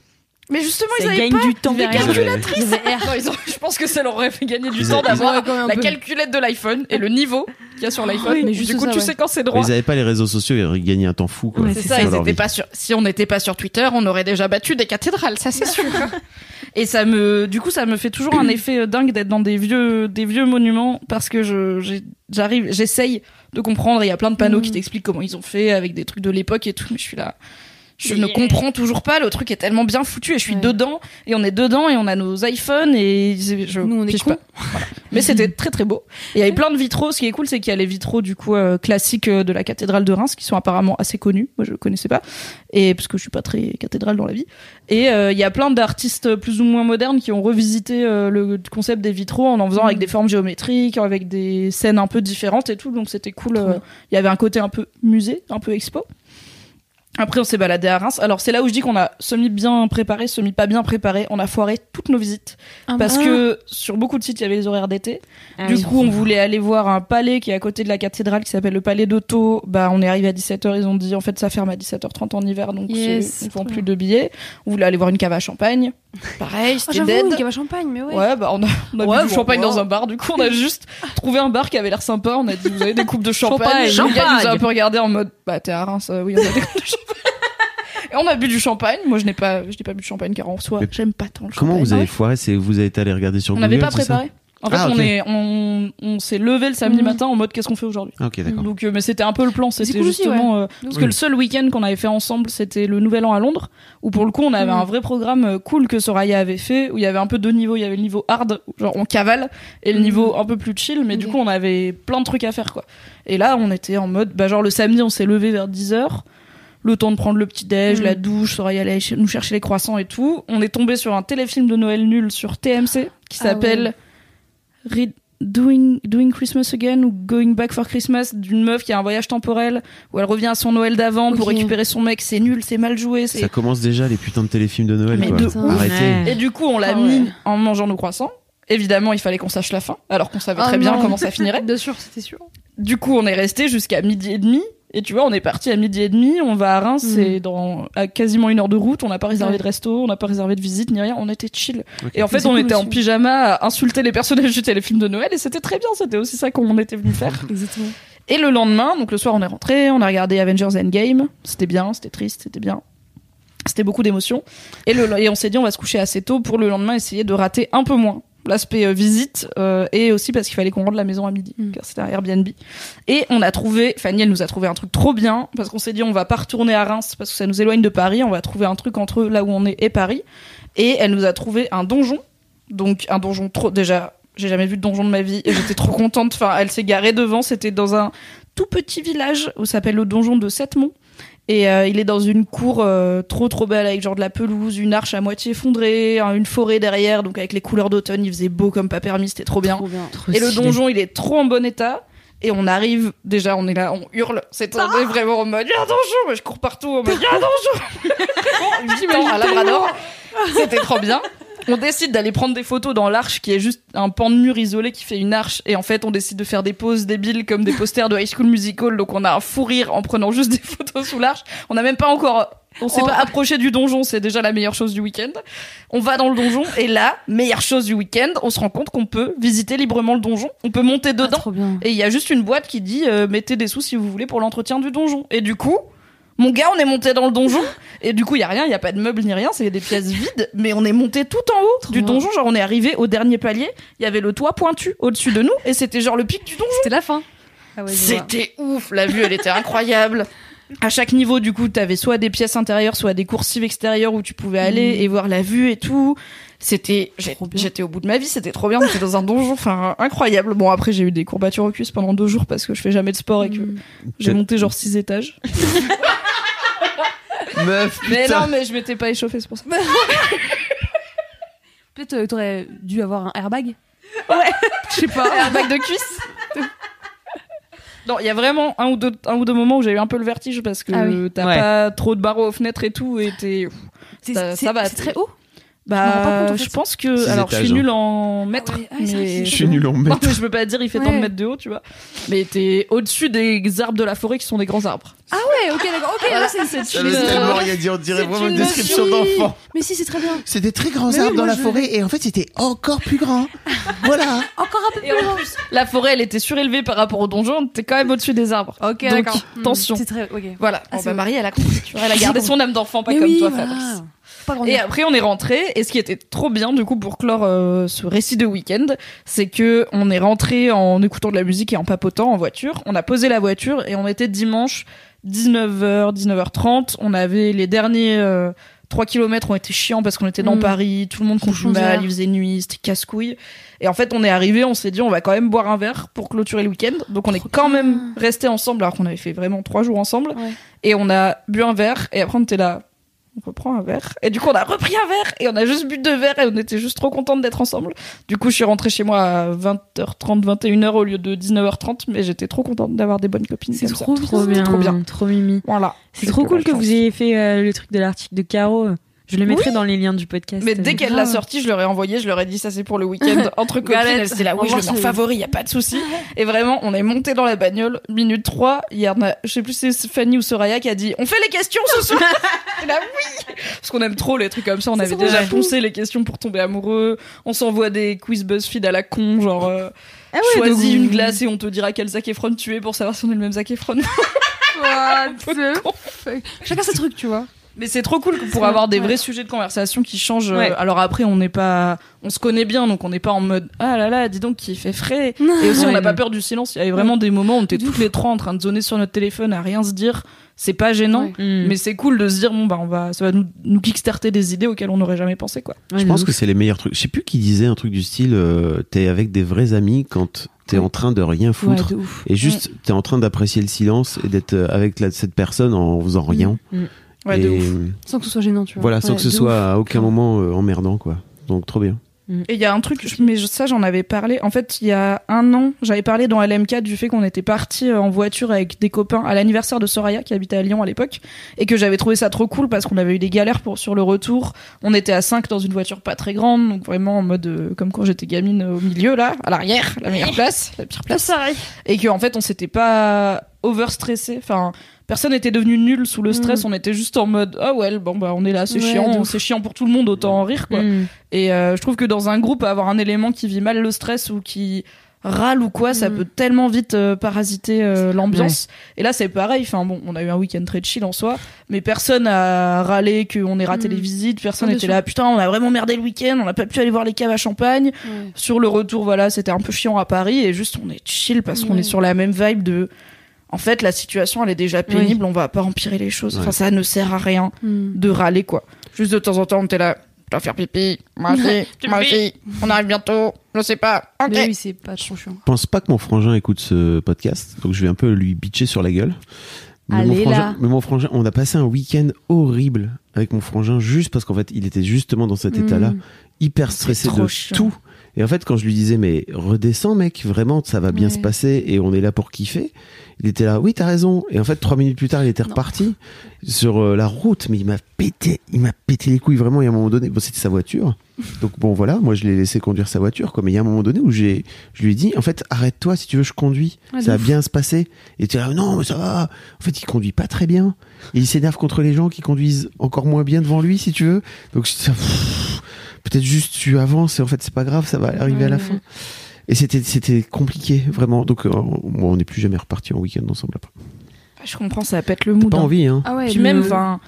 Mais justement, ils
ça
avaient
gagne
pas.
du temps.
des
Ils avaient-
calculatrices Non, ils ont- Je pense que ça leur aurait fait gagner du
Ils
temps
avaient-
d'avoir
Ouais, quand même un
la
peu.
calculette de l'iPhone et le niveau qu'il y a sur l'iPhone.
oui, mais
du
juste
coup,
ça,
tu
ouais.
sais quand Ah c'est
Mais
droit.
Ils avaient pas les réseaux sociaux, ils auraient gagné un temps fou. Quoi.
Ouais,
C'est
c'est
ça,
dans
ils
leur
étaient
vie.
pas sur. Si on n'était pas sur Twitter, on aurait déjà battu des cathédrales, ça c'est sûr. et ça me, du coup, ça me fait toujours un effet euh, dingue d'être dans des vieux, des vieux monuments parce que je, j'ai- j'arrive, j'essaye de comprendre. Il y a plein de panneaux qui t'expliquent comment ils ont fait avec des trucs de l'époque et tout, mais je suis là. Je ne comprends toujours pas. Le truc est tellement bien foutu et je suis
Ouais.
dedans et on est dedans et on a nos iPhones et je- je
Nous, on est
pige
cons.
pas. Voilà. Mais c'était très très beau. Et il y avait plein de vitraux. Ce qui est cool, c'est qu'il y a les vitraux du coup euh, classiques euh, de la cathédrale de Reims qui sont apparemment assez connus. Moi, je connaissais pas et parce que je suis pas très cathédrale dans la vie. Et euh, il y a plein d'artistes plus ou moins modernes qui ont revisité euh, le concept des vitraux en en faisant avec des formes géométriques, avec des scènes un peu différentes et tout. Donc c'était cool. Euh, Il y avait un côté un peu musée, un peu expo. Après, on s'est baladé à Reims. Alors, c'est là où je dis qu'on a semi bien préparé, semi pas bien préparé. On a foiré toutes nos visites. parce que sur beaucoup de sites, il y avait les horaires d'été.
Ah,
Du coup, on voulait aller voir un palais qui est à côté de la cathédrale qui s'appelle le palais d'Otto. Bah, on est arrivé à 17h, ils ont dit en fait ça ferme à 17h30 en hiver donc
Yes,
c'est- ils
trop
font
bien.
plus de billets. On voulait aller voir une cave à champagne. Pareil,
Ah,
c'était
j'avoue,
dead.
une cave à champagne, mais ouais.
Ouais, bah on a, on a
Ouais,
bu du
bon,
champagne
voilà.
dans un bar. Du coup, on a juste trouvé un bar qui avait l'air sympa. On a dit, vous avez des coupes de champagne.
Champagne.
Le gars nous a un peu regardé en mode, bah t'es à Reims, euh, oui, on a des coupes de champagne. Et on a bu du champagne. Moi, je n'ai pas, je n'ai pas bu de champagne car en soi,
Mais
j'aime pas tant le
Comment
champagne.
vous avez foiré C'est vous avez été allé regarder sur
On
Google
n'avait pas
c'est ça
préparé. En fait,
Ah, ok.
on est, on, on s'est levé le samedi
Mhm.
matin en mode, qu'est-ce qu'on fait aujourd'hui?
Ah, Ok, d'accord.
Donc, euh, mais c'était un peu le plan, c'était
cool aussi,
justement euh, parce que
Oui.
le seul week-end qu'on avait fait ensemble, c'était le Nouvel An à Londres, où pour le coup on avait
Mm.
un vrai programme euh, cool que Soraya avait fait, où il y avait un peu deux niveaux, il y avait le niveau hard, genre on cavale, et le niveau un peu plus chill, mais du
Mm. Ok.
coup on avait plein de trucs à faire quoi. Et là on était en mode, bah genre le samedi on s'est levé vers 10h, le temps de prendre le petit déj,
Mhm.
la douche, Soraya allait ch- nous chercher les croissants et tout. On est tombé sur un téléfilm de Noël nul sur TMC qui
Ah ouais.
s'appelle Re- Doing, Doing Christmas Again ou Going Back for Christmas d'une meuf qui a un voyage temporel où elle revient à son Noël d'avant pour
Ok.
récupérer son mec. C'est nul, c'est mal joué. c'est-
Ça commence déjà les putains de téléfilms de Noël.
Mais
quoi.
de ouf.
Arrêtez.
Ouais.
Et du coup, on l'a
Ah
mis
ouais.
en mangeant nos croissants. Évidemment, il fallait qu'on sache la fin, alors qu'on savait très
Ah
bien
non.
comment ça finirait.
Bien sûr, c'était sûr.
Du coup, on est resté jusqu'à midi et demi. Et tu vois, on est parti à midi et demi. On va à Reims,
Mhm.
c'est dans à quasiment une heure de route. On n'a pas réservé
Ouais.
de resto, on n'a pas réservé de visite ni rien. On était chill.
Ok.
Et en fait,
C'est
on
cool
était en
aussi.
pyjama à insulter les personnages du téléfilm de Noël. Et c'était très bien. C'était aussi ça qu'on était venu faire.
Exactement.
Et le lendemain, donc le soir, on est rentré, on a regardé Avengers Endgame. C'était bien, c'était triste, c'était bien. C'était beaucoup d'émotions. Et, le- et on s'est dit, on va se coucher assez tôt pour le lendemain essayer de rater un peu moins l'aspect euh, visite euh, et aussi parce qu'il fallait qu'on rende la maison à midi
Mm.
car c'était un Airbnb et on a trouvé Fanny elle nous a trouvé un truc trop bien parce qu'on s'est dit on va pas retourner à Reims parce que ça nous éloigne de Paris on va trouver un truc entre là où on est et Paris et elle nous a trouvé un donjon donc un donjon trop déjà j'ai jamais vu de donjon de ma vie et j'étais trop contente enfin elle s'est garée devant c'était dans un tout petit village où s'appelle le donjon de Sept-Monts Et euh, il est dans une cour euh, trop trop belle avec genre de la pelouse, une arche à moitié effondrée, hein, une forêt derrière, donc avec les couleurs d'automne, il faisait beau comme pas permis, c'était trop bien.
Trop bien.
Et le donjon, il est trop en bon état. Et on arrive, déjà, on est là, on hurle. C'est on est vraiment en mode, il y a un donjon! Moi, Je cours partout, en mode, il y a un donjon! Je cours à Labrador. C'était trop bien. On décide d'aller prendre des photos dans l'arche qui est juste un pan de mur isolé qui fait une arche. Et en fait, on décide de faire des poses débiles comme des posters de High School Musical. Donc, on a un fou rire en prenant juste des photos sous l'arche. On n'a même pas encore, on s'est
On-
pas approché du donjon. C'est déjà la meilleure chose du week-end. On va dans le donjon. Et là, meilleure chose du week-end, on se rend compte qu'on peut visiter librement le donjon. On peut monter dedans.
Ah, Trop bien.
Et il y a juste une boîte qui dit euh, mettez des sous si vous voulez pour l'entretien du donjon. Et du coup, mon gars, on est monté dans le donjon. Et du coup, il y a rien, il y a pas de meubles ni rien, c'est des pièces vides. Mais on est monté tout en haut du donjon. Genre, on est arrivé au dernier palier. Il y avait le toit pointu au-dessus de nous. Et c'était genre le pic du donjon.
C'était la fin. Ah
C'était ouf, la vue elle était incroyable. À chaque niveau, du coup, t'avais soit des pièces intérieures, soit des coursives extérieures où tu pouvais aller et voir la vue et tout. C'était, j'ai- j'étais au bout de ma vie, c'était trop bien. J'étais dans un donjon, enfin incroyable. Bon après, j'ai eu des courbatures aux cuisses pendant deux jours parce que je fais jamais de sport et que j'ai
Peut-être-
monté genre six étages.
Meuf,
Mais
putain.
non, mais je m'étais pas échauffée, c'est pour ça.
Peut-être euh, t'aurais dû avoir un airbag.
Je sais pas, un bac de cuisse. Non, il y a vraiment un ou deux, un ou deux moments où j'ai eu un peu le vertige parce que
Ah oui.
t'as
Ouais.
pas trop de barreaux aux fenêtres et tout, et t'es.
C'est-
Ça-
c'est-
ça va,
C'est
t'es-
très haut. Je me rends pas
Bah,
compte, en
je
fait.
pense que.
Six
alors, je
étages,
suis
hein.
nulle en mètres.
Ah ouais, ah ouais, c'est vrai,
mais...
c'est
Je suis nul en
Non,
maître.
mais je peux pas dire, il fait tant de
Ouais.
mètres de haut, tu vois. Mais t'es au-dessus des arbres de la forêt qui sont des grands arbres.
Ah ouais, ok, d'accord. Ok, là, c'est- c'est
Ça veut
une-
tellement rien dire, on dirait
c'est
vraiment une
une
description
machine.
d'enfant.
Mais si, c'est très bien.
C'est des très grands
Mais oui,
arbres dans
moi,
la
je-
forêt et en fait c'était encore plus grand. voilà.
Encore un peu
Et en plus, la forêt, elle était surélevée par rapport au donjon, t'es quand même au-dessus des arbres.
Ok,
Donc,
d'accord. Hmm.
Tension.
C'est très. Ok.
Voilà.
Ah,
Bon,
c'est
bah,
bon.
Marie, elle a compris, tu vois. Elle a gardé son âme d'enfant, pas
Mais
comme
oui,
toi,
Ah. voilà.
Fabrice.
Pas grand
Et après, on est rentré. Et ce qui était trop bien, du coup, pour clore euh, ce récit de week-end, c'est que on est rentré en écoutant de la musique et en papotant en voiture. On a posé la voiture et on était dimanche 19h, 19h30. On avait les derniers. euh, 3 km ont été chiants parce qu'on était dans
Mm.
Paris, tout le monde conduit
Changeaire.
mal, il faisait nuit, c'était casse-couille. Et en fait, on est arrivé, on s'est dit, on va quand même boire un verre pour clôturer le week-end. Donc, on est quand même restés ensemble, alors qu'on avait fait vraiment trois jours ensemble.
Ouais.
Et on a bu un verre, et après, on était là, on reprend un verre. Et du coup, on a repris un verre, et on a juste bu deux verres, et on était juste trop contentes d'être ensemble. Du coup, je suis rentrée chez moi à 20h30, 21h au lieu de 19h30, mais j'étais trop contente d'avoir des bonnes copines.
C'est
comme ça.
trop, bien.
Trop bien.
Trop mimi.
Voilà.
C'est trop cool que vous ayez fait euh, le truc de l'article de Caro. Je le mettrai dans les liens du podcast.
Mais dès qu'elle l'a sorti, je leur ai envoyé, je leur ai dit ça c'est pour le week-end entre copines.
Galette.
Elles étaient là, ah
On
oui, je
va
le mets en
se-
favori, y a pas de souci. Et vraiment, on est monté dans la bagnole, minute 3, il y en a, je sais plus si c'est Fanny ou Soraya qui a dit, on fait les questions ce soir! Et là, oui! Parce qu'on aime trop les trucs comme ça, on avait
trop
déjà
bien.
poncé les questions pour tomber amoureux, on s'envoie des quiz Buzzfeed à la con, genre, euh,
Ah ouais,
choisis
donc-
une glace et on te dira quel Zac Efron tu es pour savoir si on est le même Zac Efron.
Chacun ses trucs, tu vois.
Mais c'est trop cool pour avoir des vrais sujets de conversation qui changent. euh,
Ouais.
Alors après, on n'est pas, on se connaît bien, donc on n'est pas en mode ah là là, dis donc qui fait frais. Et aussi, on n'a
Ouais.
pas peur du silence. Il y avait vraiment des moments où on était toutes les trois en train de zoner sur notre téléphone à rien se dire. C'est pas gênant,
Ouais.
Mm.
mais c'est cool de se dire bon bah on va, ça va nous, nous kickstarter des idées auxquelles on n'aurait jamais pensé quoi.
Ouais,
Je
de
pense
ouf.
que c'est les meilleurs trucs. Je sais plus qui disait un truc du style euh, t'es avec des vrais amis quand t'es en train de rien
Ouais,
foutre
de ouf.
et juste t'es en train d'apprécier le silence et d'être euh, avec la- cette personne en
Mm.
faisant rien.
Ouais,
et
de ouf.
euh,
Sans que ce soit gênant, tu vois.
voilà, sans
Ouais,
que ce
de
soit
ouf.
à aucun moment euh, emmerdant quoi. Donc trop bien.
Et il y a un truc, je- mais je- ça j'en avais parlé. En fait, il y a un an, j'avais parlé dans LMK du fait qu'on était parti en voiture avec des copains à l'anniversaire de Soraya qui habitait à Lyon à l'époque, et que j'avais trouvé ça trop cool parce qu'on avait eu des galères pour, sur le retour. On était à 5 dans une voiture pas très grande, donc vraiment en mode euh, comme quand j'étais gamine euh, au milieu là, à l'arrière, la meilleure place, la pire place. Et que en fait on s'était pas overstressé. Enfin, personne n'était devenu nul sous le stress. On était juste en mode ah ouais, bon bah on est là, c'est
Mm. Ouais, de
chiant,
ouf.
c'est chiant pour tout le monde, autant en rire quoi.
Mm.
Et euh, je trouve que dans un groupe, avoir un élément qui vit mal le stress ou qui râle ou quoi, ça
Mhm.
peut tellement vite euh, parasiter euh, l'ambiance. Et là, c'est pareil. Enfin bon, on a eu un week-end très chill en soi, mais personne a râlé qu'on ait raté
Mhm.
les visites. Personne
Bien
était
sûr.
là, putain, on a vraiment merdé le week-end, on n'a pas pu aller voir les caves à champagne.
Ouais.
Sur le retour, voilà, c'était un peu chiant à Paris et juste on est chill parce qu'on
Ouais.
est sur la même vibe de. En fait, la situation, elle est déjà pénible, on va pas empirer les choses. Enfin,
Ouais.
ça ne sert à rien
Mm.
de râler quoi. Juste de temps en temps, on était là, je dois faire pipi, moi aussi, moi aussi, on arrive bientôt, je sais pas, ok.
Mais oui, c'est pas trop chiant.
Je pense pas que mon frangin écoute ce podcast, donc je vais un peu lui bitcher sur la gueule. Mais mon
Allez,
frangin-
là.
mais mon frangin, on a passé un week-end horrible avec mon frangin juste parce qu'en fait, il était justement dans cet
Mm.
état-là, hyper stressé
trop
de
chiant.
tout. Et en fait, quand je lui disais, mais redescends, mec, vraiment, ça va bien
Ouais.
se passer et on est là pour kiffer, il était là, oui, t'as raison. Et en fait, trois minutes plus tard, il était reparti sur euh, la route, mais il m'a pété, il m'a pété les couilles vraiment. Il y a un moment donné, bon, c'était sa voiture. Donc bon, voilà, moi, je l'ai laissé conduire sa voiture, quoi. Mais il y a un moment donné où j'ai, je lui ai dit, en fait, arrête-toi si tu veux, je conduis.
Ah,
Ouais, de
ça va
ouf.
bien se passer. Et tu es là, non, mais ça va. En fait, il conduit pas très bien. Et il s'énerve contre les gens qui conduisent encore moins bien devant lui, si tu veux. Donc, je- pff, peut-être juste tu avances et en fait, c'est pas grave, ça va arriver à la fin. Et c'était, c'était compliqué, vraiment. Donc, euh, bon, on n'est plus jamais reparti en week-end ensemble après.
Je comprends, ça pète le mood.
Pas
hein.
envie, hein.
Ah ouais,
Puis même, enfin,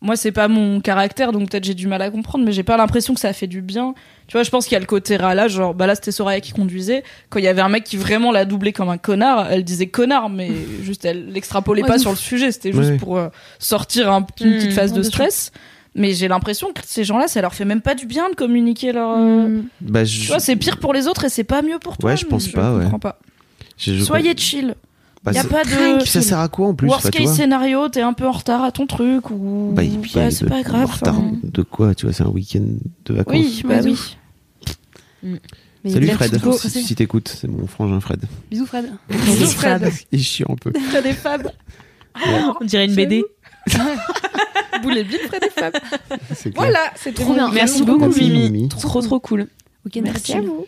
moi, c'est pas mon caractère, donc peut-être j'ai du mal à comprendre, mais j'ai pas l'impression que ça a fait du bien. Tu vois, je pense qu'il y a le côté râlage, genre, bah là, c'était Soraya qui conduisait. Quand il y avait un mec qui vraiment l'a doublé comme un connard, elle disait connard, mais juste, elle l'extrapolait
Ouais,
pas
de
sur le
ouf.
sujet, c'était juste
Ouais.
pour euh, sortir un- une
Hmm,
petite phase de
bien sûr.
stress. Mais j'ai l'impression que ces gens-là, ça leur fait même pas du bien de communiquer leur.
Mmh.
euh,
Bah, je,
Tu vois, c'est pire pour les autres et c'est pas mieux pour toi.
Ouais, je
mais
pense pas, ouais.
comprends pas.
je- je-
Soyez chill.
bah,
y a
c'est-
pas de.
Puis ça sert à quoi en plus
Worst
enfin, tu
case
vois
scénario, t'es un peu en retard à ton truc ou.
Bah, et puis,
Bah,
il y a
c'est
de-
pas grave.
en retard
enfin.
de quoi Tu vois, c'est un week-end de vacances.
Oui, bah oui.
Salut Fred, si, si t'écoutes, c'est mon frangin Fred.
Bisous Fred.
Bisous, Fred.
Il chie un peu.
Fred et Fab.
On dirait une BD.
Boule et Bill, Fred et Fab.
C'est clair.
Voilà, c'était
Trop
mon
bien.
week-end.
Merci beaucoup,
Merci,
Mimi.
Mimi.
Trop, trop cool.
Ok, merci à vous.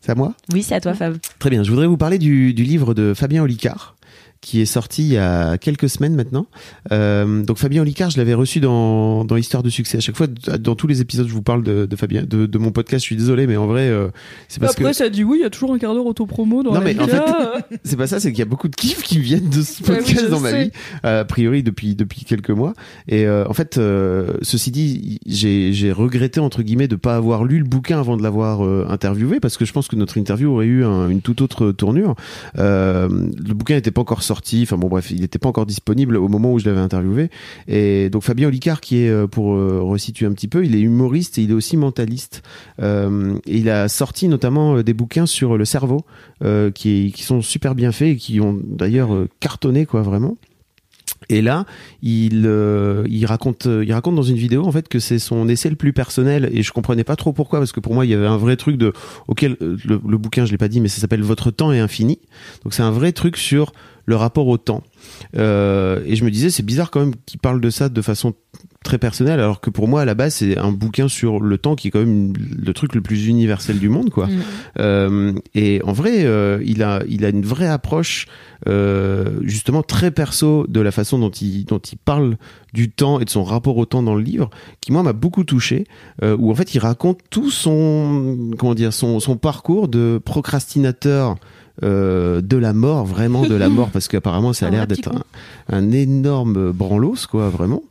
C'est à moi
Oui, c'est à toi, Fab.
Très bien, je voudrais vous parler du, du livre de Fabien Olicard qui est sorti il y a quelques semaines maintenant. Euh, donc Fabien Olicard, je l'avais reçu dans, dans Histoire de succès. À chaque fois, d- dans tous les épisodes, je vous parle de, de Fabien, de, de mon podcast. Je suis désolé, mais en vrai, euh, c'est
Bah,
parce que
ça dit oui, il y a toujours un quart d'heure auto-promo
Non, mais en c'est pas ça, c'est qu'il y a beaucoup de kiffs qui viennent de ce
Ouais, oui,
podcast
je
dans ma
sais.
vie, euh, a priori depuis depuis quelques mois. Et euh, en fait, euh, ceci dit, j'ai j'ai regretté entre guillemets de pas avoir lu le bouquin avant de l'avoir euh, interviewé parce que je pense que notre interview aurait eu un- une toute autre tournure. Euh, le bouquin n'était pas encore sorti, enfin bon bref, il n'était pas encore disponible au moment où je l'avais interviewé. Et donc Fabien Olicard, qui est euh, pour euh, resituer un petit peu, il est humoriste et il est aussi mentaliste. Euh, et il a sorti notamment euh, des bouquins sur le cerveau euh, qui, qui sont super bien faits et qui ont d'ailleurs euh, cartonné quoi vraiment. Et là, il, euh, il raconte, euh, il raconte dans une vidéo en fait que c'est son essai le plus personnel et je comprenais pas trop pourquoi parce que pour moi il y avait un vrai truc de auquel euh, le, le bouquin je l'ai pas dit mais ça s'appelle Votre temps est infini donc c'est un vrai truc sur le rapport au temps Euh, et je me disais c'est bizarre quand même qu'il parle de ça de façon très personnelle alors que pour moi à la base c'est un bouquin sur le temps qui est quand même le truc le plus universel du monde
Mm.
quoi. Euh, et en vrai, euh, il a, il a une vraie approche, euh, justement très perso de la façon dont il, dont il parle du temps et de son rapport au temps dans le livre, qui moi m'a beaucoup touché. euh, où en fait, il raconte tout son, comment dire, son, son parcours de procrastinateur. euh, de la mort, vraiment de la mort, parce qu'apparemment ça a
Un
l'air
vrai petit
d'être
con.
un, un énorme branlos, quoi, vraiment,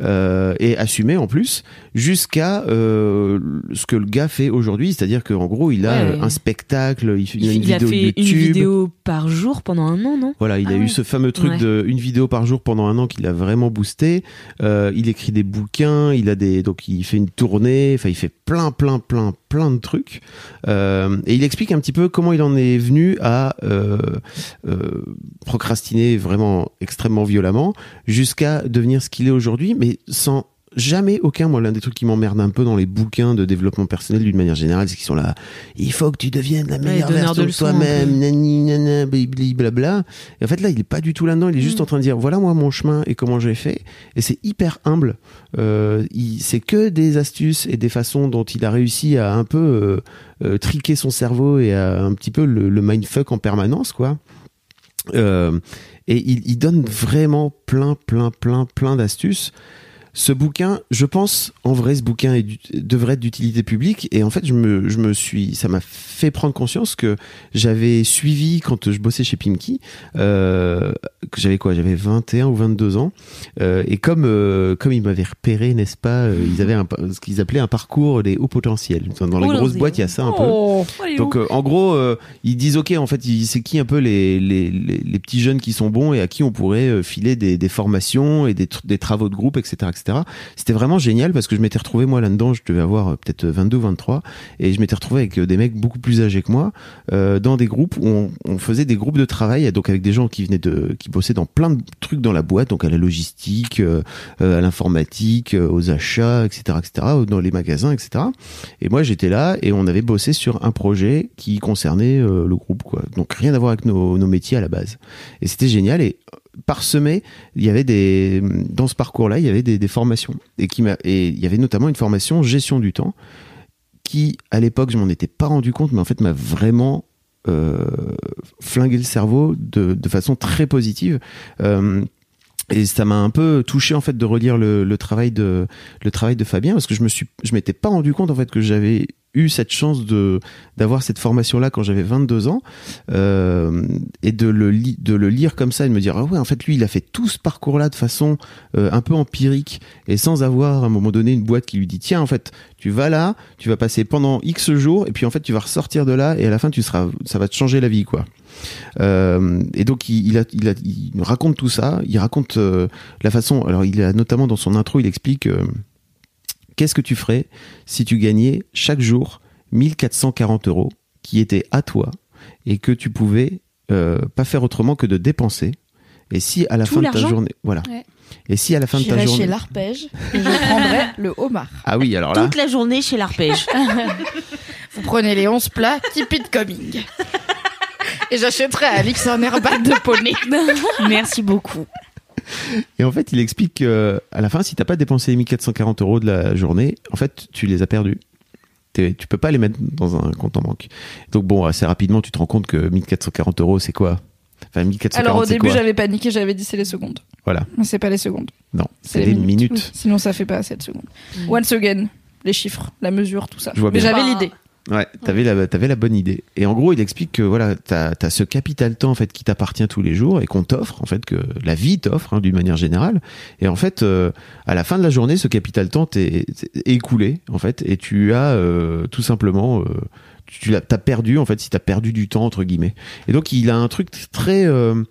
Euh, et assumé en plus, jusqu'à euh, ce que le gars fait aujourd'hui, c'est-à-dire qu'en gros il a
Ouais.
euh, un spectacle, il fait
Il,
une
il a
vidéo
fait
YouTube.
une vidéo par jour pendant un an, non
Voilà, il
Ah
a eu
ouais.
ce fameux truc
Ouais.
de une vidéo par jour pendant un an qu'il a vraiment boosté. Euh, il écrit des bouquins, il a des donc il fait une tournée, enfin il fait plein plein plein plein de trucs. Euh, et il explique un petit peu comment il en est venu à euh, euh, procrastiner vraiment extrêmement violemment jusqu'à devenir ce qu'il est aujourd'hui, mais sans jamais aucun moi l'un des trucs qui m'emmerde un peu dans les bouquins de développement personnel d'une manière générale c'est qu'ils sont là il faut que tu deviennes la meilleure
donneur de
version de
leçons, un peu.
toi-même nani, nana, blibli, blabla et en fait là il est pas du tout là-dedans il est
Mm.
juste en train de dire voilà moi mon chemin et comment j'ai fait et c'est hyper humble euh, il- c'est que des astuces et des façons dont il a réussi à un peu euh, euh, triquer son cerveau et à un petit peu le, le mindfuck en permanence quoi euh, et il, il donne vraiment plein, plein, plein, plein d'astuces. Ce bouquin, je pense, en vrai, ce bouquin est d'ut- devrait être d'utilité publique. Et en fait, je me, je me suis, ça m'a fait prendre conscience que j'avais suivi quand je bossais chez Pimki, euh, que j'avais quoi, j'avais 21 ou 22 ans. Euh, et comme, euh, comme ils m'avaient repéré, n'est-ce pas, euh, ils avaient un pa- ce qu'ils appelaient un parcours des hauts potentiels. Dans les
Oh,
grosses
dans-
boîtes, il y a ça un peu. Donc euh, en gros, euh, ils disent ok, en fait, ils- c'est qui un peu les, les, les, les petits jeunes qui sont bons et à qui on pourrait euh, filer des, des formations et des, tr- des travaux de groupe, etc., etc. etc. C'était vraiment génial parce que je m'étais retrouvé, moi, là-dedans, je devais avoir euh, peut-être 22, 23, et je m'étais retrouvé avec euh, des mecs beaucoup plus âgés que moi, euh, dans des groupes où on, on faisait des groupes de travail, donc avec des gens qui venaient de, qui bossaient dans plein de trucs dans la boîte, donc à la logistique, euh, euh, à l'informatique, euh, aux achats, etc., etc., dans les magasins, etc. Et moi, j'étais là et on avait bossé sur un projet qui concernait euh, le groupe, quoi. Donc rien à voir avec nos, nos métiers à la base. Et c'était génial. Et parsemé, il y avait des, dans ce parcours-là, il y avait des, des formations. Et qui m'a, et il y avait notamment une formation gestion du temps qui, à l'époque, je m'en étais pas rendu compte, mais en fait, m'a vraiment euh, flingué le cerveau de, de façon très positive. Euh, et ça m'a un peu touché en fait de relire le, le travail de le travail de Fabien parce que je me suis je m'étais pas rendu compte en fait que j'avais eu cette chance de d'avoir cette formation là quand j'avais 22 ans euh, et de le li- de le lire comme ça et de me dire ah ouais en fait lui il a fait tout ce parcours là de façon euh, un peu empirique et sans avoir à un moment donné une boîte qui lui dit tiens en fait tu vas là tu vas passer pendant X jours et puis en fait tu vas ressortir de là et à la fin tu seras ça va te changer la vie quoi euh, et donc il, il a- il a- il raconte tout ça, il raconte euh, la façon. Alors il a notamment dans son intro, il explique euh, qu'est-ce que tu ferais si tu gagnais chaque jour 1440 euros qui étaient à toi et que tu pouvais euh, pas faire autrement que de dépenser. Et si à la
Tout
fin de ta
l'argent
journée, voilà.
Ouais.
Et si à la fin de ta
J'irai chez
journée,
l'arpège et je prendrai le homard.
ah oui, alors là,
Toute la journée chez l'arpège.
Vous prenez les 11 plats Tipeee de coming. Et j'achèterai à Alix un herbat de poney.
Merci beaucoup.
Et en fait, il explique que à la fin, si t'as pas dépensé les 1440 euros de la journée, en fait, tu les as perdus. T'es- Tu peux pas les mettre dans un compte en banque. Donc bon, assez rapidement, tu te rends compte que 1440 euros, c'est quoi Enfin, 1440
Alors au
c'est
début,
quoi
j'avais paniqué, j'avais dit c'est les secondes.
Voilà.
Mais c'est pas les secondes.
Non, c'est les minutes.
Oui, sinon, ça fait pas assez de secondes. Once again, les chiffres, la mesure, tout ça.
Je vois
Mais
bien.
j'avais
Bah,
l'idée.
Ouais, t'avais la, t'avais la bonne idée. Et en gros, il explique que voilà, t'as as ce capital temps en fait qui t'appartient tous les jours et qu'on t'offre en fait que la vie t'offre hein, d'une manière générale. Et en fait, euh, à la fin de la journée, ce capital temps t'est t'est écoulé en fait et tu as euh, tout simplement euh, tu tu l'as t'as perdu en fait si t'as perdu du temps entre guillemets. Et donc il a un truc très euh,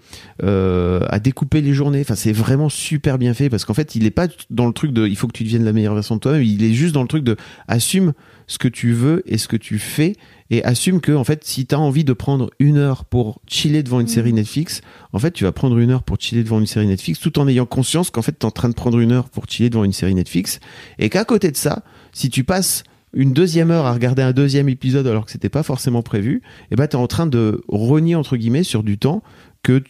euh, à découper les journées. Enfin, c'est vraiment super bien fait parce qu'en fait, il est pas dans le truc de il faut que tu deviennes la meilleure version de toi-même. Il est juste dans le truc de assume ce que tu veux et ce que tu fais et assume que en fait si tu as envie de prendre une heure pour chiller devant
Mm.
une série Netflix en fait tu vas prendre une heure pour chiller devant une série Netflix tout en ayant conscience qu'en fait tu es en train de prendre une heure pour chiller devant une série Netflix et qu'à côté de ça si tu passes une deuxième heure à regarder un deuxième épisode alors que c'était pas forcément prévu et ben tu es en train de rogner entre guillemets sur du temps que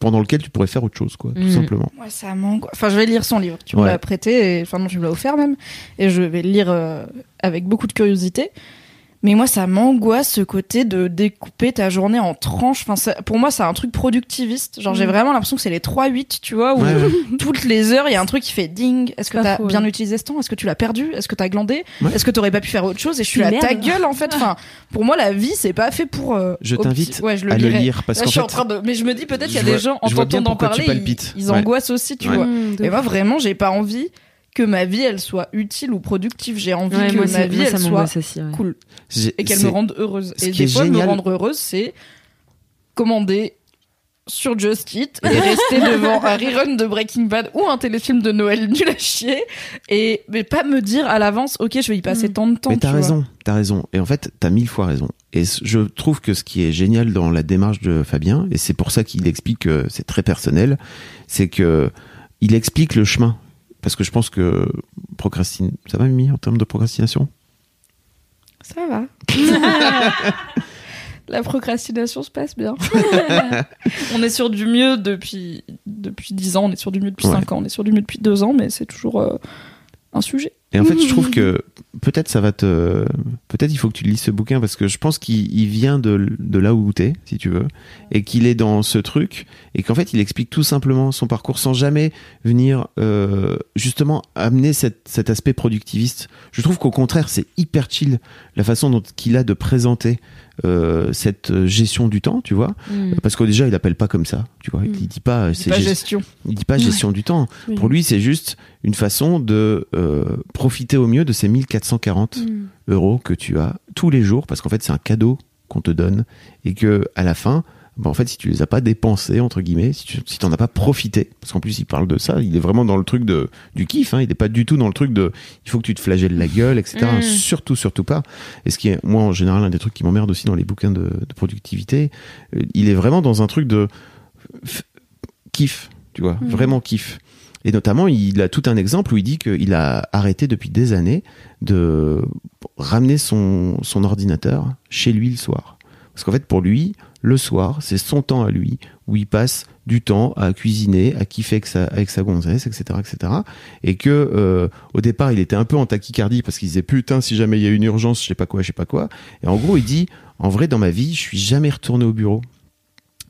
pendant lequel tu pourrais faire autre chose quoi
Mm.
tout
Mhm.
simplement
Ah, Ouais, ça m'angoisse. Enfin, je vais lire son livre. Tu me
Ouais.
l'as prêté, et- enfin non, tu me l'as offert même. Et je vais le lire euh, avec beaucoup de curiosité. Mais moi, ça m'angoisse ce côté de découper ta journée en tranches. Enfin, ça- pour moi, c'est un truc productiviste. Genre, j'ai vraiment l'impression que c'est les 3-8, tu vois, où
Ouais, ouais.
toutes les heures, il y a un truc qui fait ding. Est-ce que
Pas
t'as
faux, hein.
bien
ouais.
utilisé ce temps Est-ce que tu l'as perdu Est-ce que t'as glandé
Ouais.
Est-ce que t'aurais pas pu faire autre chose Et je suis là,
Merde.
ta gueule, en fait. Enfin, pour moi, la vie, c'est pas fait pour. euh,
Je
au petit-
t'invite
Ouais, je le
à le
lirai.
lire parce
Là,
qu'en
je suis en
fait,
train de- Mais je me dis peut-être qu'il y a
je
des
vois-
gens en
je vois bien
t'entendant
pourquoi tu
parler, ils,
palpites.
ils
Ouais.
angoissent aussi, tu
Ouais.
vois.
Mmh, de
Et
ouf.
moi vraiment, j'ai pas envie que ma vie elle soit utile ou productive. J'ai envie
Ouais,
que
moi,
ma
c'est-
vie
moi,
elle
ça
soit
m'angoisse aussi. ouais.
cool
J'ai-
et qu'elle
c'est-
me rende heureuse.
ce
Et
qui
des
est
fois, me
génial-
rendre heureuse, c'est commander sur Just Eat et rester devant un rerun de Breaking Bad ou un téléfilm de Noël nul à chier et mais pas me dire à l'avance, ok, je vais y passer tant de temps.
Mm. Mais t'as
tu vois.
raison, t'as raison. Et en fait, t'as mille fois raison. Et c- je trouve que ce qui est génial dans la démarche de Fabien, et c'est pour ça qu'il explique que c'est très personnel, c'est que il explique le chemin. Parce que je pense que procrastine. Ça va, Mimi, en termes de procrastination
Ça va. La procrastination se passe bien. on est sur du mieux depuis depuis 10 ans, on est sur du mieux depuis
Ouais.
5 ans, on est sur du mieux depuis 2 ans, mais c'est toujours euh, un sujet.
Et en fait, je trouve que peut-être ça va te. Peut-être il faut que tu lises ce bouquin parce que je pense qu'il il vient de, l- de là où t'es, si tu veux, et qu'il est dans ce truc et qu'en fait il explique tout simplement son parcours sans jamais venir euh, justement amener cet, cet aspect productiviste. Je trouve qu'au contraire, c'est hyper chill la façon dont qu'il a de présenter euh, cette gestion du temps, tu vois,
Mm.
parce que déjà il appelle pas comme ça, tu vois, il dit pas. c'est
Pas
gest-
gestion.
il dit pas gestion du temps.
Oui.
Pour lui, c'est juste une façon de euh, profiter au mieux de ces 1440
Mm.
euros que tu as tous les jours, parce qu'en fait, c'est un cadeau qu'on te donne et que à la fin, bah, en fait, si tu les as pas dépensés, entre guillemets, si tu si t'en as pas profité, parce qu'en plus, il parle de ça, il est vraiment dans le truc de, du kiff, hein, il n'est pas du tout dans le truc de il faut que tu te flagelles la gueule, etc.
Mm.
Surtout, surtout pas. Et ce qui est, moi, en général, un des trucs qui m'emmerde aussi dans les bouquins de, de productivité, euh, il est vraiment dans un truc de f- kiff, tu vois, vraiment kiff. Et notamment, il a tout un exemple où il dit qu'il a arrêté depuis des années de ramener son, son ordinateur chez lui le soir. Parce qu'en fait, pour lui, le soir, c'est son temps à lui, où il passe du temps à cuisiner, à kiffer avec sa, avec sa gonzesse, etc., etc. Et que euh, au départ, il était un peu en tachycardie parce qu'il disait putain, si jamais il y a une urgence, je sais pas quoi, je sais pas quoi. Et en gros, il dit, en vrai, dans ma vie, je suis jamais retourné au bureau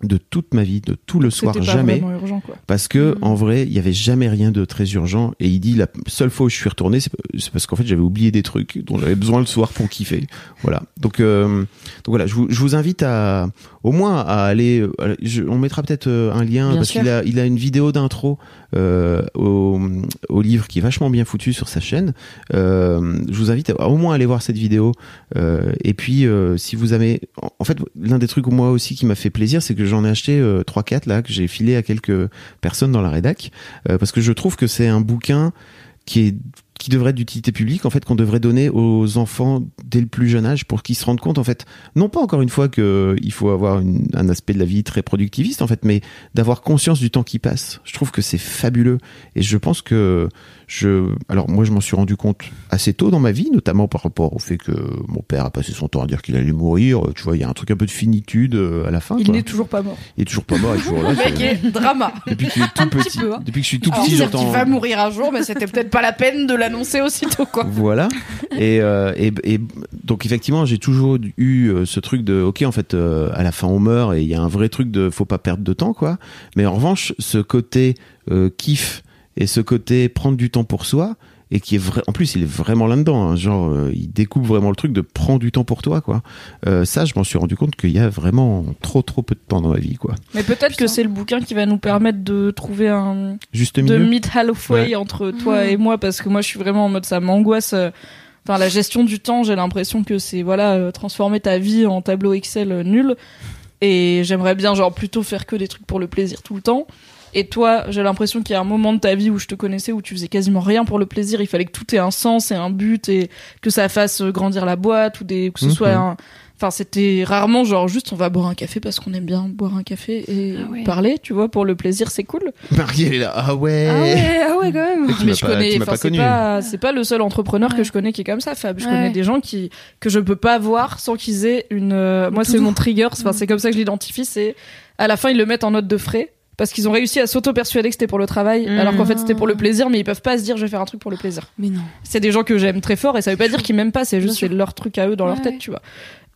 de toute ma vie, de tout le soir,
C'était pas
jamais
vraiment Mm-hmm. urgent, quoi.
parce que en vrai il y avait jamais rien de très urgent et il dit la seule fois où je suis retourné c'est c'est parce qu'en fait j'avais oublié des trucs dont j'avais besoin le soir pour kiffer voilà donc euh, donc voilà je vous, je vous invite à au moins à aller euh, je- on mettra peut-être euh, un lien
Bien
parce
sûr.
qu'il a il a une vidéo d'intro euh, au, au livre qui est vachement bien foutu sur sa chaîne euh, je vous invite à, à au moins aller voir cette vidéo euh, et puis, euh, si vous avez, en- en fait, l'un des trucs moi aussi qui m'a fait plaisir, c'est que j'en ai acheté euh, trois, 4 quatre là que j'ai filé à quelques personnes dans la rédac, euh, parce que je trouve que c'est un bouquin qui est qui devrait être d'utilité publique, en fait, qu'on devrait donner aux enfants dès le plus jeune âge pour qu'ils se rendent compte, en fait, non pas encore une fois que euh, il faut avoir une- un aspect de la vie très productiviste, en fait, mais d'avoir conscience du temps qui passe. Je trouve que c'est fabuleux et je pense que je, alors moi, je m'en suis rendu compte assez tôt dans ma vie, notamment par rapport au fait que mon père a passé son temps à dire qu'il allait mourir. Tu vois, il y a un truc un peu de finitude euh, à la fin.
Il
quoi.
n'est toujours pas mort.
Il est toujours pas mort, il est toujours là.
Mec,
c'est-
et drama.
Depuis qu'il est tout
petit
petit,
peu, hein.
depuis que je suis tout
Alors,
petit,
ils savent qu'il
j'entends.
va mourir un jour, mais c'était peut-être pas la peine de l'annoncer aussitôt, quoi.
Voilà. Et, euh, et, et donc effectivement, j'ai toujours eu euh, ce truc de ok, en fait, euh, à la fin on meurt et il y a un vrai truc de faut pas perdre de temps, quoi. Mais en revanche, ce côté euh, kiff et ce côté prendre du temps pour soi et qui est vrai. En plus, il est vraiment là-dedans. hein. genre, euh, il découpe vraiment le truc de prendre du temps pour toi, quoi. Euh, ça, je m'en suis rendu compte qu'il y a vraiment trop trop peu de temps dans ma vie, quoi.
Mais peut-être que c'est le bouquin qui va nous permettre de trouver un,
Juste
de
milieu.
meet halfway
Ouais.
entre toi
Mm.
et moi parce que moi je suis vraiment en mode ça m'angoisse. euh, Enfin la gestion du temps, j'ai l'impression que c'est voilà euh, transformer ta vie en tableau Excel euh, nul et j'aimerais bien genre plutôt faire que des trucs pour le plaisir tout le temps. Et toi, j'ai l'impression qu'il y a un moment de ta vie où je te connaissais où tu faisais quasiment rien pour le plaisir, il fallait que tout ait un sens et un but et que ça fasse euh, grandir la boîte ou des que ce
Mhm.
soit un Enfin, c'était rarement genre juste on va boire un café parce qu'on aime bien boire un café et
Ah ouais.
parler, tu vois, pour le plaisir, c'est cool.
Marie, elle est là. Ah ouais.
Ah ouais, ah ouais, quand même.
Tu
mais
m'as
je
pas-
connais
tu m'as
enfin,
pas
c'est
connu.
pas c'est pas le seul entrepreneur que
Ouais.
je connais qui est comme ça Fab je
Ouais.
connais des gens qui que je peux pas voir sans qu'ils aient une euh, moi c'est mon trigger enfin
Mm.
c'est comme ça que je l'identifie c'est à la fin ils le mettent en note de frais parce qu'ils ont réussi à s'auto-persuader que c'était pour le travail,
Mm.
Mmh.
alors qu'en fait c'était pour le plaisir, mais ils peuvent pas se dire je vais faire un truc pour le plaisir.
Mais non.
C'est des gens que j'aime très fort et ça veut pas dire qu'ils m'aiment pas, c'est juste
Bien
c'est
sûr.
leur truc à eux dans leur
Ouais,
tête,
ouais.
tu vois.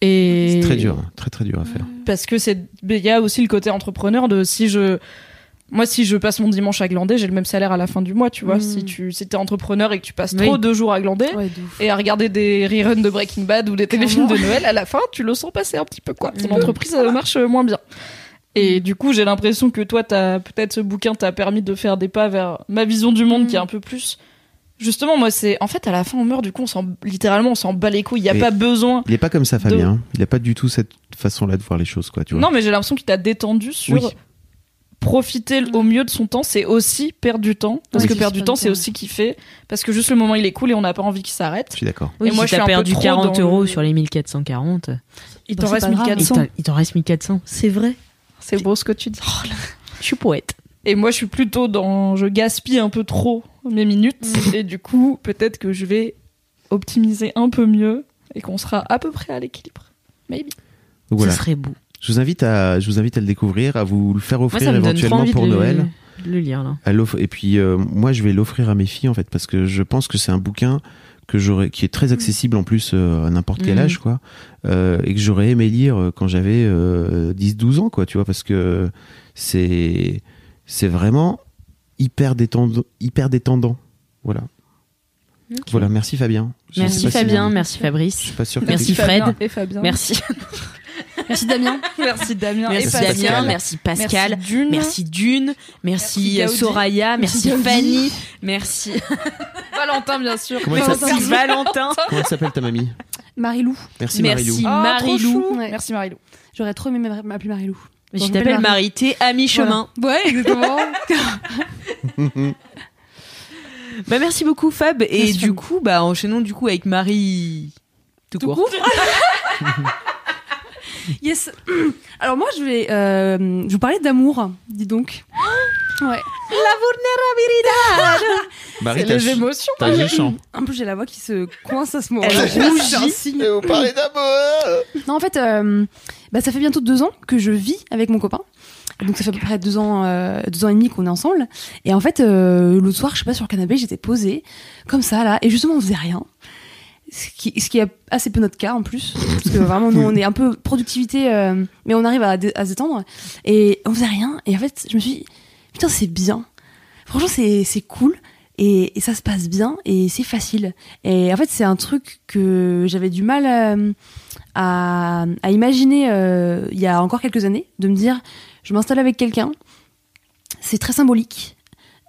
Et
C'est très dur, hein. très très dur à faire.
parce que c'est mais il y a aussi le côté entrepreneur de si je moi si je passe mon dimanche à glander j'ai le même salaire à la fin du mois tu vois
Mm.
si tu si t'es entrepreneur et que tu passes
Oui.
trop deux jours à glander
Ouais, de ouf.
et à regarder des reruns de Breaking Bad ou des téléfilms de Noël à la fin tu le sens passer un petit peu quoi ton
Mm.
entreprise euh, marche euh, moins bien et du coup j'ai l'impression que toi t'as peut-être ce bouquin t'a permis de faire des pas vers ma vision du monde qui est un peu plus justement moi c'est en fait à la fin on meurt du coup on s'en littéralement on s'en bat les couilles il y a
Et-
pas besoin
Il est pas comme ça,
De-
Fabien. Il a pas du tout cette façon-là de voir les choses, quoi. Tu vois.
Non, mais j'ai l'impression qu'il t'a détendu sur
Oui.
profiter au mieux de son temps, c'est aussi perdre du temps. Parce
Oui,
que
c'est
perdre du
super
temps,
du temps,
c'est
ouais.
aussi kiffer. Parce que juste le moment, il est cool et on n'a pas envie qu'il
Je
s'arrête.
suis d'accord.
Et
Oui,
moi,
moi,
je suis
si t'as
un peu
perdu
trop
40
dans
euros
le-
sur les 1440,
Il
Bah,
t'en
c'est
reste
pas grave.
il
1400.
t'en- il t'en reste 1400.
C'est vrai.
C'est beau ce que tu dis.
Je suis poète.
Et moi, je suis plutôt dans. Je gaspille un peu trop mes minutes. Et du coup, peut-être que je vais optimiser un peu mieux et qu'on sera à peu près à l'équilibre. Maybe.
Donc voilà.
Ce serait beau.
Je vous invite à, je vous invite à le découvrir, à vous le faire
Moi,
offrir
ça me donne trop
éventuellement
envie
pour
de
Noël.
de le lire, là.
à l'off- et puis euh, moi je vais l'offrir à mes filles en fait parce que je pense que c'est un bouquin que j'aurais qui est
Mm.
très accessible en plus euh, à n'importe quel
Mhm.
âge quoi euh, et que j'aurais aimé lire euh, quand j'avais euh, 10 12 ans quoi tu vois parce que c'est c'est vraiment hyper détendant hyper détendant voilà. Voilà, merci Fabien. Je sais
Merci
pas si-
Fabien, merci
je
Fabrice.
suis pas sûr que
Merci
t'aies-
Fred.
Fabien et Fabien.
Merci.
Merci Damien.
Merci Damien. et
Merci
Fabien.
Damien, merci Pascal.
Merci Dune.
Merci Dune, merci,
Merci
euh,
Gaudi.
Soraya, merci,
Gaudi.
Fanny, merci
Valentin, bien sûr.
Comment il s'appelle
merci Valentin,
Comment elle s'appelle ta mamie
Marilou.
Merci, Marilou.
merci
Ah, trop
Marilou.
chou.
Ouais.
Merci Marilou.
J'aurais trop aimé m'appeler Marilou.
Mais je t'appelle Marie, t'es à mi-chemin.
Ouais, exactement.
Bah merci beaucoup Fab et du coup bah enchaînons du coup avec Marie tout, court.
Yes. Alors moi, je vais euh, je vais vous parler d'amour, dis donc. Ouais. La vulnérabilité.
Marie,
C'est
t'as
les
ch-
émotions.
t'as le chant.
En plus, j'ai la voix qui se coince à ce moment.
Elle
Je
rougit.
rougis.
C'est un signe, vous parlez d'amour.
Non, en fait, euh, bah, ça fait bientôt deux ans que je vis avec mon copain. Donc ça fait à peu près deux ans, euh, deux ans et demi qu'on est ensemble. Et en fait, euh, l'autre soir, je sais pas, sur le canapé, j'étais posée, comme ça, là. Et justement, on faisait rien. Ce qui, ce qui est assez peu notre cas en plus. Parce que vraiment, nous, on est un peu productivité, euh, mais on arrive à, dé- à se détendre. Et on faisait rien. Et en fait, je me suis dit, putain, c'est bien. Franchement, c'est c'est cool. Et, et ça se passe bien. Et c'est facile. Et en fait, c'est un truc que j'avais du mal euh, à, à imaginer euh, il y a encore quelques années. De me dire, je m'installe avec quelqu'un. C'est très symbolique.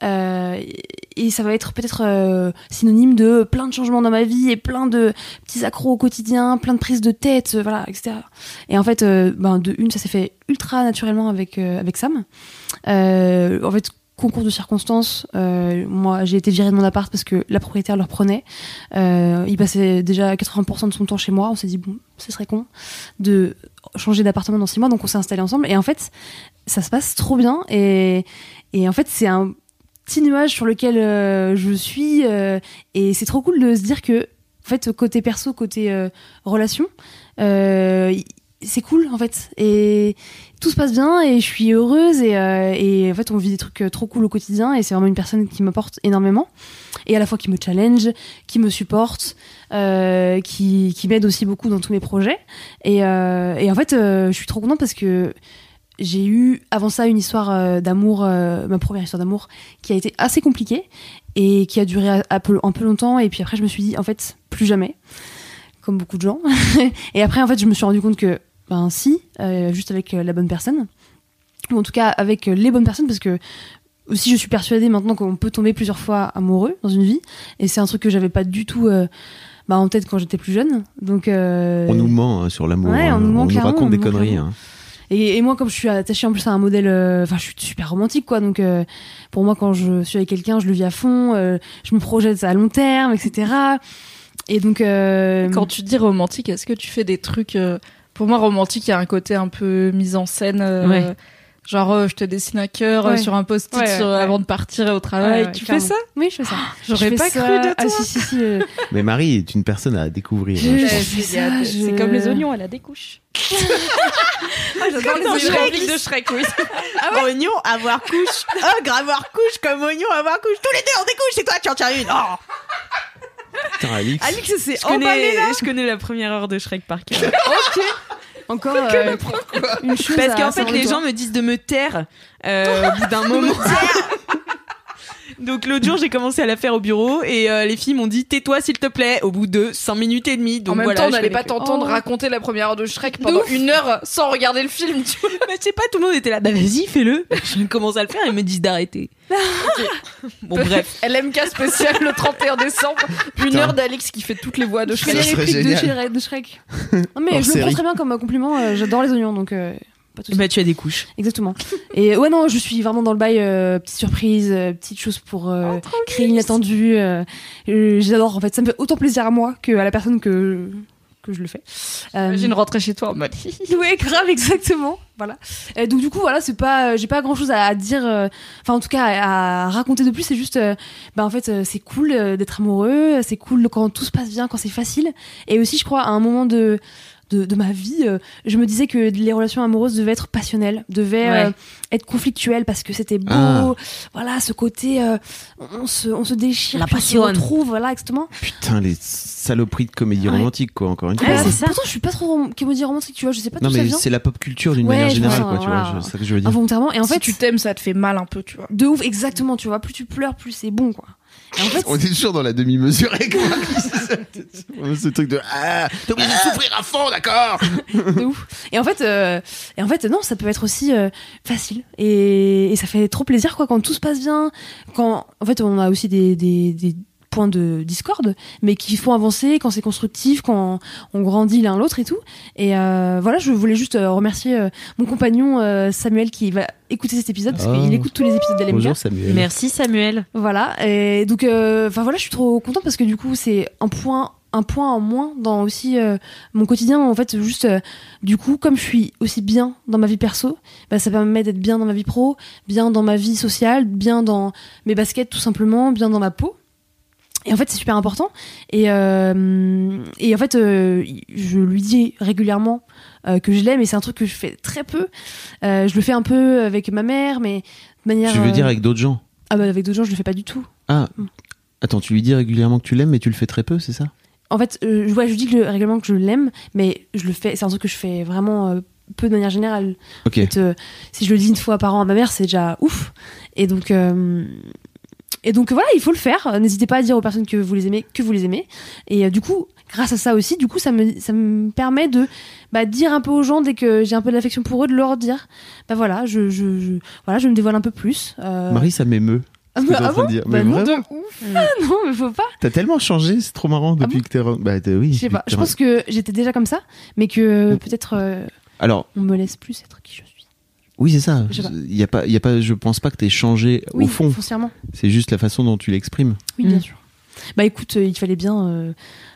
Euh, et ça va être peut-être euh, synonyme de plein de changements dans ma vie et plein de petits accros au quotidien, plein de prises de tête, euh, voilà, etc. Et en fait, euh, ben, de une, ça s'est fait ultra naturellement avec, euh, avec Sam. Euh, en fait, concours de circonstances, euh, moi j'ai été virée de mon appart parce que la propriétaire le reprenait. Euh, il passait déjà 80% de son temps chez moi. On s'est dit, bon, ce serait con de changer d'appartement dans six mois. Donc on s'est installés ensemble. Et en fait, ça se passe trop bien. Et, et en fait, c'est un petit nuage sur lequel euh, je suis. euh, et c'est trop cool de se dire que, en fait, côté perso, côté euh, relation, euh, y- c'est cool en fait. Et tout se passe bien et je suis heureuse. Et, euh, et en fait, on vit des trucs euh, trop cool au quotidien. Et c'est vraiment une personne qui m'apporte énormément. Et à la fois qui me challenge, qui me supporte, euh, qui, qui m'aide aussi beaucoup dans tous mes projets. Et, euh, et en fait, euh, je suis trop contente parce que j'ai eu avant ça une histoire euh, d'amour, euh, ma première histoire d'amour, qui a été assez compliquée et qui a duré un- un peu, un peu longtemps. Et puis après, je me suis dit, en fait, plus jamais, comme beaucoup de gens. et après, en fait, je me suis rendu compte que, ben si, euh, juste avec euh, la bonne personne, ou en tout cas avec euh, les bonnes personnes, parce que aussi je suis persuadée maintenant qu'on peut tomber plusieurs fois amoureux dans une vie, et c'est un truc que j'avais pas du tout euh, bah, en tête quand j'étais plus jeune. Donc euh,
On nous ment hein, sur l'amour.
Ouais, on
hein.
nous ment clairement,
raconte
on
des
nous ment
conneries.
clairement.
hein.
et, et moi, comme je suis attachée en plus à un modèle, euh, enfin, je suis super romantique, quoi. Donc, euh, pour moi, quand je suis avec quelqu'un, je le vis à fond, euh, je me projette à long terme, etc. Et donc, euh,
Quand tu dis romantique, est-ce que tu fais des trucs. euh, Pour moi, romantique, il y a un côté un peu mise en scène. euh,
Ouais.
Genre, euh, je te dessine un cœur euh,
Ouais.
sur un post-it
Ouais, ouais,
sur-
ouais.
avant de partir au travail.
Ouais, ouais,
tu fais
clairement.
ça
Oui, je fais ça.
J'aurais
Je fais
pas
ça.
cru de toi.
Ah, si, si, si. euh,
Mais Marie est une personne à découvrir. hein, je
je
pense.
fais ça,
C'est
je-
comme les oignons, elle a des couches.
j'adore les
dans
oignons.
Shrek. de Shrek, oui.
Oignon, avoir couche. Oh, grave avoir couche comme oignon, avoir couche. Tous les deux, on découche, c'est toi qui en tiens une. Oh.
Putain, Alix.
Alix, c'est je connais, je connais la première heure de Shrek par cœur.
Encore euh, une chose.
Parce
à
qu'en fait,
savoir de
les
toi.
gens me disent de me taire euh, au bout d'un moment. Donc l'autre jour, j'ai commencé à la faire au bureau et euh, les filles m'ont dit tais-toi s'il te plaît au bout de 5 minutes et demie. Donc
en même
voilà,
temps, on
je
n'allait
connais
pas
que-
t'entendre
Oh.
raconter la première heure de Shrek pendant une heure sans regarder le film. Tu vois.
Mais Bah, je sais pas, tout le monde était là. Bah vas-y, fais-le. Je commence à le faire et ils me disent d'arrêter. bon bref.
LMK spécial le 31 décembre. Une
Putain.
heure d'Alix qui fait toutes les voix de
Je fais
Ça
les
Shrek.
serait
répliques de
génial.
Shrek. De Shrek. Non,
Hors
mais je le prends
série.
très bien comme compliment. euh, J'adore les oignons, donc euh, pas
Eh
tout
Bah tu as des couches.
Exactement. Et euh, ouais, non, je suis vraiment dans le bail, euh, petite surprise, euh, petite chose pour euh, créer l'inattendu. euh, euh, J'adore, en fait. Ça me fait autant plaisir à moi que à la personne que, que je le fais. Euh,
Imagine rentrer chez toi en mode.
Ouais, grave, exactement. Voilà. Euh, donc du coup, voilà, c'est pas, euh, j'ai pas grand chose à, à dire, euh, enfin en tout cas à, à raconter de plus. C'est juste, euh, bah en fait, euh, c'est cool euh, d'être amoureux, c'est cool quand tout se passe bien, quand c'est facile. Et aussi, je crois, à un moment de de, de ma vie, euh, je me disais que les relations amoureuses devaient être passionnelles, devaient
Ouais.
euh, être conflictuelles parce que c'était beau,
Ah.
voilà, ce côté, euh, on se, on se déchire,
La
puis on
passion.
se retrouve, voilà, exactement.
Putain, les saloperies de comédie
Ouais.
romantique, quoi, encore une
Euh,
fois.
Pourtant, je suis pas trop rom- comédie romantique, tu vois, je sais pas
Non,
tout ça
mais
vient.
c'est la pop culture d'une
Ouais,
manière
je
générale,
vois,
quoi, tu vois.
voilà.
je- C'est ça que je veux dire.
Involontairement. Et en
En fait,
fait,
si tu t'aimes, ça te fait mal un peu, tu vois.
De ouf, exactement, tu vois. Plus tu pleures, plus c'est bon, quoi. Et en fait,
On est toujours dans la demi-mesure, quoi. Ce truc de ah, t'es obligé de souffrir à fond, d'accord
de ouf. Et en fait, euh, et en fait, non, ça peut être aussi euh, facile. Et, et ça fait trop plaisir, quoi, quand tout se passe bien. Quand, en fait, on a aussi des, des, des points de discorde, mais qui font avancer quand c'est constructif, quand on grandit l'un l'autre et tout. Et euh, voilà, je voulais juste euh, remercier euh, mon compagnon euh, Samuel qui va écouter cet épisode parce
Ah.
qu'il écoute tous les épisodes d'LMK.
Bonjour Samuel.
Merci Samuel.
Voilà. Et donc, euh, enfin voilà, je suis trop contente parce que du coup, c'est un point un point en moins dans aussi euh, mon quotidien en fait juste euh, du coup comme je suis aussi bien dans ma vie perso bah, ça permet d'être bien dans ma vie pro bien dans ma vie sociale bien dans mes baskets tout simplement bien dans ma peau et en fait c'est super important et euh, et en fait euh, je lui dis régulièrement euh, que je l'aime et c'est un truc que je fais très peu Euh, je le fais un peu avec ma mère mais de manière
Tu veux
euh,
dire avec d'autres gens
ah bah, avec d'autres gens je le fais pas du tout
Ah, attends, tu lui dis régulièrement que tu l'aimes, mais tu le fais très peu, c'est ça
En fait, euh, je- ouais, je dis que je- régulièrement que je l'aime, mais je le fais. C'est un truc que je fais vraiment euh, peu de manière générale.
Ok.
En fait, euh, si je le dis une fois par an à ma mère, c'est déjà ouf. Et donc, euh, et donc voilà, il faut le faire. N'hésitez pas à dire aux personnes que vous les aimez, que vous les aimez. Et euh, du coup, grâce à ça aussi, du coup, ça me, ça me permet de bah, dire un peu aux gens dès que j'ai un peu d'affection pour eux, de leur dire, bah voilà, je, je, je- voilà, je me dévoile un peu plus. Euh,
Marie, ça m'émeut.
ah,
ce que
bah,
t'es en
ah
train de
bon
dire.
Bah
Mais
non, de
vraiment
ouf. Ah non, mais faut pas.
T'as tellement changé, c'est trop marrant depuis que t'es. re- Bah t'es- oui.
Ah Je sais pas,
depuis
je
que t'es
pense que j'étais déjà comme ça, mais que peut-être euh,
re- Alors,
on me laisse plus être qui je suis.
oui, c'est ça.
Je sais pas.
Il y a pas, il y a pas. Je pense pas que t'aies changé
Oui,
au fond.
foncièrement.
C'est juste la façon dont tu l'exprimes.
Oui,
Mm.
bien sûr. Bah écoute, euh, il fallait bien euh,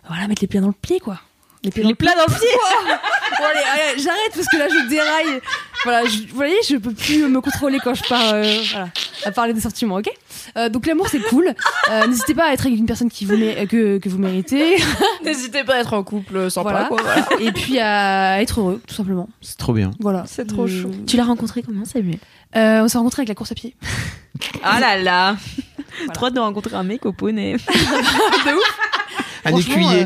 voilà, mettre les pieds dans le pied, quoi. Les pieds dans le
plats dans le pied.
pied. Bon, allez, allez, J'arrête parce que là, je déraille. Voilà, je- vous voyez, je peux plus euh, me contrôler quand je pars euh, voilà, à parler des sentiments, ok Euh, Donc l'amour, c'est cool. Euh, N'hésitez pas à être avec une personne qui vous mé- euh, que, que vous méritez.
N'hésitez pas à être en couple euh, sympa,
Voilà.
quoi. voilà.
Et puis à être heureux, tout simplement.
C'est trop bien.
Voilà.
C'est trop
Je-
chaud.
Tu l'as rencontré comment Samuel
Euh, on s'est rencontrés avec la course à pied.
Ah là là. Trop hâte de rencontrer un mec au poney.
Un
Franchement,
écuyer.
euh,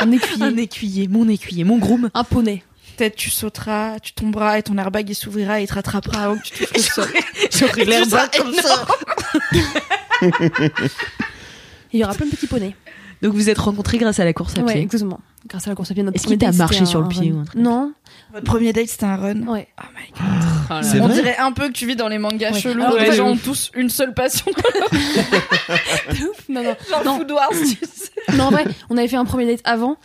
un écuyer.
Un écuyer, mon écuyer, mon groom.
un poney.
Peut-être tu sauteras, tu tomberas et ton airbag il s'ouvrira et il te rattrapera avant que tu te fasses ça.
J'aurais l'air d'un-
Il y aura plein de petits poneys.
Donc vous êtes rencontrés grâce à la course à
Ouais,
pied.
exactement. Grâce à la course à pied, notre
Est-ce qu'il
premier
t'a
date,
marché
c'était
sur
un
le pied
run.
ou un truc
Non.
Votre premier date c'était un run.
Ouais.
Oh my God.
C'est
On
vrai
dirait un peu que tu vis dans les mangas Ah
Ouais.
chelous.
Alors,
où
ouais,
les
de
gens ont tous une seule passion.
Non, non.
Genre
Non.
Food Wars, tu sais.
non, en vrai, on avait fait un premier date avant,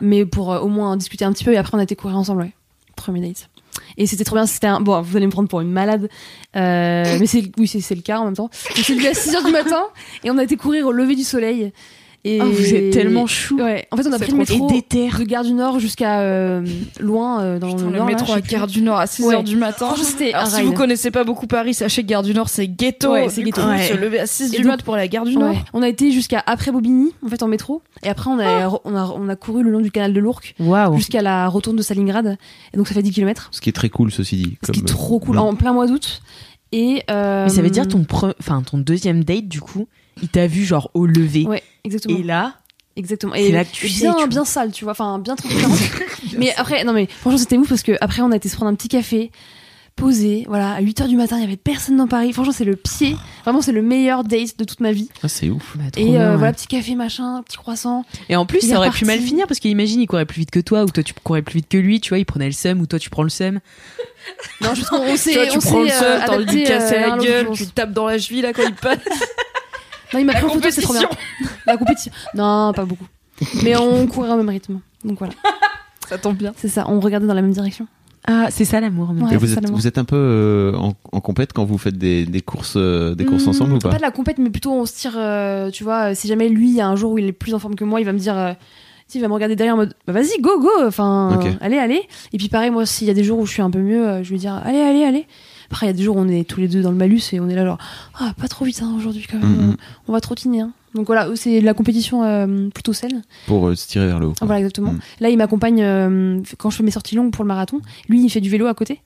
mais pour euh, au moins en discuter un petit peu et après on a été courir ensemble, ouais. Premier date. Et c'était trop bien, c'était un. Bon, vous allez me prendre pour une malade, euh, mais c'est oui, c'est c'est le cas en même temps. On s'est levé à 6h du matin et on a été courir au lever du soleil. Et
Oh, vous êtes tellement chou.
Ouais, en fait, on a
C'est
pris le
trop-
métro
et déter.
de Gare du Nord jusqu'à euh, loin euh, dans
Putain,
le,
le
Nord, là,
métro
je
à
sais plus.
Gare du Nord à 6h
Ouais.
du matin.
Franchement, c'était
Alors,
un
si
ride.
vous connaissez pas beaucoup Paris, sachez que Gare du Nord c'est ghetto.
Ouais, c'est
Du
ghetto.
coup,
Ouais.
Se lever à 6
Et
du
donc-
mat pour la Gare du Nord.
Ouais. On a été jusqu'à après Bobigny, en fait, en métro. Et après, on a, on a, on a couru le long du canal de l'Ourcq
Waouh.
jusqu'à la retourne de Salingrad. Et donc, ça fait 10 km.
Ce qui est très cool, ceci dit.
Ce qui est
comme- euh,
trop cool. En plein mois d'août. Et, euh,
Mais ça veut dire ton pre- enfin ton deuxième date du coup, il t'a vu genre au lever.
Ouais, exactement.
Et là,
Exactement.
C'est là que tu
et
sais,
bien,
tu vois.
bien sale, tu vois. Enfin, bien transparent. mais après, non, mais franchement, c'était ouf parce que après, on a été se prendre un petit café, posé. Voilà, à 8 h du matin, il y avait personne dans Paris. Franchement, c'est le pied. Vraiment, c'est le meilleur date de toute ma vie.
Ah, c'est ouf.
bah, trop
Et
bien,
euh,
ouais.
voilà, petit café, machin, petit croissant.
Et en plus,
Il est
ça aurait
reparti.
pu mal finir parce qu'imagine, il courait plus vite que toi ou toi tu courais plus vite que lui, tu vois, il prenait le seum ou toi tu prends le seum.
Non, je trouve qu'on s'est.
Tu vois, tu
on
prends le
s'est, euh,
seul, t'as envie de lui
adapté,
casser
euh, l'un
la
à l'autre,
gueule,
je pense.
tu tapes dans la cheville là quand il passe.
Non, il m'a pris en photo, c'est trop bien. La compétition. Non, pas beaucoup. Mais on courait au même rythme. Donc voilà,
Ça tombe bien.
c'est ça. On regardait dans la même direction.
Ah, c'est ça l'amour. mon
Ouais.
Et
gars.
vous êtes,
totalement.
vous êtes un peu euh, en, en compète quand vous faites des, des courses, euh, des courses
Hmm,
ensemble ou pas
Pas de la compète, mais plutôt on se tire. euh, tu vois, euh, si jamais lui, il y a un jour où il est plus en forme que moi, il va me dire. euh, tu sais, il va me regarder derrière en mode bah, vas-y, go, go. Enfin,
Ok.
euh, allez, allez. Et puis pareil, moi, s'il y a des jours où je suis un peu mieux, euh, je vais dire allez, allez, allez. Après, il y a des jours où on est tous les deux dans le malus et on est là, genre ah, pas trop vite hein, aujourd'hui quand même.
Mhm.
On va trottiner. hein. Donc voilà, c'est de la compétition euh, plutôt saine.
Pour euh, se tirer vers le haut.
Ah,
quoi.
Voilà, exactement.
Mm.
Là, il m'accompagne euh, quand je fais mes sorties longues pour le marathon. Lui, il fait du vélo à côté.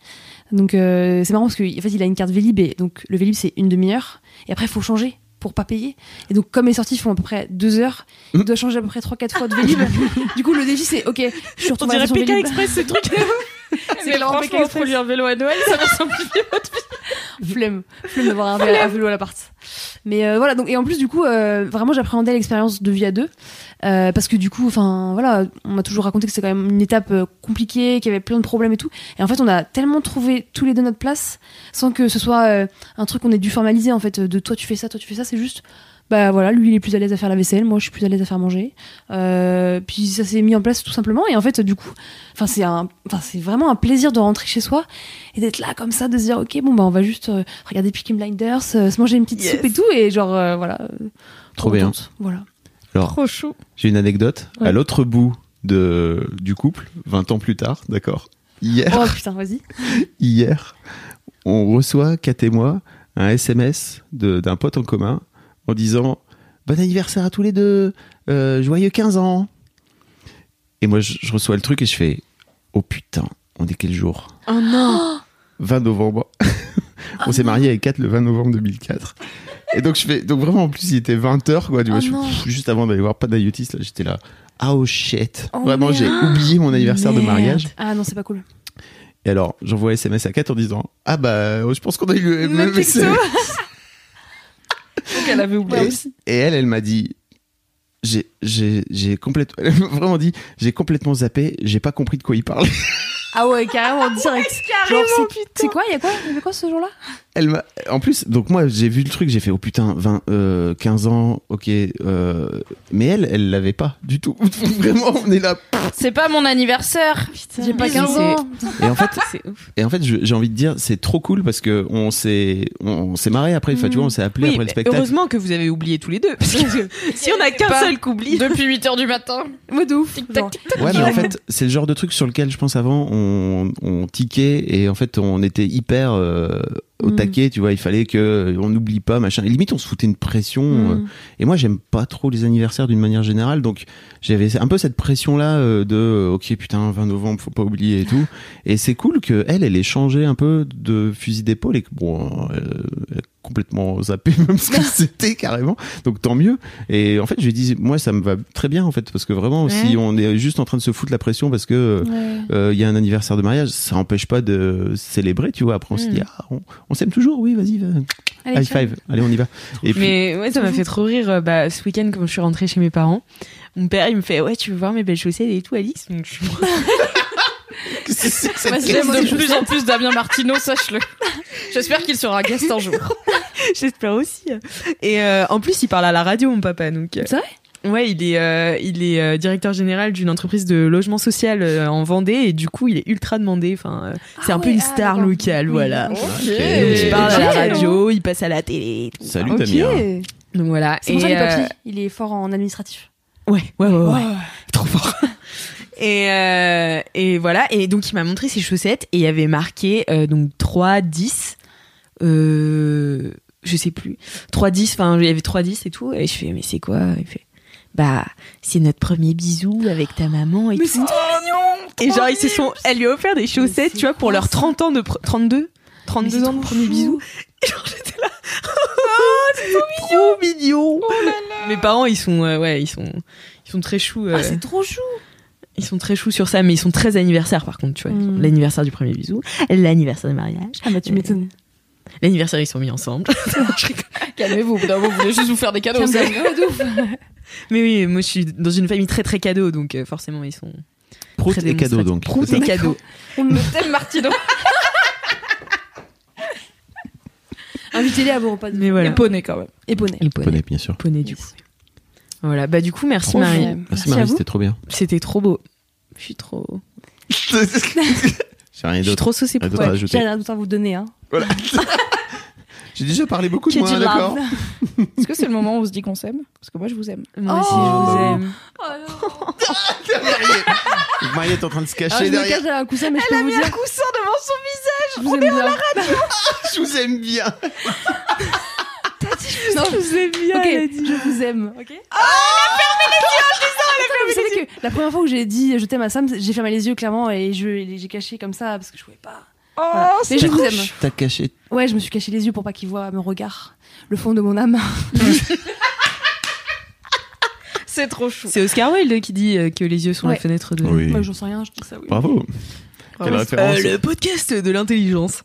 Donc, euh, c'est marrant parce qu'en fait, il a une carte Vélib. Et donc, le Vélib, c'est une demi-heure. Et après, il faut changer pour pas payer. Et donc, comme mes sorties font à peu près deux heures,
Mm.
il doit changer à peu près trois, quatre fois de Vélib. du coup, le défi, c'est OK, je suis
On
retournée à la
dirait
station
PK
Vélib.
Express ce truc.
Mais là, franchement, offre lui un vélo à Noël, ça va simplifier.
flemme flemme d'avoir un vélo, un vélo à l'appart mais euh, voilà donc et en plus du coup euh, vraiment j'appréhendais l'expérience de vie à deux euh, parce que du coup enfin voilà on m'a toujours raconté que c'était quand même une étape euh, compliquée qu'il y avait plein de problèmes et tout et en fait on a tellement trouvé tous les deux notre place sans que ce soit euh, un truc qu'on ait dû formaliser en fait de toi tu fais ça toi tu fais ça c'est juste bah voilà, lui il est plus à l'aise à faire la vaisselle, moi je suis plus à l'aise à faire manger. Euh, puis ça s'est mis en place tout simplement. Et en fait, du coup, enfin c'est un, enfin c'est vraiment un plaisir de rentrer chez soi et d'être là comme ça, de se dire ok bon bah on va juste euh, regarder Peaky Blinders, euh, se manger une petite
Yes.
soupe et tout et genre euh, voilà. euh,
Trop bien.
contente. Voilà.
Alors,
Trop chaud.
J'ai une anecdote.
Ouais.
À l'autre bout de, du couple, 20 ans plus tard, d'accord Hier,
Oh putain, vas-y.
hier, on reçoit, Kat et moi, un SMS de- d'un pote en commun en disant Bon anniversaire à tous les deux, euh, joyeux 15 ans. Et moi, je, je reçois le truc et je fais Oh putain, on est quel jour
Oh non
20 novembre. on
Oh
s'est marié avec Kat le 20 novembre 2004. Et donc, je fais, donc vraiment, en plus, il était 20h, quoi. Tu vois, je
Oh
suis-
non.
pff, juste avant d'aller voir Panayotis, là, j'étais là. Ah, oh shit. vraiment, j'ai oublié mon anniversaire de mariage.
Ah non, c'est pas cool.
Et alors, j'envoie un SMS à Kat en disant, ah bah, je pense qu'on a eu le
Même
même
texto. Bah,
SMS.
Donc elle avait oublié
Et-
aussi.
Et elle, elle m'a dit, j'ai, j'ai, j'ai complètement, elle m'a vraiment dit, j'ai complètement zappé, j'ai pas compris de quoi il parlait.
Ah ouais, carrément direct. Genre, c'est- c'est quoi Il y a quoi Il y avait quoi ce jour-là
Elle m'a, en plus, donc moi, j'ai vu le truc, j'ai fait, oh putain, 20, euh, 15 ans, ok, euh, mais elle, elle l'avait pas du tout. Vraiment, on est là.
C'est pas mon anniversaire.
J'ai
Pas
Bisous.
15 ans.
Et en fait,
C'est ouf.
Et en fait, je- j'ai envie de dire, c'est trop cool parce que on s'est, on, on s'est marré après. Enfin, tu vois, on s'est appelé
Mm. Oui,
après le
mais
spectacle.
heureusement que vous avez oublié tous les deux. Parce que si on a qu'un
pas.
seul qui oublie.
Depuis 8h du matin.
Moi de ouf.
Tac, tic, tac.
Ouais, mais en fait, c'est le genre de truc sur lequel je pense avant, on, on tiquait et en fait, on était hyper euh, au
Mm.
taquet. Tu vois, il fallait que euh, on n'oublie pas machin. Et limite, on se foutait une pression. euh,
Mm.
et moi, j'aime pas trop les anniversaires d'une manière générale, donc j'avais un peu cette pression là de euh, ok putain 20 novembre, faut pas oublier et tout. Et c'est cool que elle, elle ait changé un peu de fusil d'épaule et que bon, euh, elle a complètement zappé même ce que c'était carrément. Donc tant mieux. Et en fait, je lui dis moi ça me va très bien en fait parce que vraiment si on est juste en train de se foutre la pression parce que euh,
Ouais.
euh, il y a un anniversaire de mariage, ça empêche pas de célébrer, tu vois. Après, on se dit, ah, on, on s'aime toujours, oui, vas-y, va.
Mm. Allez,
high
ciao.
five, allez, on y va. Et puis,
Mais ouais, ça m'a fait trop rire. euh, Bah, ce week-end, quand je suis rentrée chez mes parents, mon père, il me fait Ouais, tu veux voir mes belles chaussettes et tout, Alix Donc, je-
qu'est-ce que c'est que cette
Moi, j'aime de plus en plus Damien Martino, sache-le. J'espère qu'il sera guest un jour.
J'espère aussi. Et euh, en plus, il parle à la radio, mon papa. Donc, euh,
C'est vrai
Ouais, il est, euh, il est euh, directeur général d'une entreprise de logement social euh, en Vendée et du coup, il est ultra demandé. Enfin, euh, c'est un peu
ouais,
une
ah,
star
d'accord.
locale,
Oui.
voilà.
Ok.
Donc, il parle à la
Ok.
radio, il passe à la télé. et tout.
Salut
Ok.
Damien.
Donc voilà.
C'est pour ça
Et,
les
euh,
papiers. Il est fort en administratif.
Ouais, ouais, ouais, ouais. Trop fort. Et, euh, et voilà. Et donc, il m'a montré ses chaussettes et il y avait marqué euh, donc 3, 10. Euh, je sais plus. 3, 10. Enfin, il y avait 3, 10 et tout. Et je fais, mais c'est quoi Il fait, bah, c'est notre premier bisou avec ta maman et tout. et genre, ils se sont. Elle lui a offert des chaussettes, tu vois, pour leurs 30 ans de. pr- 32 32 ans de premier bisou. Et genre, j'étais là. trop mignon! Mes parents, ils sont. euh, ouais, ils sont. Ils sont très choux. euh,
trop chou.
ils sont très choux sur ça, mais ils sont très anniversaires par contre, tu vois. Ils ont
Mm.
L'anniversaire du premier bisou, l'anniversaire du mariage.
Ah bah tu m'étonnes.
L'anniversaire, ils sont mis ensemble.
Calmez-vous, au bout d'un moment, vous voulez juste vous faire des cadeaux. ça.
mais oui, moi je suis dans une famille très très cadeau, donc euh, forcément ils sont.
Prout
très
et cadeau,
démonstratifs.
donc.
Prout
C'est ça
et cadeau.
Le thème Martino.
Invitez-les à vos repas. de-
Mais voilà.
poney quand même.
Et poney.
Et poney.
Poney, bien sûr.
Poney, du coup. Voilà, bah du coup, merci
Trop
Marie.
chou.
Merci
à
Marie,
vous.
c'était trop bien.
C'était trop beau. Je suis trop.
J'ai rien
Je suis
d'autre
trop saucée
rien
pour
d'autre à
toi.
ajouter.
J'ai rien d'autre à vous donner. Hein.
Voilà. J'ai déjà parlé beaucoup de
Que
moi,
du
hein,
love.
d'accord
Est-ce que c'est le moment où on se dit qu'on s'aime Parce que moi, je vous aime.
Moi aussi,
Oh.
je vous aime.
Marie est en train de se
Alors,
cacher
Ah, je me
derrière.
cache derrière un coussin, mais je peux vous dire.
coussin devant son
Je vous aime bien.
Je vous aime bien.
Non, je vous aime bien.
elle a
je vous aime. Ok. Attends, vous savez que la première fois où j'ai dit je t'aime à Sam, j'ai fermé les yeux clairement et je j'ai caché comme ça parce que je pouvais pas.
Oh,
Voilà. Mais je vous aime.
T'as caché.
Ouais, je me suis caché les yeux pour pas qu'il voit mon regard, le fond de mon âme.
C'est trop chou.
C'est Oscar Wilde qui dit euh, que les yeux sont la
Ouais.
fenêtre de.
Oui.
Moi, j'en sais rien, je dis ça. Oui.
Bravo. Quelle
Euh,
référence
le podcast de l'intelligence.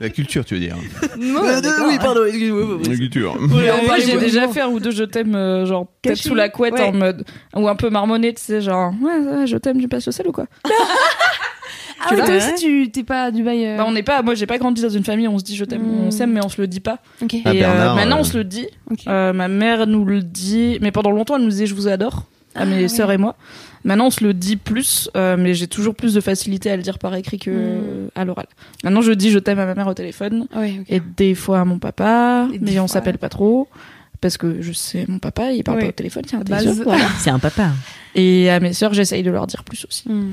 La culture, tu veux dire.
Euh, de- oui, pardon, excusez-moi.
La culture.
Ouais,
Moi,
ouais,
j'ai
ouais.
déjà fait un ou deux je t'aime, euh, genre, peut-être
Caché.
sous la couette,
Ouais.
en mode. Ou un peu marmonné, tu sais, genre, ouais, ouais, je t'aime, tu passes le sel ou quoi
Ah ouais, toi aussi, tu t'es pas à Dubaï. euh,
Bah, on n'est pas, moi j'ai pas grandi dans une famille, où on se dit je t'aime,
Hmm.
on s'aime, mais on se le dit pas.
Ok.
Ah,
et
Bernard,
euh, maintenant
euh,
on se le dit.
ok.
Euh, ma mère nous le dit, mais pendant longtemps elle nous disait je vous adore
Ah,
à mes sœurs et moi. Maintenant on se le dit plus, euh, mais j'ai toujours plus de facilité à le dire par écrit que
Hmm.
à l'oral. Maintenant je dis je t'aime à ma mère au téléphone
Ouais, ok.
et des fois à mon papa,
Et des
mais on
fois,
s'appelle pas trop. Parce que je sais, mon papa, il parle
Ouais.
pas au téléphone, c'est un
Base.
téléphone. voilà.
C'est un papa.
Et à mes sœurs, j'essaye de leur dire plus aussi.
Hmm.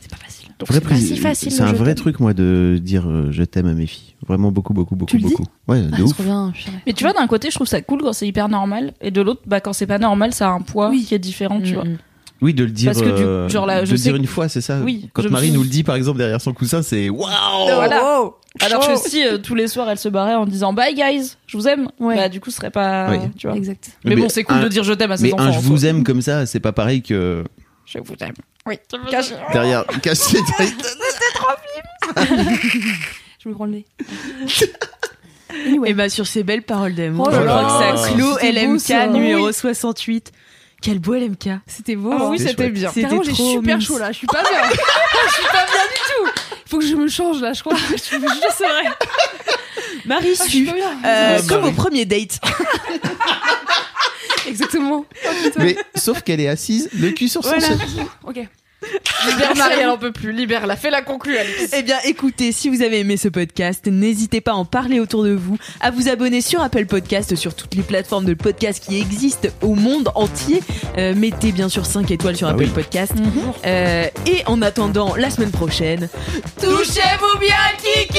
C'est pas facile.
Donc,
Vrai
c'est
pré-
pas si facile,
C'est un
je
vrai
t'aime.
truc, moi, de dire euh, je t'aime à mes filles. Vraiment beaucoup, beaucoup, beaucoup,
le dis
beaucoup. ouais, de
Ah, c'est
ouf.
trop bien. purée.
Mais tu vois, d'un côté, je trouve ça cool quand c'est hyper normal, et de l'autre, bah, quand c'est pas normal, ça a un poids
Oui. Mm.
qui est différent, tu
Mm,
vois.
Oui, de le dire.
Parce que du-
euh,
genre là,
de
je
le
sais
dire
que-
une fois, c'est ça.
Oui,
Quand
je me
Marie
suis-
nous le dit, par exemple, derrière son coussin, c'est waouh.
Voilà. Alors que si euh, tous les soirs elle se barrait en disant bye guys, je vous aime,
Ouais.
bah du coup ce serait pas.
Oui.
Tu vois.
Exact.
Mais,
Mais
bon, c'est cool
un-
de dire je t'aime à ses
Mais
enfants.
un
en
je
soi.
vous aime comme ça, c'est pas pareil que
Je vous aime. Oui. Cache-
derrière. Caché derrière-
Je me prends le nez.
Et bah, sur ces belles paroles d'amour,
Oh
je
là
crois
là.
que ça clôt
C'était beau, ça.
LMK numéro 68. Quel beau LMK.
C'était beau.
Ah
hein.
oui,
C'était
c'était
chouette.
bien.
C'était
Carrément, j'ai
trop
super
mince.
chaud là. Je suis pas bien. je suis pas bien du tout. Faut que je me change là. Je crois. Je suis juste vrai.
Marie
Je suis
Su,
pas bien.
euh,
Marie.
comme au premier date.
Exactement. Oh, putain.
Mais sauf qu'elle est assise, le cul sur son sol.
Ok.
Libère Marie, elle en peut plus. Libère la, fais la conclue, Alice.
Eh bien, écoutez, si vous avez aimé ce podcast, n'hésitez pas à en parler autour de vous, à vous abonner sur Apple Podcast, sur toutes les plateformes de podcast qui existent au monde entier. Euh, mettez bien sûr 5 étoiles sur
Ah
Apple
oui.
Podcast.
Mhm.
Euh, et en attendant la semaine prochaine, touchez-vous bien, Kiki